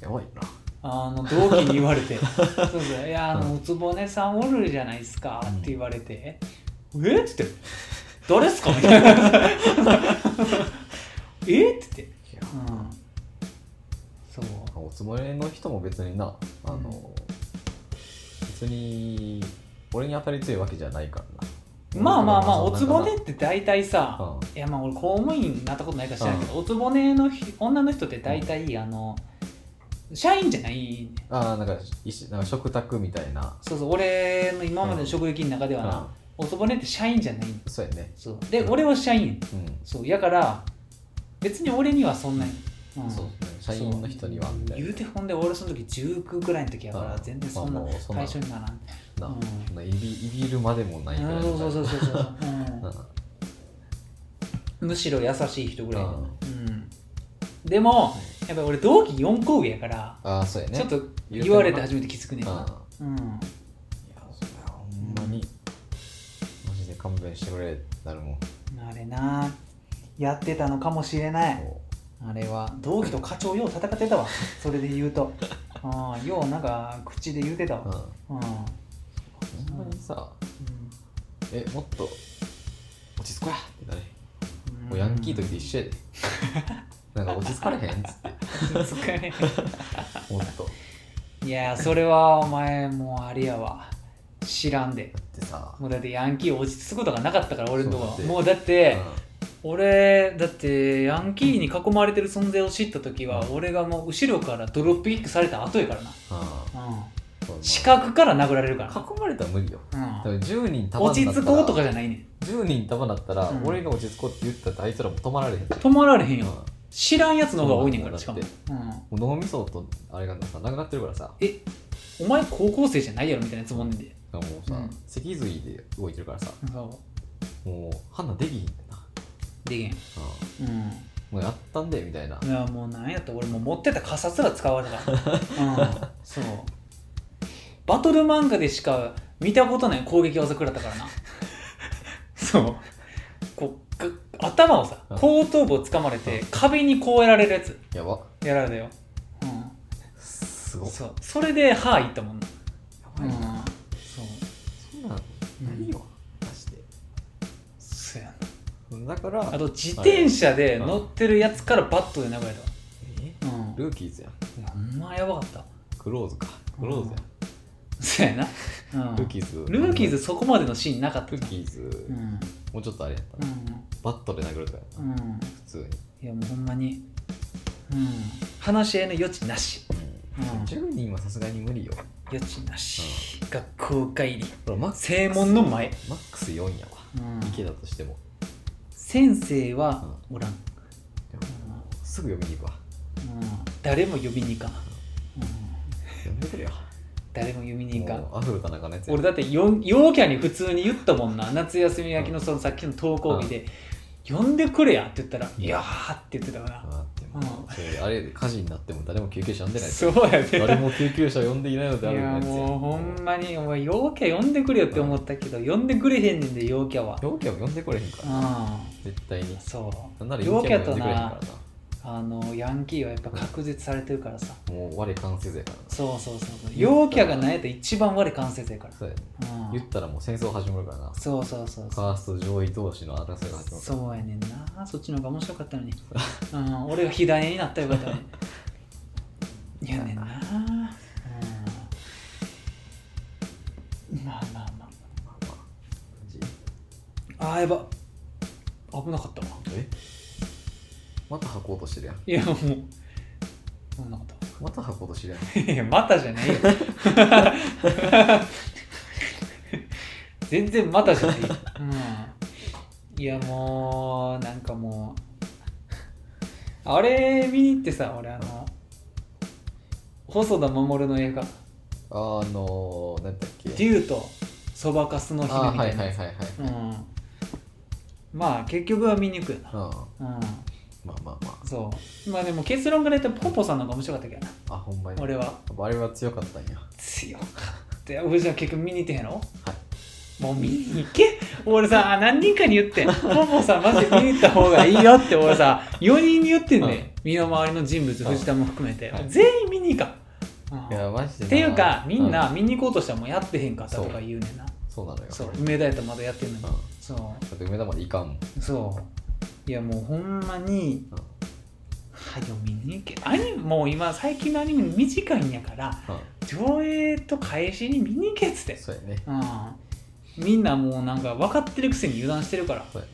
Speaker 2: やばいよな
Speaker 1: あの同期に言われ て「そうそういやあのおつぼねさんおるじゃないですか」って言われて「えっ?」つって「誰っ すか?」みたいな「えっ?」つって
Speaker 2: いや
Speaker 1: うんそう
Speaker 2: おつもりの人も別になあの、別に俺に当たり強いわけじゃないからな
Speaker 1: まあまあまあ
Speaker 2: そ
Speaker 1: お
Speaker 2: んな
Speaker 1: つぼねって大体さ
Speaker 2: うん
Speaker 1: いやまあ俺公務員になったことないから知らんけどおつぼねのひ女の人って大体あの社員じゃない
Speaker 2: ああなんかいしなんか食卓みたいな
Speaker 1: そうそう俺の今までの職歴の中ではなおつぼねって社員じゃない
Speaker 2: うんそうやね
Speaker 1: そうで俺は社員
Speaker 2: うん、
Speaker 1: そうやから別に俺にはそんなに、うん
Speaker 2: そうですね社員の人にはみたい
Speaker 1: 言
Speaker 2: な
Speaker 1: うてほんで俺その時19くらいの時やから
Speaker 2: うん
Speaker 1: 全然そんな
Speaker 2: まあもうそんな
Speaker 1: 対象にならん
Speaker 2: な,、
Speaker 1: うん
Speaker 2: なイビいびるまでもないぐらい
Speaker 1: うんそうそうそうそうそう、
Speaker 2: うん
Speaker 1: うん、むしろ優しい人ぐらいだな
Speaker 2: うん
Speaker 1: うんでもやっぱり俺同期4校上やから
Speaker 2: ああそうやね
Speaker 1: ちょっと
Speaker 2: 言うてもな
Speaker 1: 言われて初めて気づくねん
Speaker 2: うんい
Speaker 1: な
Speaker 2: や
Speaker 1: うん、
Speaker 2: それはほんまにマジで勘弁してくれってなるもん
Speaker 1: あれなやってたのかもしれない
Speaker 2: も
Speaker 1: あれは同期と課長よう戦ってたわそれで言うとああようなんか口で言うてた
Speaker 2: うう
Speaker 1: わ
Speaker 2: ん
Speaker 1: うん、うん
Speaker 2: ほんまにさえもっと落ち着こうやってなれもうヤンキーと時と一緒 やでなんか落ち着かれへんっつって
Speaker 1: 使え
Speaker 2: もっとだ
Speaker 1: いやそれはお前もうあれやわ知らんで
Speaker 2: ってさ
Speaker 1: もうだってヤンキー落ち着くことがなかったから俺のとこは
Speaker 2: そうだって
Speaker 1: もうだっ
Speaker 2: う
Speaker 1: て、
Speaker 2: ん
Speaker 1: 俺だってヤンキーに囲まれてる存在を知った時は俺がもう後ろからドロップキックされた後やからな、
Speaker 2: う
Speaker 1: うんん、視覚から殴られるか
Speaker 2: 囲まれたら無理よ
Speaker 1: ら
Speaker 2: 多
Speaker 1: な、うん、
Speaker 2: 分10人束
Speaker 1: 落
Speaker 2: に
Speaker 1: ち
Speaker 2: なった
Speaker 1: 着
Speaker 2: ら
Speaker 1: こうとかじゃないねん
Speaker 2: 10人束なったら、
Speaker 1: うん
Speaker 2: 俺が落ち着こうって言ったらあいつらも止まられへん
Speaker 1: 止まられへん
Speaker 2: うん
Speaker 1: よ
Speaker 2: も
Speaker 1: 知らんやつの方が多いねんからし
Speaker 2: そ
Speaker 1: か
Speaker 2: う
Speaker 1: も、
Speaker 2: なんだ
Speaker 1: うん、
Speaker 2: う脳みそとあれがさなくなってるからさ
Speaker 1: えお前高校生じゃないやろみたいなやつもんねんで、
Speaker 2: だからもうさ、
Speaker 1: うん
Speaker 2: 脊髄で動いてるからさ
Speaker 1: そ
Speaker 2: もう判断できひんねんな、
Speaker 1: うでけん
Speaker 2: う
Speaker 1: うん
Speaker 2: んもうやったんでみたいな、
Speaker 1: いやもうなんやったら俺もう持ってた傘すら使われたから、うん、そうバトル漫画でしか見たことない攻撃技食らったからなそうこうぐ頭をさ
Speaker 2: うん
Speaker 1: 後頭部をつかまれて壁にこうやられるやつ
Speaker 2: やば
Speaker 1: やられたよ、うん、
Speaker 2: すごい
Speaker 1: そうそれで歯いったもんな
Speaker 2: やばいな、
Speaker 1: うんそう
Speaker 2: そんなんないよ、マジで
Speaker 1: そうやな
Speaker 2: だから
Speaker 1: あと自転車で乗ってるやつからバットで殴られ
Speaker 2: え
Speaker 1: たわうん
Speaker 2: ルーキーズやん
Speaker 1: ほんまやばかった
Speaker 2: クローズかクローズやん、
Speaker 1: そうやな、うん、
Speaker 2: ルーキーズ
Speaker 1: ルーキーズそこまでのシーンなかった
Speaker 2: ル
Speaker 1: な
Speaker 2: ーキーズ、
Speaker 1: うん
Speaker 2: もうちょっとあれやった
Speaker 1: う
Speaker 2: な、
Speaker 1: ん
Speaker 2: バットで殴るとかやった
Speaker 1: う
Speaker 2: な、
Speaker 1: ん
Speaker 2: 普通に、
Speaker 1: いやもうほんまにうん話し合いの余地なしうん
Speaker 2: 10人はさすがに無理よ
Speaker 1: 余地なし、学校帰り
Speaker 2: ほらマックス
Speaker 1: 正門の前、
Speaker 2: マックス4やわ
Speaker 1: うん
Speaker 2: 池だとしても
Speaker 1: 先生はおらん、
Speaker 2: でもすぐ読みに行くわ
Speaker 1: うん誰も呼びに行かん、うん、
Speaker 2: 読んでくれよ
Speaker 1: 誰も呼びに行かん
Speaker 2: もうアフロ田中のやつや
Speaker 1: 俺だってよ陽キャに普通に言ったもんな夏休み明けのそのさっきの投稿日で「呼んでくれや」って言ったら「
Speaker 2: うん
Speaker 1: いやー」って言ってたから
Speaker 2: あっても
Speaker 1: うん
Speaker 2: それあれ火事になっても誰も救急車呼んでない
Speaker 1: そうやで
Speaker 2: 誰も救急車呼んでいないの
Speaker 1: い
Speaker 2: である
Speaker 1: や
Speaker 2: やつ
Speaker 1: もうほんまにお前陽キャ呼んでくれよって思ったけど呼んでくれへんねんで陽キャは
Speaker 2: 陽キャも呼んでこれへんからな
Speaker 1: う
Speaker 2: 絶対に
Speaker 1: んそう
Speaker 2: なんなら
Speaker 1: 陽
Speaker 2: 陽
Speaker 1: キ
Speaker 2: キ
Speaker 1: ャ
Speaker 2: ャも呼
Speaker 1: と
Speaker 2: んでくれへんか
Speaker 1: なあのヤンキーはやっぱ隔絶されてるからさ
Speaker 2: らなもう我関せずやからな
Speaker 1: そうそうそうそう陽キャがないと一番我関節やから
Speaker 2: そうやね
Speaker 1: う
Speaker 2: 言っ
Speaker 1: ん
Speaker 2: たらもう戦争始まるからな
Speaker 1: そうそうそう
Speaker 2: フ
Speaker 1: そう
Speaker 2: ァースト上位同士の争いが始まるから
Speaker 1: そうやねんなそっちの方が面白かったの に、うん、俺が火種になったらよかったのにいやねんな、うん、まあまあま
Speaker 2: まあまあ感じ
Speaker 1: ああーやば危なかったわ
Speaker 2: えまた吐こうとしてるやん
Speaker 1: いやもう危なかった
Speaker 2: また吐こうとしてるやん
Speaker 1: わいやまたじゃないよ全然またじゃないよ、うん、いやもうなんかもうあれ見に行ってさ俺あの細田守の映画
Speaker 2: あのー、なんだっけ
Speaker 1: 「竜とそばかすの姫」み
Speaker 2: あーは
Speaker 1: た
Speaker 2: い
Speaker 1: いな
Speaker 2: はいは
Speaker 1: や
Speaker 2: い
Speaker 1: つ
Speaker 2: はいはい
Speaker 1: うんまあ結局は見に行くよ
Speaker 2: うん
Speaker 1: な
Speaker 2: ま
Speaker 1: う
Speaker 2: あまあま
Speaker 1: んそうまあでも結論から言ってポポさんの方が面白かったけどな
Speaker 2: ああほんまに
Speaker 1: 俺は
Speaker 2: あれは強かったんや
Speaker 1: 強かったよ。俺じゃあ結局見に行ってへんの
Speaker 2: は
Speaker 1: もう見に行け俺さ、何人かに言ってん。ポポさんマジで見に行った方がいいよって俺さ、4人に言ってんねん。
Speaker 2: うん
Speaker 1: 身の回りの人物、
Speaker 2: うん
Speaker 1: 藤田も含めて。
Speaker 2: はい
Speaker 1: 全員見に行かん。
Speaker 2: い
Speaker 1: うん
Speaker 2: やマジで
Speaker 1: っ
Speaker 2: って
Speaker 1: いうか、みんな見に行こうとしたらもうやってへんかったとか言うねんな。
Speaker 2: そうなのよ
Speaker 1: そう、
Speaker 2: うん、だ
Speaker 1: 梅田やったらまだやってんのに。そ
Speaker 2: って梅田まで行かんもん、
Speaker 1: う、そう。いやもうほんまに、
Speaker 2: うん
Speaker 1: はよ見に行け。アニメ、もう今最近のアニメ短いんやから、
Speaker 2: う
Speaker 1: 上映と開始に見に行けっつって
Speaker 2: ん、。そうやね
Speaker 1: うん、みんなもうなんか分かってるくせに油断してるから
Speaker 2: そうや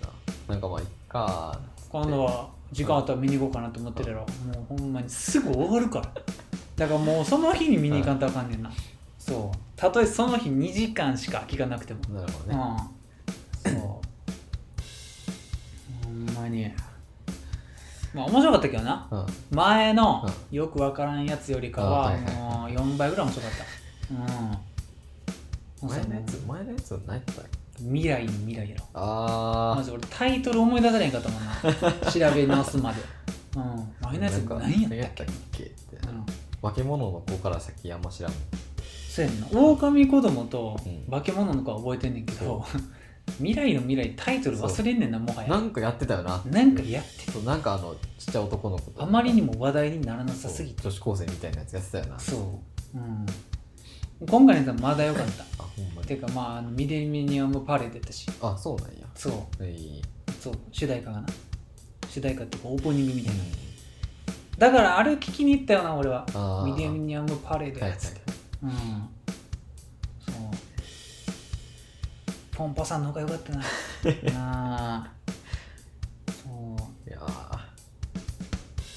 Speaker 2: ななんかまあいっか
Speaker 1: 今度は時間あったら見に行こうかなと思ってるやろもうほんまにすぐ終わるからだからもうその日に見に行かんとあかんねんなそうたとえその日2時間しか空きがなくても
Speaker 2: なるほど
Speaker 1: うん
Speaker 2: ね、
Speaker 1: そうほんまにまあ面白かったけどな
Speaker 2: うん
Speaker 1: 前の
Speaker 2: う
Speaker 1: よく分からんやつよりかは
Speaker 2: あはいはい
Speaker 1: もう4倍ぐらい面白かったうん
Speaker 2: 前のやつ前のやつは何やったっけ
Speaker 1: 未来に未来やろマ
Speaker 2: あ
Speaker 1: ジ俺タイトル思い出されへんかったもんな 調べ直すまでうん
Speaker 2: あ
Speaker 1: マイナス何やったっけ
Speaker 2: けって、
Speaker 1: うん
Speaker 2: 化け物の子から先あんま知らんもん
Speaker 1: そうやんな狼子供と
Speaker 2: うん
Speaker 1: 化け物の子は覚えてんねんけど 未来の未来タイトル忘れんねんなもは
Speaker 2: な
Speaker 1: や
Speaker 2: んかやってたよな
Speaker 1: なんかやって
Speaker 2: そうなんかあのちっちゃい男の子と
Speaker 1: あまりにも話題にならなさすぎて
Speaker 2: そう女子高生みたいなやつやってたよな
Speaker 1: そう、うん、今回のやつはまだ良かった
Speaker 2: あほんま
Speaker 1: て
Speaker 2: に
Speaker 1: かまああのミレニアムパレードやったし
Speaker 2: あそうなんや
Speaker 1: そう
Speaker 2: えい
Speaker 1: そう主題歌がな主題歌っていうかオープニングみたいなだからあれ聞きに行ったよな俺は
Speaker 2: ああ
Speaker 1: ミレニアムパレード
Speaker 2: はい
Speaker 1: や
Speaker 2: はい
Speaker 1: つって、うんそうポンポさんの方が良か ったなああそう
Speaker 2: いやーや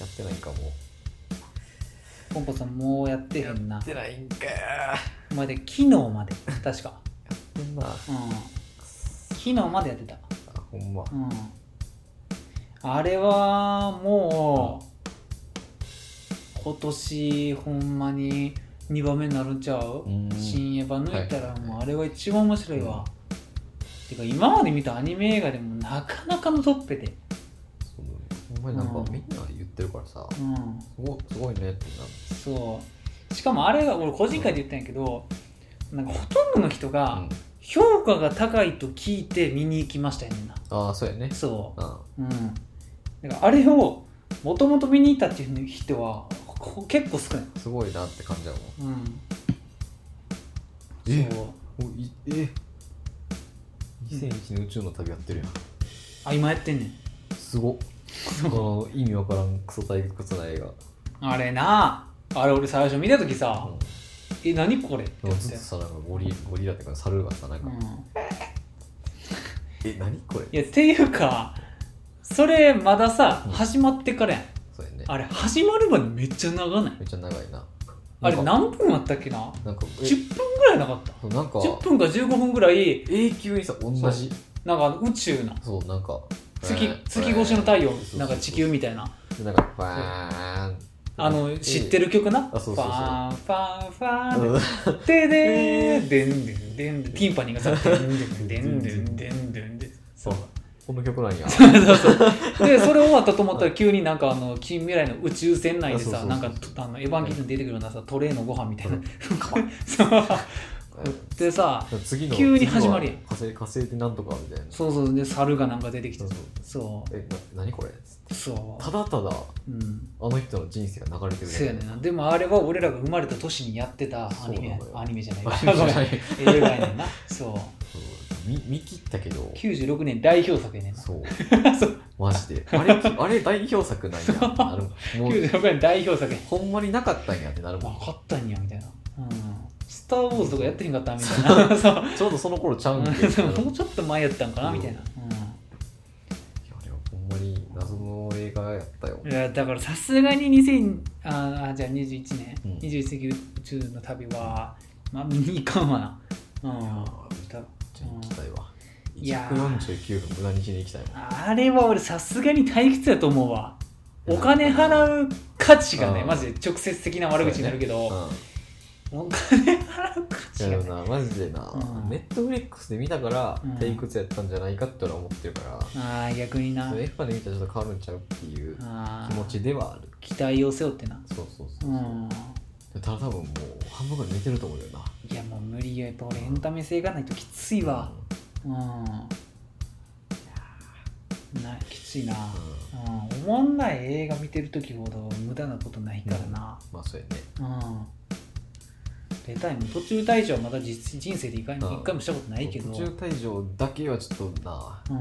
Speaker 2: ってないかも
Speaker 1: ポンポさんもうやってへんな
Speaker 2: てないんかや
Speaker 1: お前で昨日まで確か、
Speaker 2: ってんなあ
Speaker 1: うん、昨日までやってた、
Speaker 2: ほんま
Speaker 1: うん、あれはもう今年ほんまに2番目になるんちゃう
Speaker 2: うん
Speaker 1: 新エヴァ抜いたら
Speaker 2: はい
Speaker 1: もうあれは一番面白いわ、てか今まで見たアニメ映画でもなかなかのトップで
Speaker 2: そうほんまになんか、
Speaker 1: うん
Speaker 2: みんな言ってるからさ
Speaker 1: うん
Speaker 2: すごすごいねってな
Speaker 1: そうしかもあれが俺個人会で言ったんやけど、なんかほとんどの人が
Speaker 2: うん、
Speaker 1: 評価が高いと聞いて見に行きましたよねんな
Speaker 2: ああそうやね
Speaker 1: そ
Speaker 2: うん
Speaker 1: ううんだからあれをもともと見に行ったっていう人はこ結構少ない
Speaker 2: すごいなって感じやもん
Speaker 1: うん
Speaker 2: え
Speaker 1: そう
Speaker 2: おいえ2001年宇宙の旅やってるやん
Speaker 1: あ今やってんねん
Speaker 2: すごっこの意味わからんクソ退屈な映画、
Speaker 1: あれなあれ俺最初見た時さ
Speaker 2: うん
Speaker 1: 「え何これ?」って
Speaker 2: で
Speaker 1: 思
Speaker 2: も
Speaker 1: っ
Speaker 2: ずってと、さなんかゴリゴリラっていうか猿がさなん
Speaker 1: う
Speaker 2: か、
Speaker 1: ん、
Speaker 2: え何これ
Speaker 1: いやっていうかそれまださ
Speaker 2: うん
Speaker 1: 始まってからやん
Speaker 2: そうやね
Speaker 1: あれ始まるまでめっちゃ長ない
Speaker 2: めっちゃ長いな
Speaker 1: あれ
Speaker 2: なんか
Speaker 1: 何分あったっけな
Speaker 2: なんかえ
Speaker 1: 10分ぐらいなかった
Speaker 2: そうなんか
Speaker 1: 10分か15分ぐらい
Speaker 2: 永久にさ同じ
Speaker 1: なんか宇宙の
Speaker 2: そうなんか
Speaker 1: 月
Speaker 2: えー
Speaker 1: 月越しの太陽
Speaker 2: そうそうそう
Speaker 1: なんか地球みたいな
Speaker 2: でなんかバーン
Speaker 1: あの知ってる曲なフ
Speaker 2: あそうそうそう
Speaker 1: ァンファンフ
Speaker 2: う
Speaker 1: ァン
Speaker 2: ん
Speaker 1: ででーでんでんでんでんティンパニーがさでんでんでんでんでんでんでん
Speaker 2: そうこの曲なんや
Speaker 1: そうそうでそれ終わったと思ったら急になんかあの近未来の宇宙船内で
Speaker 2: あそうそう
Speaker 1: さ
Speaker 2: そう
Speaker 1: なんかあのエヴァンゲリオンに出てくるようなさトレーのご飯みたいな
Speaker 2: うん
Speaker 1: そうでさ
Speaker 2: うん次の
Speaker 1: 急に始まるやん
Speaker 2: 次は火星火星ってなんとかみたいな
Speaker 1: そうそうで猿がなんか出てきて
Speaker 2: そうそう
Speaker 1: そ
Speaker 2: えな何これっつっ
Speaker 1: う
Speaker 2: て
Speaker 1: そ
Speaker 2: ただただ
Speaker 1: ううん
Speaker 2: あの人の人生が流れてる
Speaker 1: そうやねんなでもあれは俺らが生まれた年にやってたアニメや
Speaker 2: そうなのよ
Speaker 1: アニメじゃない
Speaker 2: あ
Speaker 1: ごめん
Speaker 2: そう
Speaker 1: 映画やねんなそう
Speaker 2: 見見切ったけど
Speaker 1: 96年代表作やねんな
Speaker 2: そう
Speaker 1: そう
Speaker 2: マジであれあれ代表作なんやってなるもんもう
Speaker 1: 96年代表作や
Speaker 2: ほんまになかったんやってなる もん
Speaker 1: 分かったんやみたいなうんスター・ウォーズとかやってへんかったみたいな そう
Speaker 2: ちょうどその頃ちゃうんけど
Speaker 1: うんもうちょっと前やったんかなみたいな、
Speaker 2: いやあれはほんまに謎の映画やったよ
Speaker 1: うん、いやだからさすがに2000ああじゃあ21年、
Speaker 2: うん
Speaker 1: 21世紀宇宙の旅はまあ見に行かんわなうん
Speaker 2: いじゃあ行きたいわ
Speaker 1: いや
Speaker 2: 149分無駄にしに行きたいわ
Speaker 1: あれは俺さすがに退屈やと思うわお金払う価値がね
Speaker 2: うん
Speaker 1: マジで直接的な悪口になるけど、
Speaker 2: う
Speaker 1: お金払う価値
Speaker 2: ん、い
Speaker 1: が
Speaker 2: や
Speaker 1: ね
Speaker 2: でもなマジでな
Speaker 1: うん
Speaker 2: ネットフリックスで見たから
Speaker 1: うん
Speaker 2: 退屈やったんじゃないかって俺は思ってるから、
Speaker 1: ああ逆にな
Speaker 2: それ F まで見たらちょっと変わるんちゃうっていう
Speaker 1: あ
Speaker 2: 気持ち
Speaker 1: ー
Speaker 2: ではある
Speaker 1: 期待を背負ってな
Speaker 2: そうそう
Speaker 1: う
Speaker 2: そう、
Speaker 1: ん
Speaker 2: ただ多分もう半分ぐらい寝てると思うよない
Speaker 1: やもう無理よやっぱ俺エンタメ性がないときついわ、うん。なきついな。
Speaker 2: う
Speaker 1: うん。思んない映画見てるときほど無駄なことないからな。
Speaker 2: まあそうやね
Speaker 1: うん。出たいもん途中退場はまだ実人生で一回も
Speaker 2: うん
Speaker 1: 一回もしたことないけど。
Speaker 2: 途中退場だけはちょっとな
Speaker 1: う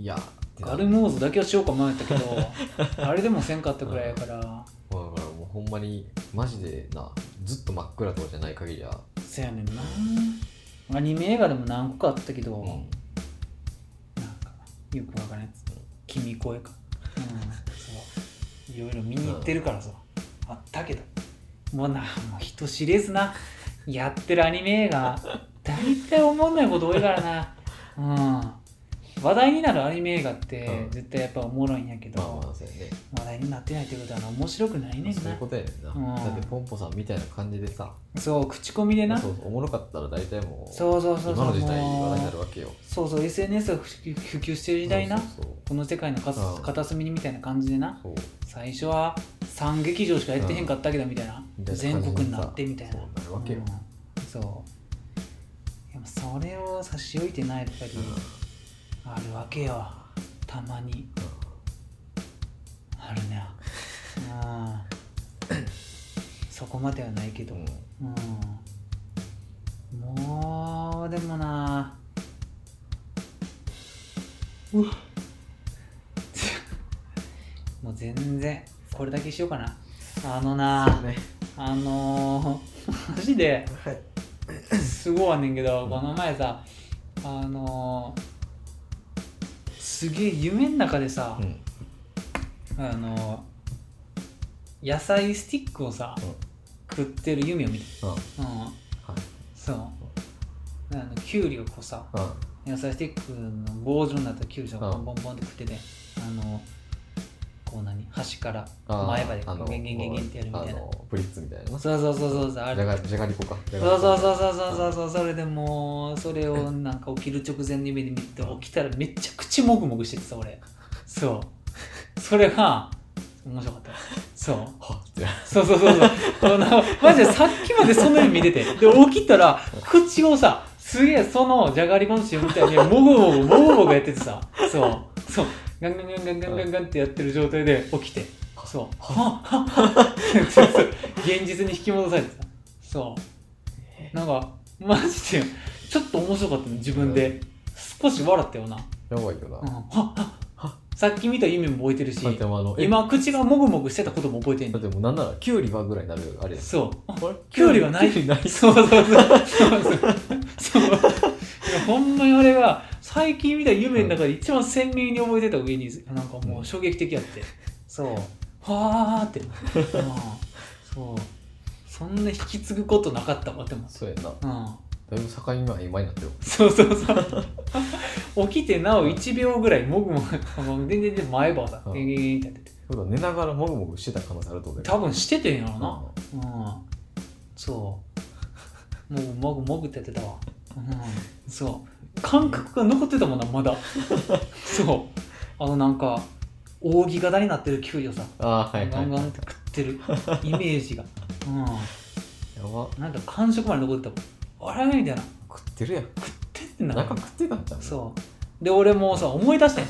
Speaker 1: ん、
Speaker 2: いやってな
Speaker 1: ガルムウォーズだけはしようか迷ったけ どあれでもせんかったくらいやから、
Speaker 2: だからもうほんまにマジでなずっと真っ暗とかじゃない限りは、
Speaker 1: せやねんなアニメ映画でも何個かあったけど、
Speaker 2: うん
Speaker 1: なんかよくわからんやつ「君声か」うんそういろいろ見に行ってるからさ、あったけどもうなもう人知れずなやってるアニメ映画大体思んないこと多いからなうん話題になるアニメ映画って
Speaker 2: うん
Speaker 1: 絶対やっぱおもろいんやけど、
Speaker 2: まあまあそうやね、
Speaker 1: 話題になってないってことはな面白くないねん
Speaker 2: そうい
Speaker 1: な
Speaker 2: うことやねんな、
Speaker 1: うん
Speaker 2: だってポンポさんみたいな感じでさ
Speaker 1: そう口コミでな
Speaker 2: そうそうおもろかったら大体もう
Speaker 1: そうそうそうそう
Speaker 2: 今の時代話
Speaker 1: も
Speaker 2: 題にな
Speaker 1: う
Speaker 2: るわけよ
Speaker 1: そうそう SNS が普及普及してる時代な
Speaker 2: そうそう
Speaker 1: この世界の片
Speaker 2: うん
Speaker 1: 片隅にみたいな感じでな
Speaker 2: そう
Speaker 1: 最初は3劇場しかやってへんかったけどみたいな、
Speaker 2: みたいな
Speaker 1: 全
Speaker 2: 感じ
Speaker 1: 国になってみたいな
Speaker 2: そうなるわけよ、
Speaker 1: うんそうでもそれを差し置いてないやっぱり
Speaker 2: うん
Speaker 1: あるわけよたまにあるねうんそこまではないけど、
Speaker 2: うん
Speaker 1: うんもうでもなうわもう全然これだけしようかなあのな
Speaker 2: ね
Speaker 1: あのー、マジで
Speaker 2: はい
Speaker 1: すごいあんねんけど、
Speaker 2: うん
Speaker 1: この前さあのー、すげえ夢の中でさ、
Speaker 2: うん
Speaker 1: あのー、野菜スティックをさ、食ってる夢を見て
Speaker 2: うんはい
Speaker 1: うんそうあのキュウリをこうさ
Speaker 2: うん
Speaker 1: 野菜スティックの棒状になったキュウリを
Speaker 2: うん
Speaker 1: ボンボンボンって食っててあのこう何端から
Speaker 2: あー
Speaker 1: 前歯でこ
Speaker 2: あ
Speaker 1: う
Speaker 2: の
Speaker 1: ゲンゲンゲンゲンってやるみたい
Speaker 2: あ
Speaker 1: な
Speaker 2: のプリッツみたいなな
Speaker 1: そうそうそうそうそうあ
Speaker 2: じ
Speaker 1: れ
Speaker 2: ゃがじゃがりこかそう
Speaker 1: そうそう
Speaker 2: う
Speaker 1: そうそうそうそうそうそれでもうそれをなんか起きる直前に目で見て起きたらめっちゃ口もぐもぐしててさ俺そうそれが面白かったそう
Speaker 2: はっってな
Speaker 1: そうそうそうそう。あのマジでさっきまでそのように見てて。で、起きたら、口をさ、すげえそのじゃがりこの塩みたいに、もごもご、もごもごやっててさ、そう、そう、ガンガンガンガンガンガンガンってやってる状態で起きて、そう「はっはっはっ」現実に引き戻されてたそうなんかマジでちょっと面白かったの自分で少し笑ったよな、
Speaker 2: やばいよ
Speaker 1: うん、
Speaker 2: な。
Speaker 1: はっはっはさっき見た夢も覚えてるし
Speaker 2: だってもうあの、え
Speaker 1: 今口がもぐもぐしてたことも覚えてん
Speaker 2: だ
Speaker 1: の
Speaker 2: ってもうなんならキュウリはぐらいになるよあれやん。
Speaker 1: そうあ
Speaker 2: あれ
Speaker 1: キュウリはない
Speaker 2: キュウリない
Speaker 1: そうそうそうそうそうそういやほんまにあれは最近見た夢の中で一番鮮明に覚えてた上になんかもう衝撃的やってそうはあって、うん、そうそんな引き継ぐことなかったわでも
Speaker 2: そうやんな。だ
Speaker 1: うん
Speaker 2: いぶ境目は曖昧になってる。
Speaker 1: そうそうそう起きてなお1秒ぐらいもぐもぐもう全然全然前歯だ
Speaker 2: うん
Speaker 1: ギンギンギンってやってて
Speaker 2: そうだ寝ながらもぐもぐしてた可能性あるってことだ
Speaker 1: 多
Speaker 2: よ。
Speaker 1: 分しててんやろな
Speaker 2: うん
Speaker 1: うんそうもうもぐもぐってやってたわうん そう感覚が残ってたもんなまだそうあのなんか扇形になってるキュウリをさ
Speaker 2: ああ、は
Speaker 1: ガ
Speaker 2: いはい
Speaker 1: ンガ
Speaker 2: はい。
Speaker 1: ンって食ってるイメージがう
Speaker 2: やば。
Speaker 1: んなんか感触まで残ってたもんあれみたいな
Speaker 2: 食ってるやん。
Speaker 1: 食ってんな
Speaker 2: なんか食ってたんじゃん。
Speaker 1: そうで俺もさ思い出してん
Speaker 2: う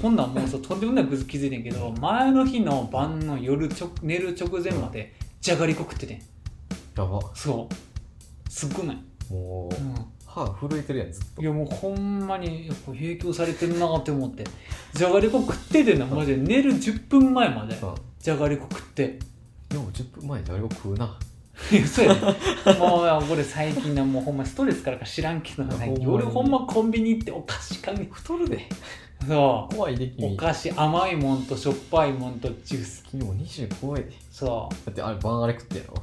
Speaker 1: こんなんもうさとんでもないこと気づいてんけど前の日の晩の夜ちょ寝る直前までじゃがりこ食っててん
Speaker 2: やば。
Speaker 1: そうすっごない、
Speaker 2: もう
Speaker 1: う、ん、
Speaker 2: 歯震えてるやん、ずっ
Speaker 1: いやもうほんまにやっぱ影響されてるなって思ってじゃがりこ食っててんなマジで寝る10分前まで
Speaker 2: と。うん。
Speaker 1: じゃがりこ食って
Speaker 2: でも10分前にあれを食うな。
Speaker 1: いやそうやねもう俺最近なもうほんまストレスからか知らんけど
Speaker 2: ほんまに
Speaker 1: 俺ほんまコンビニ行ってお菓子買うねん
Speaker 2: 太るで。
Speaker 1: そ
Speaker 2: 怖いで、
Speaker 1: うお
Speaker 2: 君。
Speaker 1: 菓子甘いもんとしょっぱいもんとジュース
Speaker 2: 君も20怖いで。
Speaker 1: そ
Speaker 2: だってあれ、晩あれ食ってやろ。
Speaker 1: う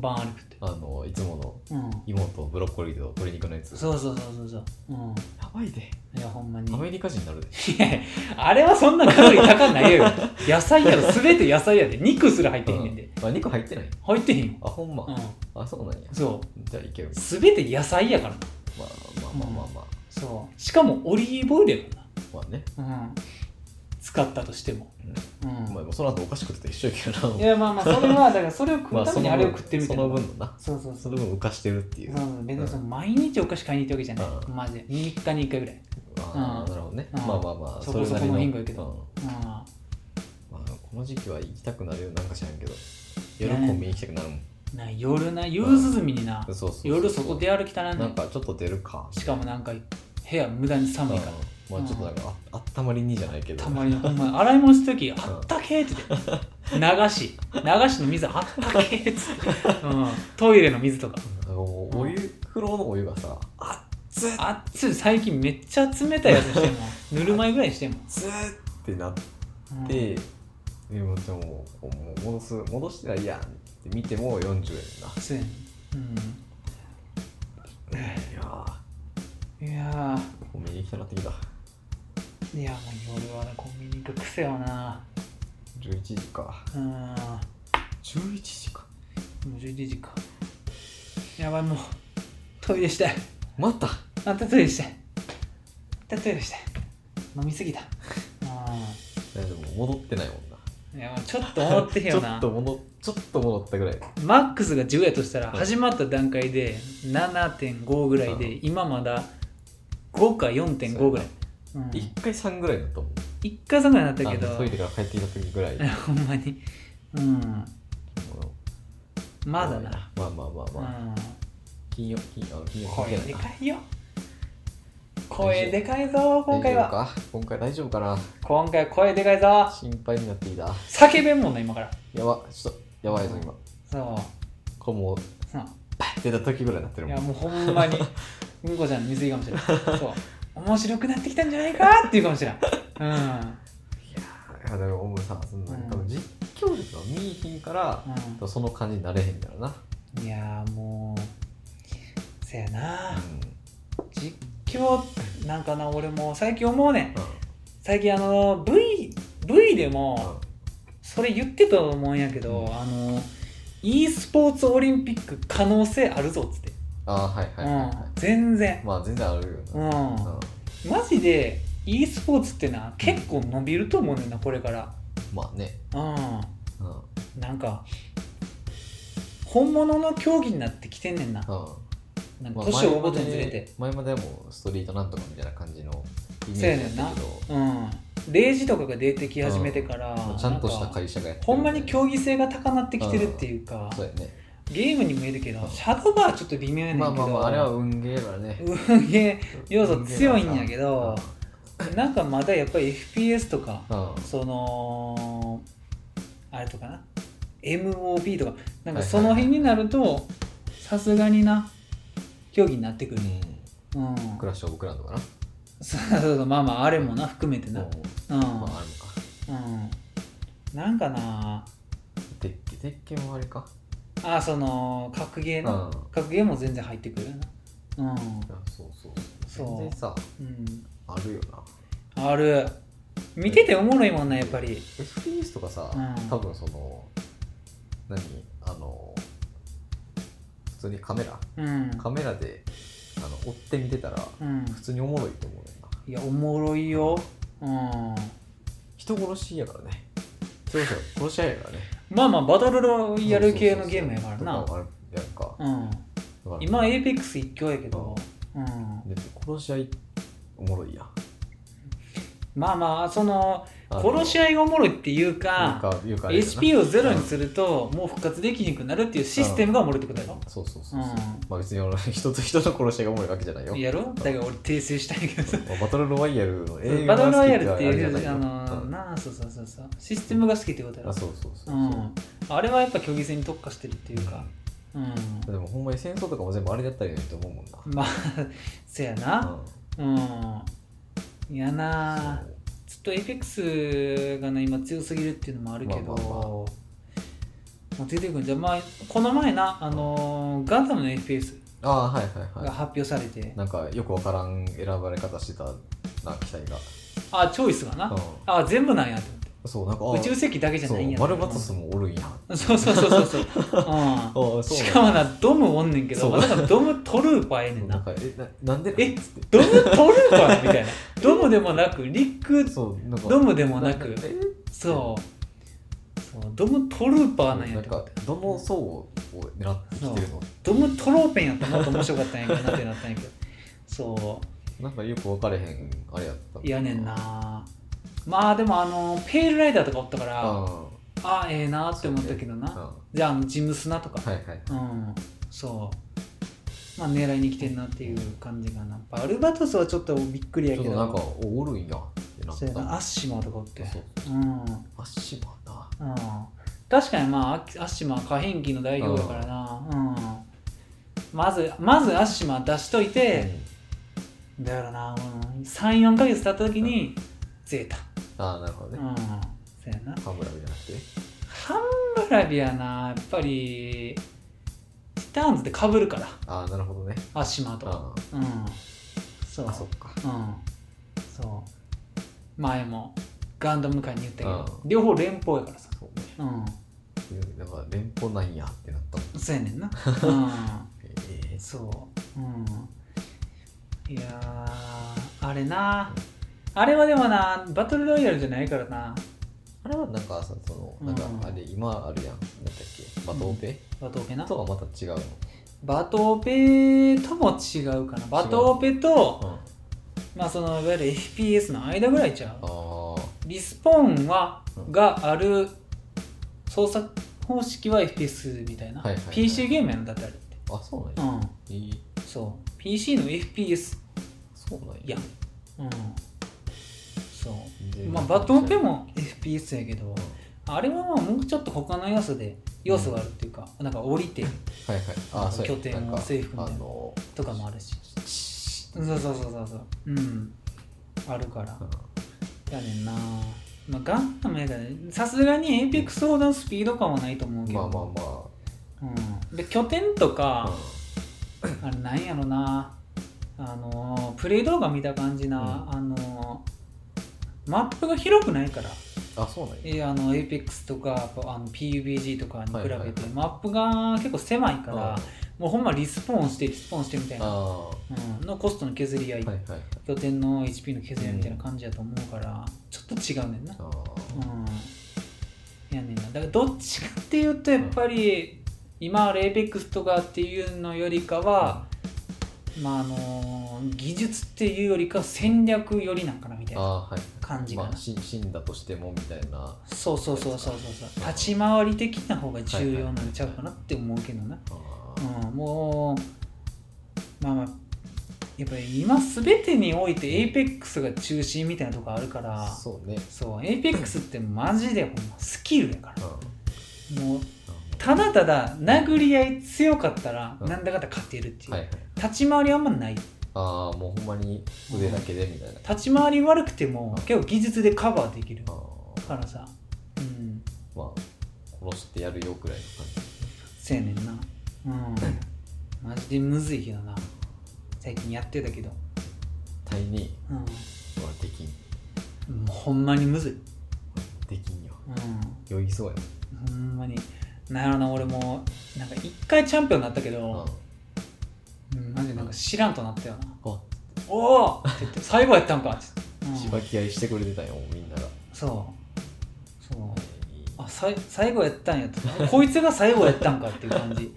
Speaker 1: 晩歩くって
Speaker 2: あの、いつもの
Speaker 1: うん
Speaker 2: 芋とブロッコリーと鶏肉のやつ。や
Speaker 1: そうそうそうそうそうう
Speaker 2: ばいで。
Speaker 1: んいやほんまに
Speaker 2: アメリカ人になるで。
Speaker 1: いやあれはそんなカロリー高ないよ野菜やろ全て野菜やで肉すら入ってへんねんで、
Speaker 2: うんあ、肉入ってない
Speaker 1: 入ってへんよ
Speaker 2: あ、ほんま。
Speaker 1: う
Speaker 2: あ、そうなんや
Speaker 1: ん。そ
Speaker 2: じゃあいける
Speaker 1: う。全て野菜やからな
Speaker 2: まあまあまあまあまあ。
Speaker 1: そうしかもオリーブオイルやか
Speaker 2: まあね。
Speaker 1: らなうん使ったとしてもうん、
Speaker 2: まあ、でもその後お菓子食ってたら一緒やけど
Speaker 1: い
Speaker 2: な。
Speaker 1: やまあまあそれはだからそれを食
Speaker 2: ま
Speaker 1: うために
Speaker 2: の
Speaker 1: あれを食ってるみたいな、
Speaker 2: その分のな。
Speaker 1: そうそうそ
Speaker 2: そうの分浮かしてるってい
Speaker 1: そ
Speaker 2: う。
Speaker 1: うそう別にその毎日お菓子買いに行ってわけじゃない、
Speaker 2: うん
Speaker 1: マジで3日に1回ぐらい、
Speaker 2: あ
Speaker 1: うん
Speaker 2: あ、なるほどね。
Speaker 1: うん
Speaker 2: まあまあまあ、
Speaker 1: そこそこの頻度やけど
Speaker 2: うん
Speaker 1: うん、
Speaker 2: まあ、この時期は行きたくなるよ、なんか知らんけど。
Speaker 1: や
Speaker 2: 夜コンビニ行きたくなるもん。
Speaker 1: な夜な夕涼みにな、
Speaker 2: そうそうそう
Speaker 1: 夜外出歩きたら
Speaker 2: な
Speaker 1: なんい
Speaker 2: かちょっと出るか。
Speaker 1: しかもなんか部屋無駄に寒いから
Speaker 2: うんまあちょっとなんかああったまりにじゃないけど。
Speaker 1: たまにほんまに洗い物した時「あったけ」って言って流し流しの水「あったけ」っつって、うん、トイレの水とか
Speaker 2: あのお湯、風呂のお湯がさ、熱っ
Speaker 1: 熱い最近めっちゃ冷たいやつしてん もんぬるま湯ぐらいにしてんもん、
Speaker 2: 熱っってなっ
Speaker 1: うん
Speaker 2: て、でもでももう戻す、戻してないやんって見ても40円な。
Speaker 1: 熱い
Speaker 2: いやー、
Speaker 1: うんいや
Speaker 2: コンビニ行きたくなってきた。
Speaker 1: ーいやもう夜はねコンビニ行く癖よな
Speaker 2: 11時か。
Speaker 1: うんも
Speaker 2: 11時か。
Speaker 1: う11時かやばいもうトイレしたい
Speaker 2: また
Speaker 1: あんたトイレしたいあんたトイレしたい飲みすぎたうん
Speaker 2: いやでも戻ってないもんな。
Speaker 1: いやもうちょっと思ってへんよな
Speaker 2: ちょっと戻ちょっと戻ったぐらい。
Speaker 1: マックスが10やとしたら
Speaker 2: うん
Speaker 1: 始まった段階で7.5ぐらい
Speaker 2: う
Speaker 1: で今まだ5か4.5ぐらい、うん、
Speaker 2: 一回3ぐらいだと思う。
Speaker 1: 1回3ぐらいになったけ
Speaker 2: あのトイレ
Speaker 1: ど
Speaker 2: から帰ってきた時ぐらい。も
Speaker 1: ほんまにうん
Speaker 2: う
Speaker 1: まだな、。
Speaker 2: まあまあまあまあ。金曜、金曜、
Speaker 1: う
Speaker 2: 金
Speaker 1: ん、
Speaker 2: 曜
Speaker 1: 声
Speaker 2: 関係
Speaker 1: で
Speaker 2: ない
Speaker 1: か
Speaker 2: ない
Speaker 1: よ声でかいぞ今回
Speaker 2: 大丈
Speaker 1: は
Speaker 2: 夫か今回大丈夫かな
Speaker 1: 今回声でかいぞ
Speaker 2: 心配になっていた。
Speaker 1: 叫べんもんな今から
Speaker 2: やば、ちょっと、やばいぞ今。
Speaker 1: そ
Speaker 2: これもう、
Speaker 1: う、
Speaker 2: バッて出た時ぐらいになってる
Speaker 1: うん、い
Speaker 2: も
Speaker 1: やも
Speaker 2: ん。
Speaker 1: うほんま にうんこちゃんの水着かもしれないそう面白くなってきたんじゃないかっていうかもしれないうん
Speaker 2: いや、でも、もうさ、そのなんか
Speaker 1: うん
Speaker 2: 実況力が見えひんから、その感じになれへんからな。
Speaker 1: うん、いやーもうせやな
Speaker 2: うん
Speaker 1: 実況なんかな俺もう最近思うねん最近あの V, v で
Speaker 2: うん
Speaker 1: もそれ言ってたと思うんやけど、
Speaker 2: うん
Speaker 1: あの e スポーツオリンピック可能性あるぞっつって、
Speaker 2: ああ、はいはいはいは
Speaker 1: う
Speaker 2: い。
Speaker 1: ん、全然
Speaker 2: まあ、全然あるよ
Speaker 1: う
Speaker 2: な。
Speaker 1: ん、
Speaker 2: うん
Speaker 1: マジで e スポーツってな結構伸びると思うねんなこれから
Speaker 2: まあね。
Speaker 1: う
Speaker 2: うん。うん。
Speaker 1: んなんか本物の競技になってきてんねんななんか年を追うごとにずれて、
Speaker 2: 前まで前までもストリートなんとかみたいな感じのイ
Speaker 1: そう
Speaker 2: メ
Speaker 1: や
Speaker 2: ージ
Speaker 1: ねん
Speaker 2: だ
Speaker 1: な
Speaker 2: ったけど
Speaker 1: うん0時とかが出てき始めてから、
Speaker 2: もうちゃんとした
Speaker 1: なんか
Speaker 2: 会社がやってる
Speaker 1: ほんまに競技性が高なってきてるっていうか、
Speaker 2: そうやね
Speaker 1: ゲームにもいるけどシャドーバーちょっと微妙やねんけ
Speaker 2: ま
Speaker 1: ど、
Speaker 2: あまあまああれは運ゲーやからね
Speaker 1: 運ゲー要素強いんやけど なんかまだやっぱり FPS とか
Speaker 2: うんうん
Speaker 1: そのあれとかな MOB とかなんかその辺になるとさすがにな競技になってくる、うん、
Speaker 2: クラッシュオブクランドかな
Speaker 1: そうそうそうまあまああれもな含めてな
Speaker 2: もう
Speaker 1: うん、
Speaker 2: まああるのか
Speaker 1: うん、なんかな
Speaker 2: 鉄拳鉄拳もあれか
Speaker 1: あその格ゲー
Speaker 2: うん
Speaker 1: の
Speaker 2: あ
Speaker 1: 格ゲーも全然入ってくるよなうん
Speaker 2: そうそう
Speaker 1: そう
Speaker 2: 全然さ
Speaker 1: うん
Speaker 2: あるよな
Speaker 1: ある見てておもろいもんなやっぱり
Speaker 2: FPS とかさ、
Speaker 1: うん
Speaker 2: 多分その何あの普通にカメラ
Speaker 1: うん
Speaker 2: カメラであの追って見てたら
Speaker 1: うん
Speaker 2: 普通におもろいと思うねんない
Speaker 1: やおもろいようん
Speaker 2: 人殺しやからね強者殺し合いやからね
Speaker 1: まあまあバトルロイヤル系のゲームやから
Speaker 2: そう
Speaker 1: な
Speaker 2: そうそうとかあるやんか
Speaker 1: うん
Speaker 2: だから
Speaker 1: 今 APEX 一強やけどうん
Speaker 2: で殺し合いおもろいやん
Speaker 1: まあまあその
Speaker 2: あの
Speaker 1: 殺し合いがおもろいっていうか
Speaker 2: いうかいうかあれやな
Speaker 1: HP をゼロにするともう復活できにくくなるっていうシステムがおもろいってことやろ
Speaker 2: そうそうそうそう、
Speaker 1: うん
Speaker 2: まあ別に俺人と人の殺し合いがおもろいわけじゃないよ
Speaker 1: やろだから俺訂正したいけどさ
Speaker 2: まあバトルロワイヤルの映
Speaker 1: バ
Speaker 2: 画
Speaker 1: トルロイ
Speaker 2: が好き
Speaker 1: ヤ
Speaker 2: っ
Speaker 1: ル
Speaker 2: て
Speaker 1: って、
Speaker 2: わけじゃないいうよ
Speaker 1: あの、
Speaker 2: うん
Speaker 1: なあ、そうそうそうそう、システムが好きってことだろ
Speaker 2: あ。そうそうそうそう、
Speaker 1: うん、あれはやっぱ虚偽性に特化してるっていうか、うん、
Speaker 2: でもほんまに戦争とかも全部あれだったらいいのにと思うもんな、
Speaker 1: まあ、 そやな、うん、いやなあ、ちょっとエイペックスがな、今強すぎるっていうのもあるけど、
Speaker 2: まあまあまあ
Speaker 1: まあ出てくるんじゃ、まあ、この前な、あのーガンダムの FPS
Speaker 2: ああはいはい
Speaker 1: が
Speaker 2: は
Speaker 1: 発表されて、
Speaker 2: いなんかよくわからん選ばれ方してたな機体が、
Speaker 1: あ、チョイスがな、
Speaker 2: う
Speaker 1: あ、全部なんやと思って
Speaker 2: ん、そうなんかあ
Speaker 1: 宇宙世紀だけじゃ
Speaker 2: そ
Speaker 1: な
Speaker 2: う
Speaker 1: いんや
Speaker 2: マルバツスもおるんや
Speaker 1: そうそうそうそうそう、うん
Speaker 2: あ、そう
Speaker 1: しかもなドムおんねんけ
Speaker 2: そ
Speaker 1: ど
Speaker 2: う
Speaker 1: まさかドムトルーパーやねん
Speaker 2: なん
Speaker 1: な
Speaker 2: かえななんで
Speaker 1: え
Speaker 2: っつっ
Speaker 1: ド
Speaker 2: て
Speaker 1: ムトルーパーみたい なドムでもなくリック
Speaker 2: そうなんか
Speaker 1: ドムでもなく
Speaker 2: え
Speaker 1: そうそうドムトルーパーなんや
Speaker 2: な
Speaker 1: っ
Speaker 2: ん
Speaker 1: て
Speaker 2: かどの層を狙ってきてるの
Speaker 1: ドムトローペンやったらもっと面白かったんやけどなってなったんやけどそ
Speaker 2: なんかよく分かれへんあれやった
Speaker 1: うやねんなまあでもあのペールライダーとかおったからあ
Speaker 2: あ
Speaker 1: あええなって思ったけど
Speaker 2: あ
Speaker 1: なじゃああのジムスナとか
Speaker 2: はいはい
Speaker 1: うんそうまあ狙いに来てんなっていう感じかなバルバトスはちょっとびっくりや
Speaker 2: ちょ
Speaker 1: け
Speaker 2: っ
Speaker 1: ど
Speaker 2: となんかおおるんやってなっ
Speaker 1: そ
Speaker 2: た
Speaker 1: うやなアッシマーとかおって
Speaker 2: そう
Speaker 1: うんうん
Speaker 2: アッシマーな
Speaker 1: 確かにまあアッアッシマー可変機の代表だからなうんまずまずアッシマー出しといて、だからな、うん、34か月経った時にゼータ
Speaker 2: うんああなるほど
Speaker 1: う
Speaker 2: ね、
Speaker 1: んそうやな
Speaker 2: カムラビじゃなくて
Speaker 1: ハンブラビはなやっぱりティターンズでかぶるから
Speaker 2: ああなるほどね
Speaker 1: アッシマーと
Speaker 2: あ
Speaker 1: うんそう
Speaker 2: ああそっか
Speaker 1: うんそう前もガンダム界に言ったけど
Speaker 2: う
Speaker 1: 両方連邦やからさ
Speaker 2: そうね
Speaker 1: う
Speaker 2: なんか連邦なんやってなったもん
Speaker 1: んそうやねんなう
Speaker 2: え
Speaker 1: ん
Speaker 2: え
Speaker 1: そううんいやーあれなあれはでもなバトルロイヤルじゃないからな
Speaker 2: あれはなんかさそのなん
Speaker 1: うん
Speaker 2: かあれ今あるやんなんだっけバトオペ、
Speaker 1: バトオペな
Speaker 2: とはまた違うの
Speaker 1: バトオペとも違うかなバトオペと
Speaker 2: うんあ
Speaker 1: まあそのいわゆる FPS の間ぐらいちゃう
Speaker 2: あ
Speaker 1: リスポーンは、
Speaker 2: うん
Speaker 1: がある操作方式は FPS みたいな、
Speaker 2: はいはいはい
Speaker 1: PC ゲームやんだってあれって
Speaker 2: あそうなん
Speaker 1: う
Speaker 2: や、
Speaker 1: ん
Speaker 2: ええ
Speaker 1: そう PC の FPS
Speaker 2: そうなんや
Speaker 1: やんうんそう
Speaker 2: で
Speaker 1: まあバトンペも FPS やけどあれはまあもうちょっと他の要素で要素があるっていうか、なんか降りて
Speaker 2: はいはいああそうや
Speaker 1: 拠点を
Speaker 2: なんか
Speaker 1: 制服みたいな
Speaker 2: あの
Speaker 1: とかもあるし
Speaker 2: シ
Speaker 1: そうそうそうそうそううんあるから
Speaker 2: ーッ
Speaker 1: やねんなまあガンダムやからねさすがにエイペックスほどのスピード感はないと思う
Speaker 2: う
Speaker 1: け
Speaker 2: ん
Speaker 1: ど
Speaker 2: まあまあま
Speaker 1: うん、で拠点と
Speaker 2: あ
Speaker 1: か、あれなんやろなあのープレイ動画見た感じな、あのーマップが広くないから
Speaker 2: うんあそうなんや
Speaker 1: えあの APEX とかあの PUBG とかに比べて、
Speaker 2: はいはいはい
Speaker 1: マップが結構狭いから、
Speaker 2: あ
Speaker 1: もうほんまリスポーンしてリスポーンしてみたい
Speaker 2: あ
Speaker 1: な、
Speaker 2: は
Speaker 1: うん、のコストの削り合い、
Speaker 2: いはいはい
Speaker 1: 拠点の HP の削り合いみたいな感じやと思うから、ちょっと違うねんな
Speaker 2: あ
Speaker 1: うんやねんなだからどっちかっていうとやっぱり、今あるエイペックスとかっていうのよりかは、まああのの技術っていうよりか戦略よりなんかなみたいな
Speaker 2: ああーはい
Speaker 1: 感じかな、
Speaker 2: まあ、し死んだとしてもみたいな
Speaker 1: そうそうそうそうそうそう立ち回り的な方が重要なんちゃうかなって思うけどな、
Speaker 2: あー
Speaker 1: うん、もうまあまあやっぱり今全てにおいてエイペックスが中心みたいなとこあるから
Speaker 2: そうね、
Speaker 1: そうエイペックスってマジでほんまスキルやか
Speaker 2: うんあ
Speaker 1: らもう
Speaker 2: ー
Speaker 1: ただただ殴り合い強かったら
Speaker 2: うん
Speaker 1: なんだかんだ勝てるっていう、
Speaker 2: はいはい
Speaker 1: 立ち回りあんまない
Speaker 2: ああもうほんまに腕だけでみたいな、
Speaker 1: 立ち回り悪くても
Speaker 2: うん
Speaker 1: 結構技術でカバーできる
Speaker 2: あー
Speaker 1: からさうん
Speaker 2: まあ殺してやるよくらいの感
Speaker 1: せやねんなうんマジでむずいけどな最近やってたけど
Speaker 2: じ対に
Speaker 1: うん
Speaker 2: はできん
Speaker 1: もうほんまにむずい
Speaker 2: できんよ
Speaker 1: う
Speaker 2: 酔いそうや
Speaker 1: んほんまになんやろな俺もなんか一回チャンピオンになったけ
Speaker 2: な、うん
Speaker 1: ど、うん、マジでなんか知らんとなったよな
Speaker 2: あ
Speaker 1: おおって言って最後やったんかって言って、
Speaker 2: し
Speaker 1: う
Speaker 2: ば
Speaker 1: ん、
Speaker 2: き合いしてくれてたよみんなが、
Speaker 1: そうそう
Speaker 2: あ
Speaker 1: あさい最後やったんやとあこいつが最後やったんかっていう感 じうん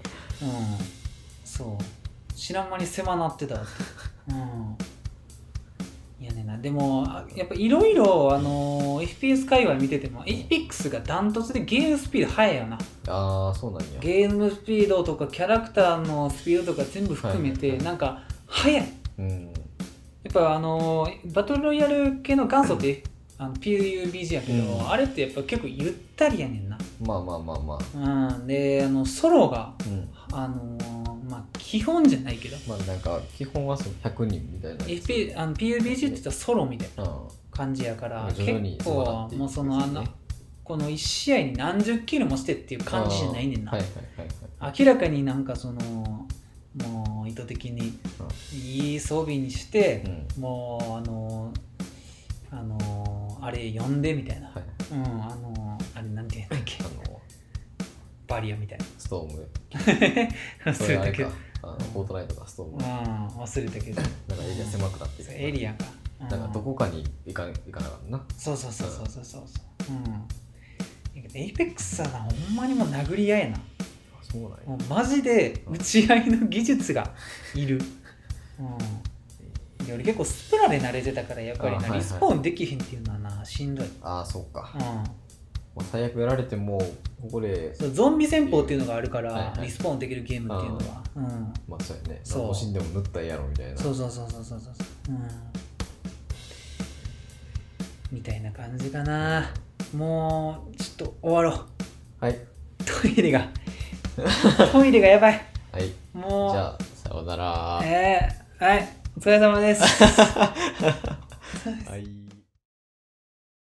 Speaker 1: そう知らん間に狭なってたわってうんいやねんなでもあやっぱいろいろあのー FPS 界隈見てても APEX がダントツでゲームスピード速いよな
Speaker 2: あーそうなんや
Speaker 1: ゲームスピードとかキャラクターのスピードとか全部含め
Speaker 2: は
Speaker 1: て
Speaker 2: い
Speaker 1: なんか速い
Speaker 2: うん
Speaker 1: やっぱあのーバトルロイヤル系の元祖ってあの PUBG やけど、
Speaker 2: うん
Speaker 1: あれってやっぱ結構ゆったりやねんな
Speaker 2: まあまあまあまあ
Speaker 1: うん、であのソロが、
Speaker 2: うん
Speaker 1: あのーまあ、基本じゃないけど
Speaker 2: まあなんか基本はその100人みたいな
Speaker 1: FP あの PUBG って言ったらソロみたいな
Speaker 2: うん
Speaker 1: 感じやから
Speaker 2: 徐々に
Speaker 1: 結構もうそのあんなこの1試合に何十キロもしてっていう感じじゃないねんな、
Speaker 2: あーはいはいはいはい
Speaker 1: 明らかになんかそのもう意図的にいい装備にして
Speaker 2: う、ん
Speaker 1: もうあのーあのーあれ呼んでみたいな、
Speaker 2: はい
Speaker 1: うんあのーあれなんて言うんだっけ
Speaker 2: あの
Speaker 1: バリアみたい な
Speaker 2: ストーム
Speaker 1: 忘れ
Speaker 2: あ
Speaker 1: た
Speaker 2: れ
Speaker 1: けど
Speaker 2: かあのフォートナイトかストー
Speaker 1: う
Speaker 2: ム
Speaker 1: ん忘れたけど
Speaker 2: なんかエリア狭くなって
Speaker 1: そう
Speaker 2: る
Speaker 1: エリアが。うん
Speaker 2: なんかどこかに行か行かなかったな
Speaker 1: そうそうそうそうそうそう。うん。エイペックスはな、ほんまにもう殴り合いやな。
Speaker 2: そうなんや
Speaker 1: もうマジで打ち合いの技術がいる。うん。で俺結構スプラで慣れてたから、やっぱり
Speaker 2: あーはい
Speaker 1: な、
Speaker 2: はい
Speaker 1: リスポーンできへんっていうのはな、しんどい。う
Speaker 2: ああそうか、
Speaker 1: ん。
Speaker 2: まあ、最悪やられてもここで
Speaker 1: そうゾンビ戦法っていうのがあるか
Speaker 2: はい
Speaker 1: ら、
Speaker 2: はい
Speaker 1: リスポーンできるゲームっていうのは。うん。
Speaker 2: まあそうやね
Speaker 1: そう
Speaker 2: 楽しんでも塗ったらええやろみたいな
Speaker 1: そうそうそうそうそうそう。うん。みたいな感じかな。もう、ちょっと終わろう。
Speaker 2: はい
Speaker 1: トイ レがトイレがやばい
Speaker 2: はいじ
Speaker 1: もう
Speaker 2: ゃあさようなら
Speaker 1: えーはいお疲れ様です
Speaker 2: はい